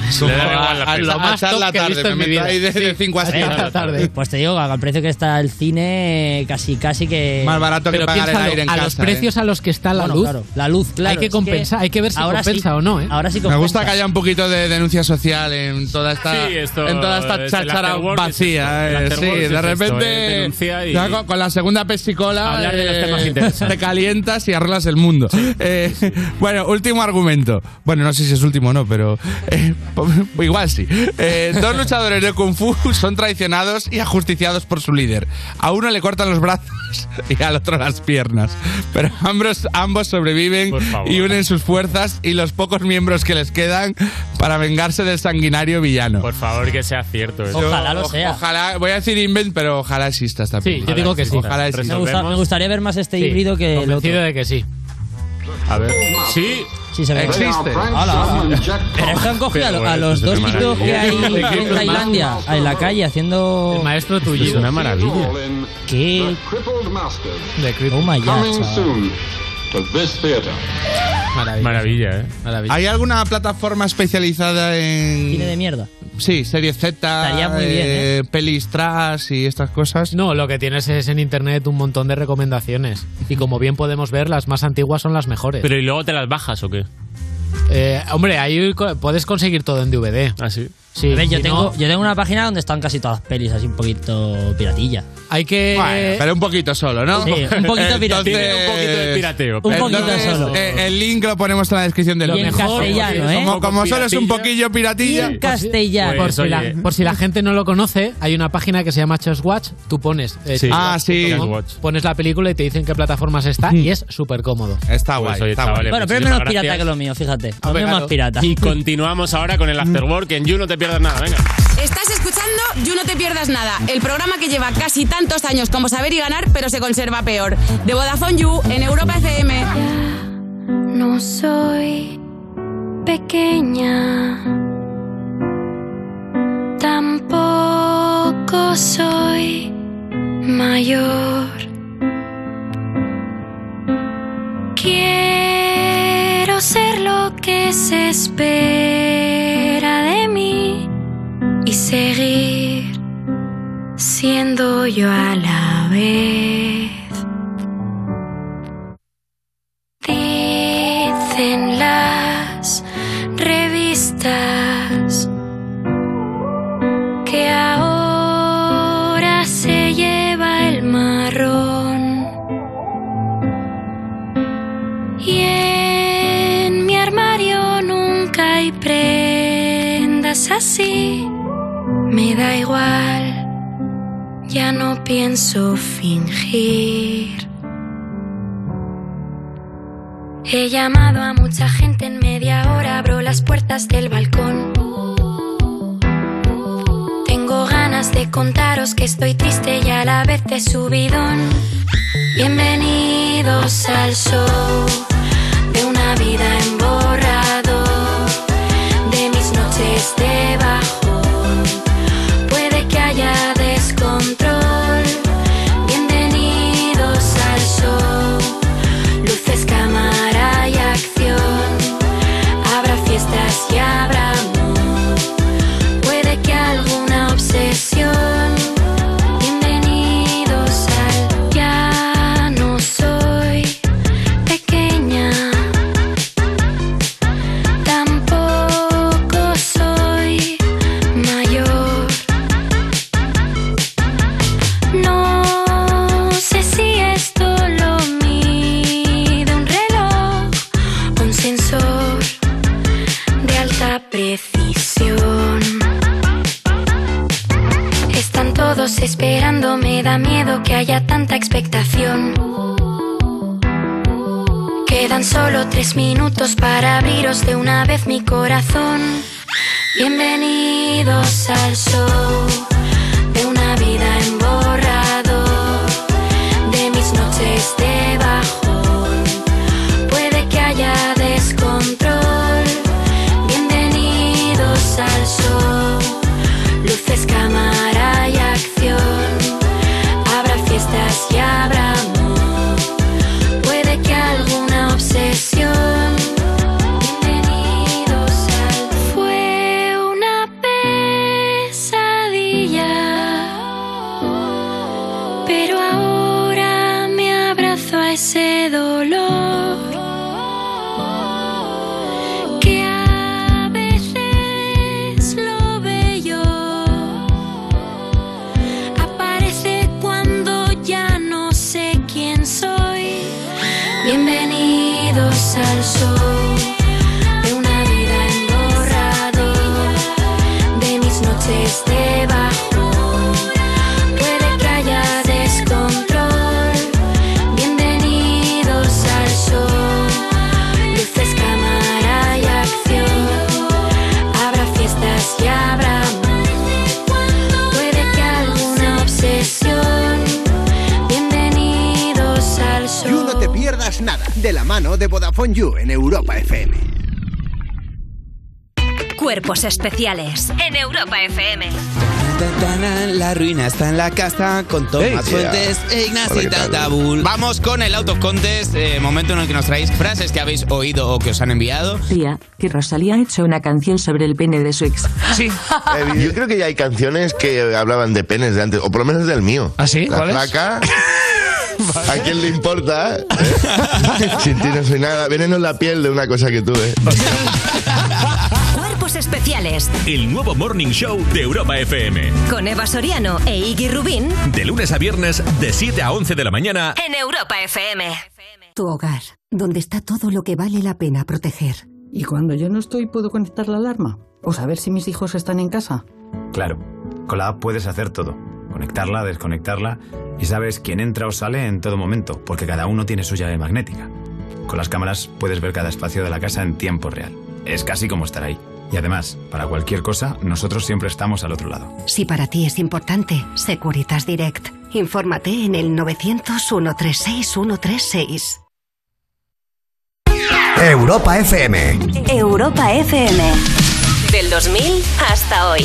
Es Le como daba igual la a- a peli. lo más Pasar top la Ah, que he tarde, visto en me mi meto vida. ahí de- de cinco a Sí, seis. pasar la tarde. Pues te digo, al precio que está el cine, casi, casi que. Más barato que Pero pagar el piénsalo, aire en a casa. ¿eh? los precios a los que está Bueno, claro, la luz, claro, Hay que es compensar, hay que ver si ahora compensa sí, o no, ¿eh? Ahora sí Me compensa. gusta que haya un poquito de denuncia social en toda esta, Sí, esto en toda esta es el cháchara afterwork, vacía. es eh, esto, el sí, afterwork es de esto, eh, repente denuncia y- ya con, con la segunda pesicola eh, Hablar de los temas interesantes. te calientas y arreglas el mundo. Eh, bueno, último argumento. Bueno, no sé si es último o no, pero eh, igual sí. Eh, dos luchadores de Kung Fu son traicionados y ajusticiados por su líder. A uno le cortan los brazos y al otro las piernas. Pero ambos, ambos sobreviven y unen sus fuerzas y los pocos miembros que les quedan para vengarse del sanguinario villano. Por favor, que sea cierto eso. o- Ojalá, voy a decir invent, pero ojalá exista esta película. yo digo que sí. Ojalá exista. Me, gusta- me gustaría ver más este híbrido que el otro. de que sí. A ver. Sí. Sí, se ve. Existe. Hola. Pero esto han cogido a, lo- a los dos tíos que hay en Tailandia, en la calle, haciendo... El maestro tuyo. es una maravilla. ¿Qué? Crippled Masters. Oh my god, Coming chaval. soon to this theater. Maravilla. Maravilla, ¿eh? ¿Hay alguna plataforma especializada en. Cine de mierda? Sí, serie Z, Estaría muy bien, eh, pelis trash y estas cosas. No, lo que tienes es en internet un montón de recomendaciones. Y como bien podemos ver, las más antiguas son las mejores. Pero ¿y luego te las bajas o qué? Eh, hombre, ahí co- puedes conseguir todo en DVD. Ah, sí. Sí, A ver, yo si tengo, no- yo tengo una página donde están casi todas las pelis, así un poquito piratilla. Hay que... Bueno, Pero un poquito solo, ¿no? Sí, un poquito pirateo. Entonces- Un poquito de pirateo. Un poquito Entonces, solo. eh, el link lo ponemos en la descripción del Y en vídeo. castellano, ¿eh? Como, como solo es un poquillo Y piratilla. en castellano. Pues, por, si la, por si la gente no lo conoce, hay una página que se llama Just Watch. Tú pones. eh, Sí. Just Ah, Watch, sí. punto com, Just Watch. Pones la película y te dicen qué plataformas está y es súper cómodo. Está guay, Pues, oye, está guay. chavales, Bueno, pero es menos muchísimas pirata gracias. que lo mío, fíjate. Lo mío es más Claro. pirata. Y continuamos ahora con el afterwork en You, no te pierdas nada, venga. Estás escuchando You No Te Pierdas Nada, el programa que lleva casi tantos años como Saber y Ganar, pero se conserva peor. De Vodafone You en Europa FM. No soy pequeña, tampoco soy mayor. Quiero ser lo que se espera de mí y seguir siendo yo a la vez. Dicen las revistas que ahora se lleva el marrón y en mi es así, me da igual, ya no pienso fingir. He llamado a mucha gente en media hora, abro las puertas del balcón. Tengo ganas de contaros que estoy triste y a la vez de subidón. Bienvenidos al show de una vida en borrador, de mis noches de bajón. Puede que haya descontrol. Bienvenidos al show, luces, cámara y acción. Habrá fiestas y habrá amor. Puede que alguna obsesión. Bienvenidos al ya no soy pequeña. Tampoco soy mayor. No sé si esto lo mide un reloj o un sensor de alta precisión. Están todos esperando, me da miedo que haya tanta expectación. Quedan solo tres minutos para abriros de una vez mi corazón. Bienvenidos al show de una vida en borrador, de mis noches de bajón. Puede que haya descontrol. Bienvenidos al show. Luces, cámara y acción. Habrá fiestas y habrá amor. Puede que alguna obsesión. Bienvenidos al. Fue una pesadilla. Pero ahora me abrazo a ese dolor. Que a veces lo bello aparece cuando ya no sé quién soy. Bienvenidos al show de una vida en borrador, de mis noches de bajón. Puede que haya descontrol. Bienvenidos al show, luces, cámara y acción. Habrá fiestas y habrá amor. Puede que alguna obsesión. Bienvenidos al show. You no te pierdas nada de la mano de Vodafone You en Europa FM. Cuerpos especiales en Europa FM. La ruina está en la casa con Tomás Hey, yeah. Fuentes e Hola, Ignacio ¿qué tal? Tatabul. Vamos con el Out of Contest, eh, momento en el que nos traéis frases que habéis oído o que os han enviado. Tía, que Rosalía ha hecho una canción sobre el pene de su ex. Sí. Eh, yo creo que ya hay canciones que hablaban de penes de antes, o por lo menos del mío. ¿Ah, sí? La ¿Cuáles? placa. ¿A quién le importa? eh? Sin ti no soy nada. Veneno en la piel de una cosa que ¿eh? tuve. Cuerpos especiales El nuevo Morning Show de Europa FM. con Eva Soriano e Iggy Rubín De lunes a viernes, de 7 a 11 de la mañana. en Europa FM. Tu hogar, donde está todo lo que vale la pena proteger. ¿Y cuando yo no estoy puedo conectar la alarma? ¿O saber si mis hijos están en casa? Claro, con la app puedes hacer todo. Conectarla, desconectarla y sabes quién entra o sale en todo momento, porque cada uno tiene su llave magnética. Con las cámaras puedes ver cada espacio de la casa en tiempo real. Es casi como estar ahí. Y además, para cualquier cosa, nosotros siempre estamos al otro lado. Si para ti es importante, Securitas Direct. Infórmate en el 900-136-136. Europa FM. Europa FM. Del 2000 hasta hoy.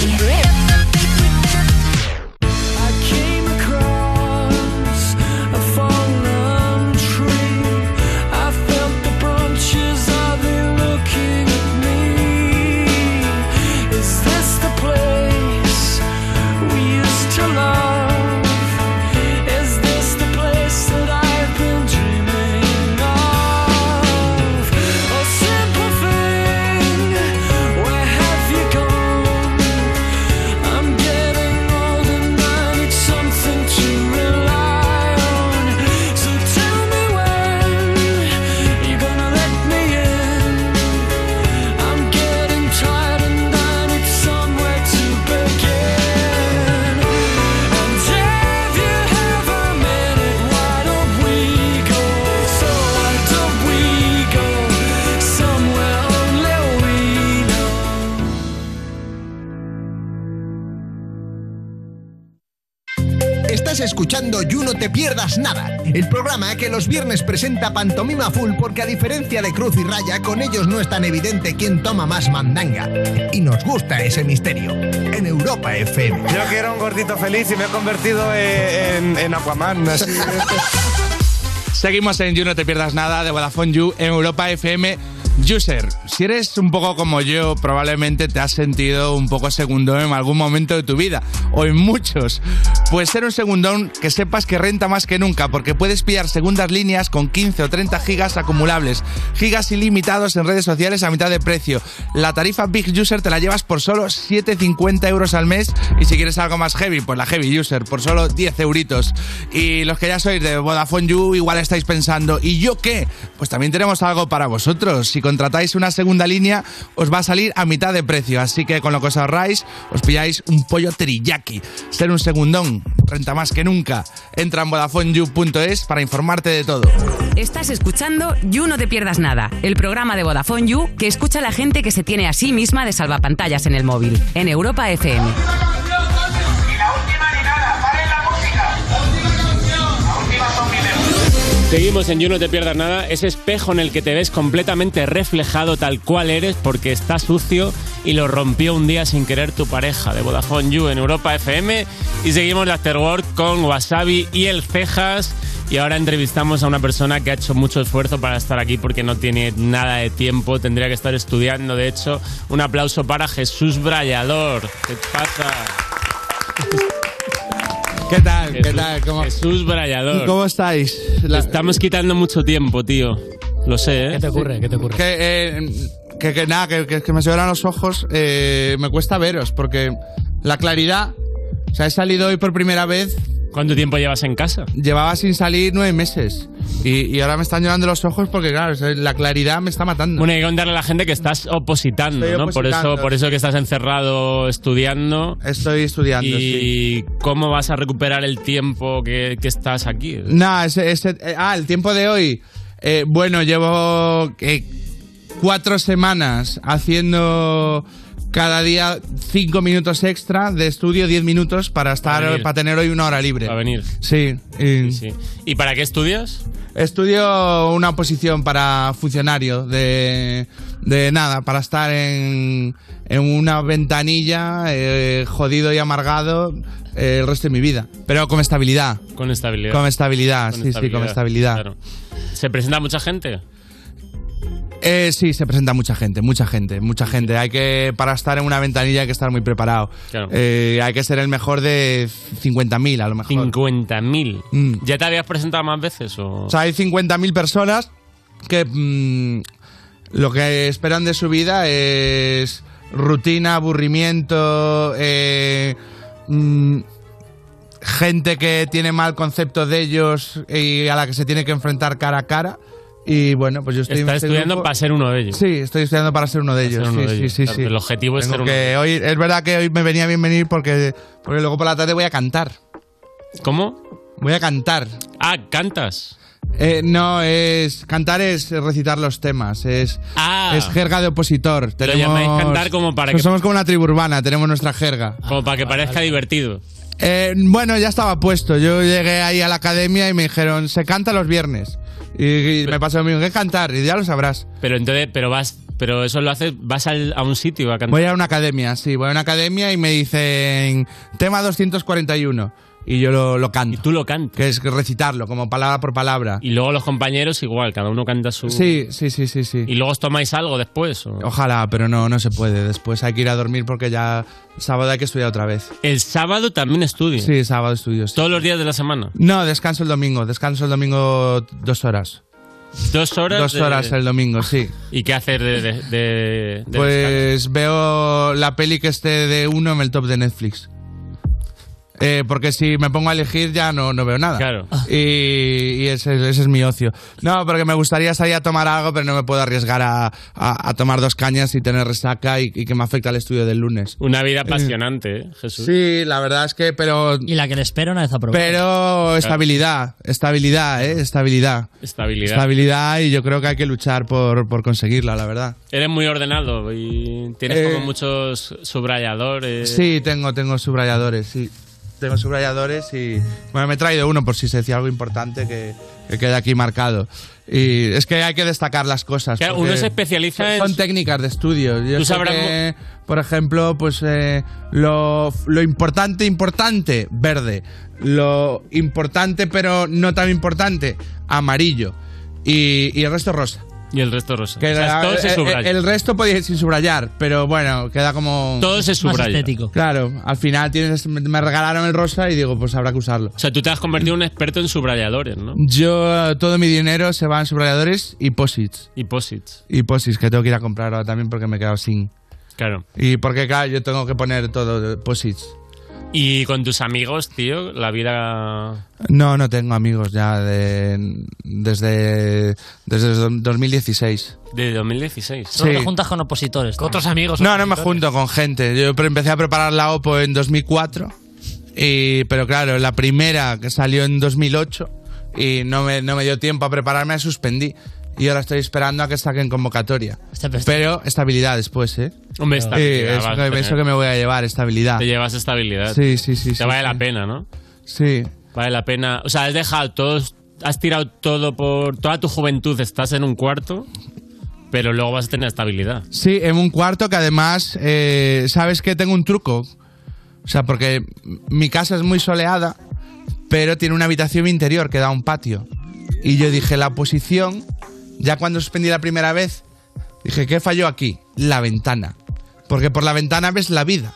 Where have you gone? I'm Estás escuchando You No Te Pierdas Nada, el programa que los viernes presenta Pantomima Full porque a diferencia de Cruz y Raya, con ellos no es tan evidente quién toma más mandanga. Y nos gusta ese misterio. En Europa FM. Yo que era un gordito feliz y me he convertido en, en- en Aquaman. así. Seguimos en You No Te Pierdas Nada de Vodafone You en Europa FM. User, si eres un poco como yo, probablemente te has sentido un poco segundón en algún momento de tu vida, o en muchos. Pues ser un segundón que sepas que renta más que nunca, porque puedes pillar segundas líneas con 15 o 30 gigas acumulables, gigas ilimitados en redes sociales a mitad de precio. La tarifa Big User te la llevas por solo 7,50 euros al mes, y si quieres algo más heavy, pues la Heavy User, por solo 10 euritos. Y los que ya sois de Vodafone You, igual estáis pensando, ¿y yo qué? Pues también tenemos algo para vosotros. Si contratáis una segunda línea, os va a salir a mitad de precio. Así que con lo que os ahorráis, os pilláis un pollo teriyaki. Ser un segundón, renta más que nunca. Entra en VodafoneYou.es para informarte de todo. Estás escuchando You No Te Pierdas Nada, el programa de Vodafone You que escucha a la gente que se tiene a sí misma de salvapantallas en el móvil, en Europa FM. Seguimos en You No Te Pierdas Nada, ese espejo en el que te ves completamente reflejado tal cual eres porque está sucio y lo rompió un día sin querer tu pareja de Vodafone You en Europa FM. Y seguimos de Afterwork con Wasabi y el Cejas. Y ahora entrevistamos a una persona que ha hecho mucho esfuerzo para estar aquí porque no tiene nada de tiempo, tendría que estar estudiando. De hecho, un aplauso para Jesús Brallador. ¿Qué pasa? ¿Qué tal? ¿Qué tal? Jesús Brallador. ¿Cómo estáis? Te Estamos quitando mucho tiempo, tío. Lo sé, ¿eh? ¿Qué te ocurre? ¿Qué te ocurre? Que, eh, que, que nada, que, que- que me lloran los ojos. eh, me cuesta veros porque la claridad. O sea, he salido hoy por primera vez. ¿Cuánto tiempo llevas en casa? Llevaba sin salir nueve meses. Y, y ahora me están llorando los ojos porque, claro, o sea, la claridad me está matando. Bueno, hay que contarle a la gente que estás opositando, Estoy ¿no? Por eso, opositando. por eso que estás encerrado estudiando. Estoy estudiando. ¿Y cómo vas a recuperar el tiempo que, que estás aquí? Nah, ese- ese- eh, ah, el tiempo de hoy. Eh, bueno, llevo eh, cuatro semanas haciendo cada día cinco minutos extra de estudio, diez minutos para estar, Para para, venir. tener hoy una hora libre. Para venir. Sí. y- ¿Y para qué estudias? Estudio una oposición para funcionario de, de nada, para estar en, en una ventanilla eh, jodido y amargado eh, el resto de mi vida. Pero con estabilidad. Con estabilidad. Con estabilidad, Con sí, sí, con estabilidad. claro. ¿Se presenta mucha gente? Eh, sí, se presenta mucha gente, mucha gente, mucha gente. Hay que, para estar en una ventanilla hay que estar muy preparado. Claro. Eh, hay que ser el mejor de 50.000 a lo mejor. 50.000. Mm. ¿Ya te habías presentado más veces? O... O sea, hay 50.000 personas que mm, lo que esperan de su vida es rutina, aburrimiento, eh, mm, gente que tiene mal concepto de ellos y a la que se tiene que enfrentar cara a cara. Y bueno, pues yo estoy Estás estoy estudiando grupo- para ser uno de ellos. Sí, estoy estudiando para ser uno de Para ser ellos. uno sí, de sí, ellos. sí, Claro, sí. El objetivo es Tengo ser uno de que ellos. hoy, es verdad que hoy me venía bien venir porque, porque luego por la tarde voy a cantar. ¿Cómo? Voy a cantar. Ah, cantas. Eh, no, es cantar es recitar los temas, es, Ah. es jerga de opositor. pues llamáis cantar como para que- Somos como una tribu urbana, tenemos nuestra jerga. Como para que parezca divertido. Eh, bueno, ya estaba puesto. Yo llegué ahí a la academia y me dijeron, se canta los viernes. Y, y me pasó lo mismo, ¿qué cantar? Y ya lo sabrás. Pero entonces, pero vas, pero eso lo haces, vas al- a un sitio a cantar. Voy a una academia, sí, voy a una academia y me dicen, tema 241. Y yo lo, lo canto. Y tú lo cantas. Que es recitarlo, como palabra por palabra. Y luego los compañeros igual, cada uno canta su. Sí, sí, sí, sí, sí. Y luego os tomáis algo después. ¿o? Ojalá, pero no, no se puede. Después hay que ir a dormir porque ya sábado hay que estudiar otra vez. El sábado también estudio. Sí, sábado estudios. Todos los días de la semana. No, descanso el domingo. Descanso el domingo dos horas. Dos horas. Dos de- horas el domingo, sí. ¿Y qué hacer de, de- de- de- Pues veo la peli que esté de uno en el top de Netflix. Eh, porque si me pongo a elegir ya no, no veo nada. Claro. Y, y ese, ese es mi ocio. No, porque me gustaría salir a tomar algo, pero no me puedo arriesgar a, a- a tomar dos cañas y tener resaca y, y que me afecta el estudio del lunes. Una vida Eh, apasionante, ¿eh, Jesús. Sí, la verdad es que, pero. Y la que le espera una desaprobación. Pero estabilidad, estabilidad, ¿eh? Estabilidad. Estabilidad. Estabilidad y yo creo que hay que luchar por, por conseguirla, la verdad. Eres muy ordenado y tienes Eh, como muchos subrayadores. Sí, tengo, tengo subrayadores, sí. tenemos subrayadores y... Bueno, me he traído uno por si se decía algo importante que, que quede aquí marcado. Y es que hay que destacar las cosas. Claro, porque uno se especializa son- en- Son técnicas de estudio. Yo Tú sé sabrás que, por ejemplo, pues eh, lo, lo importante, importante, verde. Lo importante, pero no tan importante, amarillo. Y, y el resto rosa. Y el resto rosa. Que O sea, la- todo se eh, eh, subraya. el resto podía ir sin subrayar, pero bueno, queda como. Todo se Más subraya. estético. Claro, al final tienes, me- me regalaron el rosa y digo, pues habrá que usarlo. O sea, tú te has convertido en un experto en subrayadores, ¿no? Yo, eh, todo mi dinero se va en subrayadores y posits. Y posits. Y posits, que tengo que ir a comprar ahora también porque me he quedado sin. Claro. Y porque, claro, yo tengo que poner todo eh, posits. Y con tus amigos, tío, la vida... No, no tengo amigos ya de- desde, desde 2016. De 2016. Solo Sí. te juntas con opositores. Con otros amigos. No, no me junto con gente. Yo pre- empecé a preparar la OPO en 2004, y, pero claro, la primera que salió en 2008 y no me, no me dio tiempo a prepararme, la suspendí. Y ahora estoy esperando a que saquen convocatoria. Pero estabilidad después, ¿eh? Hombre, Eh, estabilidad eso vas a que- tener. eso que me voy a llevar, estabilidad. Te llevas estabilidad. Sí, sí, sí, Te sí, vale sí. la pena, ¿no? Sí. Vale la pena. O sea, has dejado todos... Has tirado todo por... Toda tu juventud estás en un cuarto, pero luego vas a tener estabilidad. Sí, en un cuarto que además, eh, ¿sabes que Tengo un truco. O sea, porque mi casa es muy soleada, pero tiene una habitación interior que da a un patio. Y yo dije, la posición, ya cuando suspendí la primera vez, dije, ¿qué falló aquí? La ventana. Porque por la ventana ves la vida.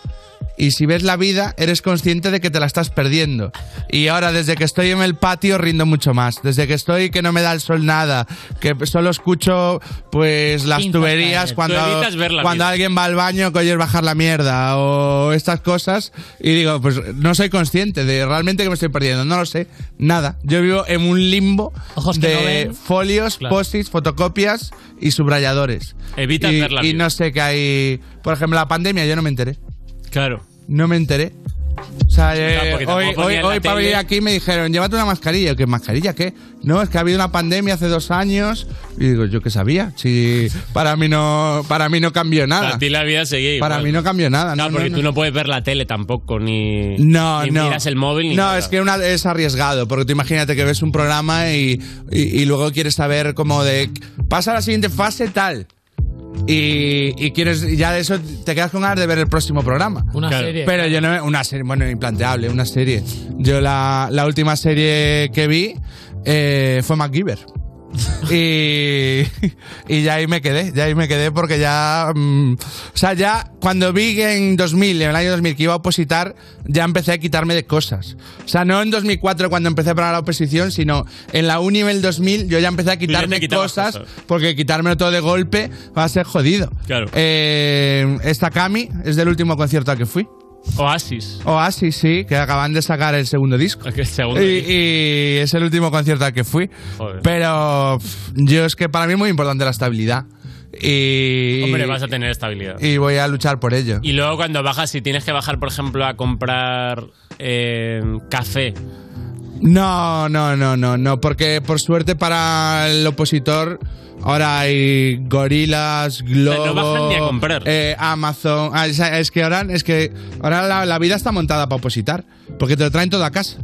Y si ves la vida, eres consciente de que te la estás perdiendo. Y ahora, desde que estoy en el patio, rindo mucho más. Desde que estoy, que no me da el sol nada, que solo escucho, pues, las Pinzas tuberías caer. cuando, Tú evitas ver la cuando vida. alguien va al baño, que oyes bajar la mierda, o estas cosas. Y digo, pues, no soy consciente de realmente que me estoy perdiendo. No lo sé, nada. Yo vivo en un limbo que no de ven. folios, Claro. posits, fotocopias y subrayadores. Evitas y, ver la y vida. no sé qué hay. Por ejemplo, la pandemia, yo no me enteré. Claro. No me enteré. O sea, eh, porque tampoco hoy, ponía hoy- en la hoy para tele. venir aquí me dijeron, llévate una mascarilla. ¿Qué mascarilla? ¿Qué? No, es que ha habido una pandemia hace dos años. Y digo, ¿yo qué sabía? Si para mí no, para mí no cambió Para nada. ti la vida sigue igual. Para mí no cambió nada. Claro, no, porque no, tú no. no puedes ver la tele tampoco, ni, No, ni no. miras el móvil, ni No, nada. es que una, es arriesgado, porque tú imagínate que ves un programa y, y- y luego quieres saber como de. Pasa a la siguiente fase tal. Y, y quieres y ya de eso te quedas con ganas de ver el próximo programa. Una Claro. serie. Pero yo no una serie, bueno, implanteable, una serie. Yo la, la última serie que vi eh, fue MacGyver. y, y ya ahí me quedé, ya ahí me quedé porque ya. mm, o sea, ya cuando vi que en 2000, en el año 2000, que iba a opositar, ya empecé a quitarme de cosas. O sea, no en 2004 cuando empecé para la oposición, sino en la uni en el 2000 yo ya empecé a quitarme quitabas cosas, cosas. porque quitármelo todo de golpe va a ser jodido. Claro. Eh, esta Cami es del último concierto al que fui. Oasis. Oasis, sí, que acaban de sacar el segundo disco. El segundo y, disco. y es el último concierto al que fui. Joder. Pero pff, yo es que para mí es muy importante la estabilidad. Y, Hombre, vas a tener estabilidad. y voy a luchar por ello. Y luego cuando bajas, si tienes que bajar, por ejemplo, a comprar eh, café. No, no, no, no, no, porque por suerte para el opositor ahora hay gorilas, globo, no bajan ni a comprar. eh, Amazon, Ah, es, es que ahora es que ahora la, la vida está montada para opositar, porque te lo traen todo a casa.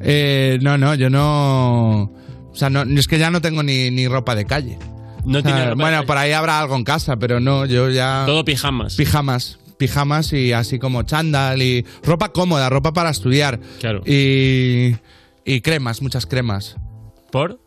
Eh, no, no, yo no, o sea, no, es que ya no tengo ni, ni ropa de calle. No O sea, tiene ropa de bueno, calle. por ahí habrá algo en casa, pero no, yo ya Todo pijamas. pijamas, pijamas y así como chándal y ropa cómoda, ropa para estudiar. Claro. Y, y cremas, muchas cremas. ¿Por?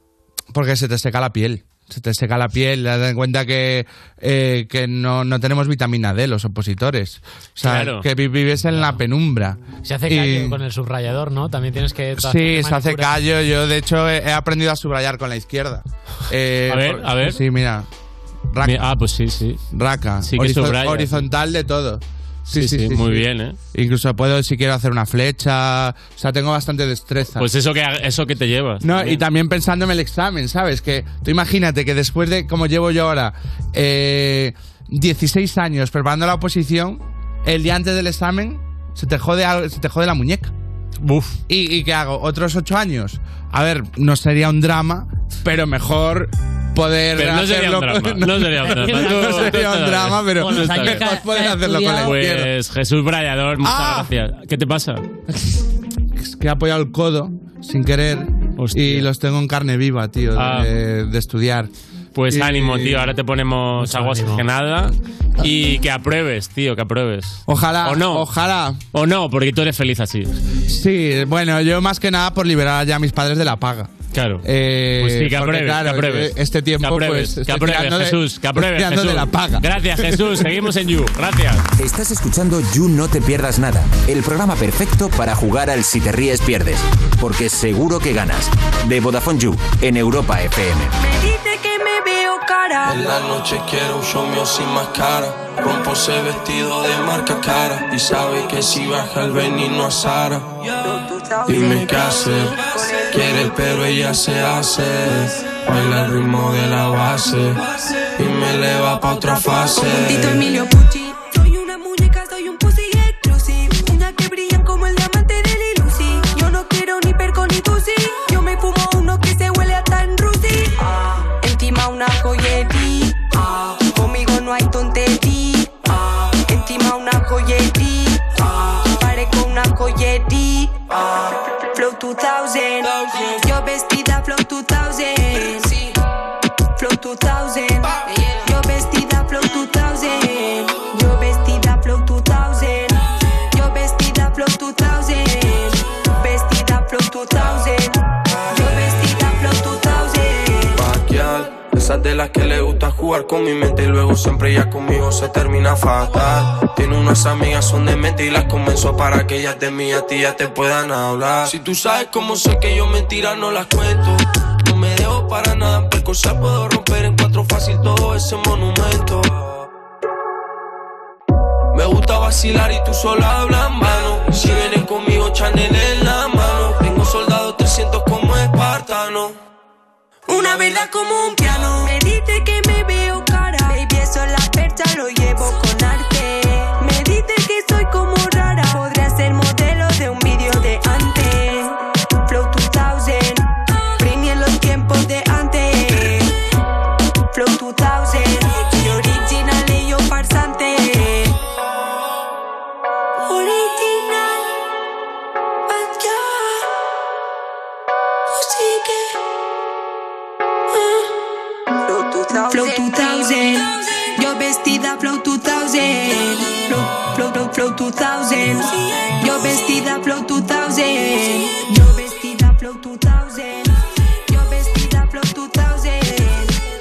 Porque se te seca la piel. Se te seca la piel, ten en cuenta que, eh, que no, no tenemos vitamina D los opositores. O sea, Claro. que vi- vives en la penumbra. Se hace Y- callo con el subrayador, ¿no? También tienes que. Sí, se hace callo. Yo, de hecho, he he aprendido a subrayar con la izquierda. Eh, A ver, por- a ver. Sí, mira. Raca. Mira, Ah, pues sí, sí. Raca. Sí que Horizo- subraya. Horizontal de todo. Sí, sí, muy bien, ¿eh? Incluso puedo, si quiero, hacer una flecha. O sea, tengo bastante destreza. Pues eso que, eso que te llevas. No, y también pensando en el examen, ¿sabes? Que tú imagínate que después de, como llevo yo ahora, eh, 16 años preparando la oposición, el día antes del examen se te jode, algo- se te jode la muñeca. ¿Y, y qué hago? ¿Otros 8 años? A ver, no sería un drama, pero mejor poder Pero no sería hacerlo. un drama, no sería un drama. No, Tú- tú sería Pues estás un drama, bien. pero Con los años que mejor ha- poder que ha hacerlo con la izquierda. Pues Jesús Brayador, muchas ¡Ah! gracias. ¿Qué te pasa? que he apoyado el codo sin querer y los tengo en carne viva, tío, de- Ah. de, de estudiar. Pues Y- ánimo, tío. Ahora te ponemos agua oxigenada y que apruebes, tío, que apruebes. Ojalá, O no. ojalá. O no, porque tú eres feliz así. Sí, bueno, yo más que nada por liberar ya a mis padres de la paga. Claro. Eh, Pues sí, que porque, apruebes, claro, que apruebes. Este tiempo, que apruebes, pues, que estoy apruebes, tirando de- Jesús, que estoy apruebes, tirando Jesús. de la paga. Gracias, Jesús. Seguimos en You. Gracias. Estás escuchando You No Te Pierdas Nada, el programa perfecto para jugar al Si Te Ríes Pierdes, porque seguro que ganas. De Vodafone You, en Europa FM. Me dice que me veo cara. En la noche quiero un show mío sin máscara. Rompo ese vestido de marca cara. Y sabe que si baja el veneno a Sara. Dime qué hacer. Quiere pero ella se hace. Baila el ritmo de la base. Y me eleva pa' otra fase. Tito Emilio Pucci. Soy una muñeca, soy un pussy exclusive. Una que brillan como el diamante de Lil Uzi. Yo no quiero ni perco ni tusi. Yo me fumo uno que se huele a tan rusi. Ah, encima una joyería. Ah, conmigo no hay tontería. Ah, encima una joyería. Ah, parezco una joyería. Ah, flow 2000. Yo vestida flow 2000. Flow 2000. Yo vestida Flow 2000. Yo vestida Flow 2000. Yo vestida Flow 2000. Vestida Flow 2000. Yo vestida Flow 2000. Paquial. Esas de las que le gusta jugar con mi mente y luego siempre ya conmigo se termina fatal. Tiene unas amigas, son de mente y las convenzo para que ellas de mí a ti ya te puedan hablar. Si tú sabes cómo sé que yo mentiras no las cuento. No me dejo para nada, en percusión puedo romper en cuatro fácil todo ese monumento. Me gusta vacilar y tú sola hablas mano. Si vienes conmigo, Chanel en la mano. Tengo soldados 300 como espartano. Una verdad como un piano. Me dice que me veo cara. Baby, eso en la percha lo llevo con arte. Me dice que soy como rara. Podría ser modelo de un vídeo de antes. Flow 2000. Premia los tiempos de antes. Flow 2000. Y original y yo farsante. Original. Basta. Música. Flow 2000, yo vestida Flow 2000, Flow, Flow, Flow, Flow 2000, yo vestida Flow 2000, yo vestida Flow 2000, yo vestida Flow 2000,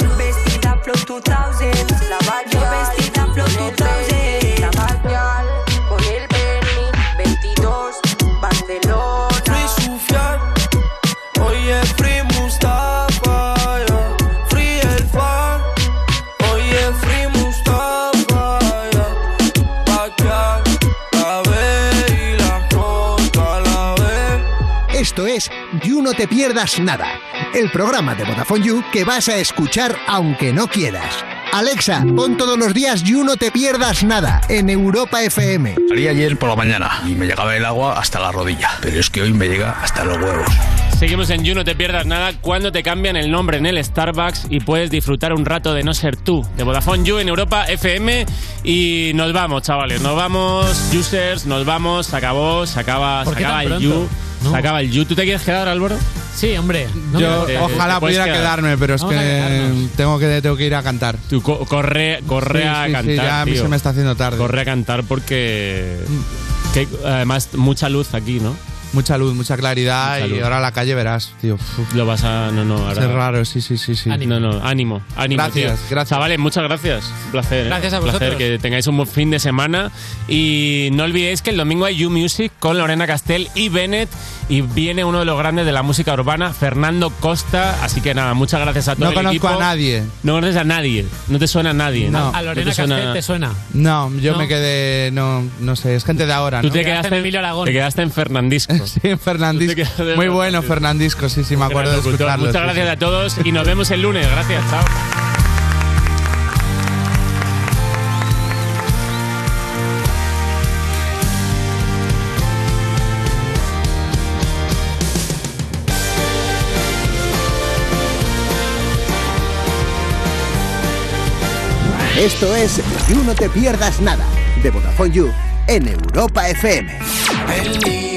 yo vestida Flow 2000, la yo vestida Flow 2000, la con el Berlin 22, Barcelona. Free Sufjan, oye Free Mustafa, yeah. Free el fan, oye Free Mustafa, yeah. Bacán, la B y la J, la B. Esto es You No Te Pierdas Nada, el programa de Vodafone You que vas a escuchar aunque no quieras. Alexa, pon todos los días You No Te Pierdas Nada en Europa FM. Salí ayer por la mañana y me llegaba el agua hasta la rodilla, pero es que hoy me llega hasta los huevos. Seguimos en You, no te pierdas nada. Cuando te cambian el nombre en el Starbucks y puedes disfrutar un rato de no ser tú. De Vodafone You en Europa FM. Y nos vamos, chavales. Nos vamos, users. Nos vamos. Se acabó. Se acaba, ¿Por se qué acaba tan el pronto? You. Se acaba el You. ¿Tú te quieres quedar, Álvaro? Sí, hombre. No Yo me- te- ojalá te puedes pudiera quedar. quedarme, pero es Vamos a que tengo que, tengo que ir a cantar. Tú co- corre, corre Sí, a sí, sí, cantar. ya a mí tío. se me está haciendo tarde. Corre a cantar porque. que, además, mucha luz aquí, ¿no? Mucha luz, mucha claridad Mucha y luz. ahora a la calle verás, tío. Lo vas a... No, no, ahora... Es raro, sí, sí, sí. sí. No, no, ánimo, ánimo. Gracias, gracias. Chavales, muchas gracias. Un placer. ¿eh? Gracias a Un placer vosotros. que tengáis un buen fin de semana. Y no olvidéis que el domingo hay You Music con Lorena Castell y Bennett. Y viene uno de los grandes de la música urbana, Fernando Costa. Así que nada, muchas gracias a todo No el conozco equipo. a nadie. No conoces a nadie. No te suena a nadie. No. ¿no? A Lorena No suena- Castell te suena? No, yo No. me quedé, no, no sé, es gente de ahora. Tú ¿no? te quedaste en Te quedaste en Fernandisco. Sí, Fernandisco. Muy bueno, Fernandisco, sí, sí, me acuerdo de Gran locutor. escucharlo. Muchas sí, gracias sí. a todos y nos vemos el lunes. Gracias, chao. Esto es You No Te Pierdas Nada de Vodafone You en Europa FM.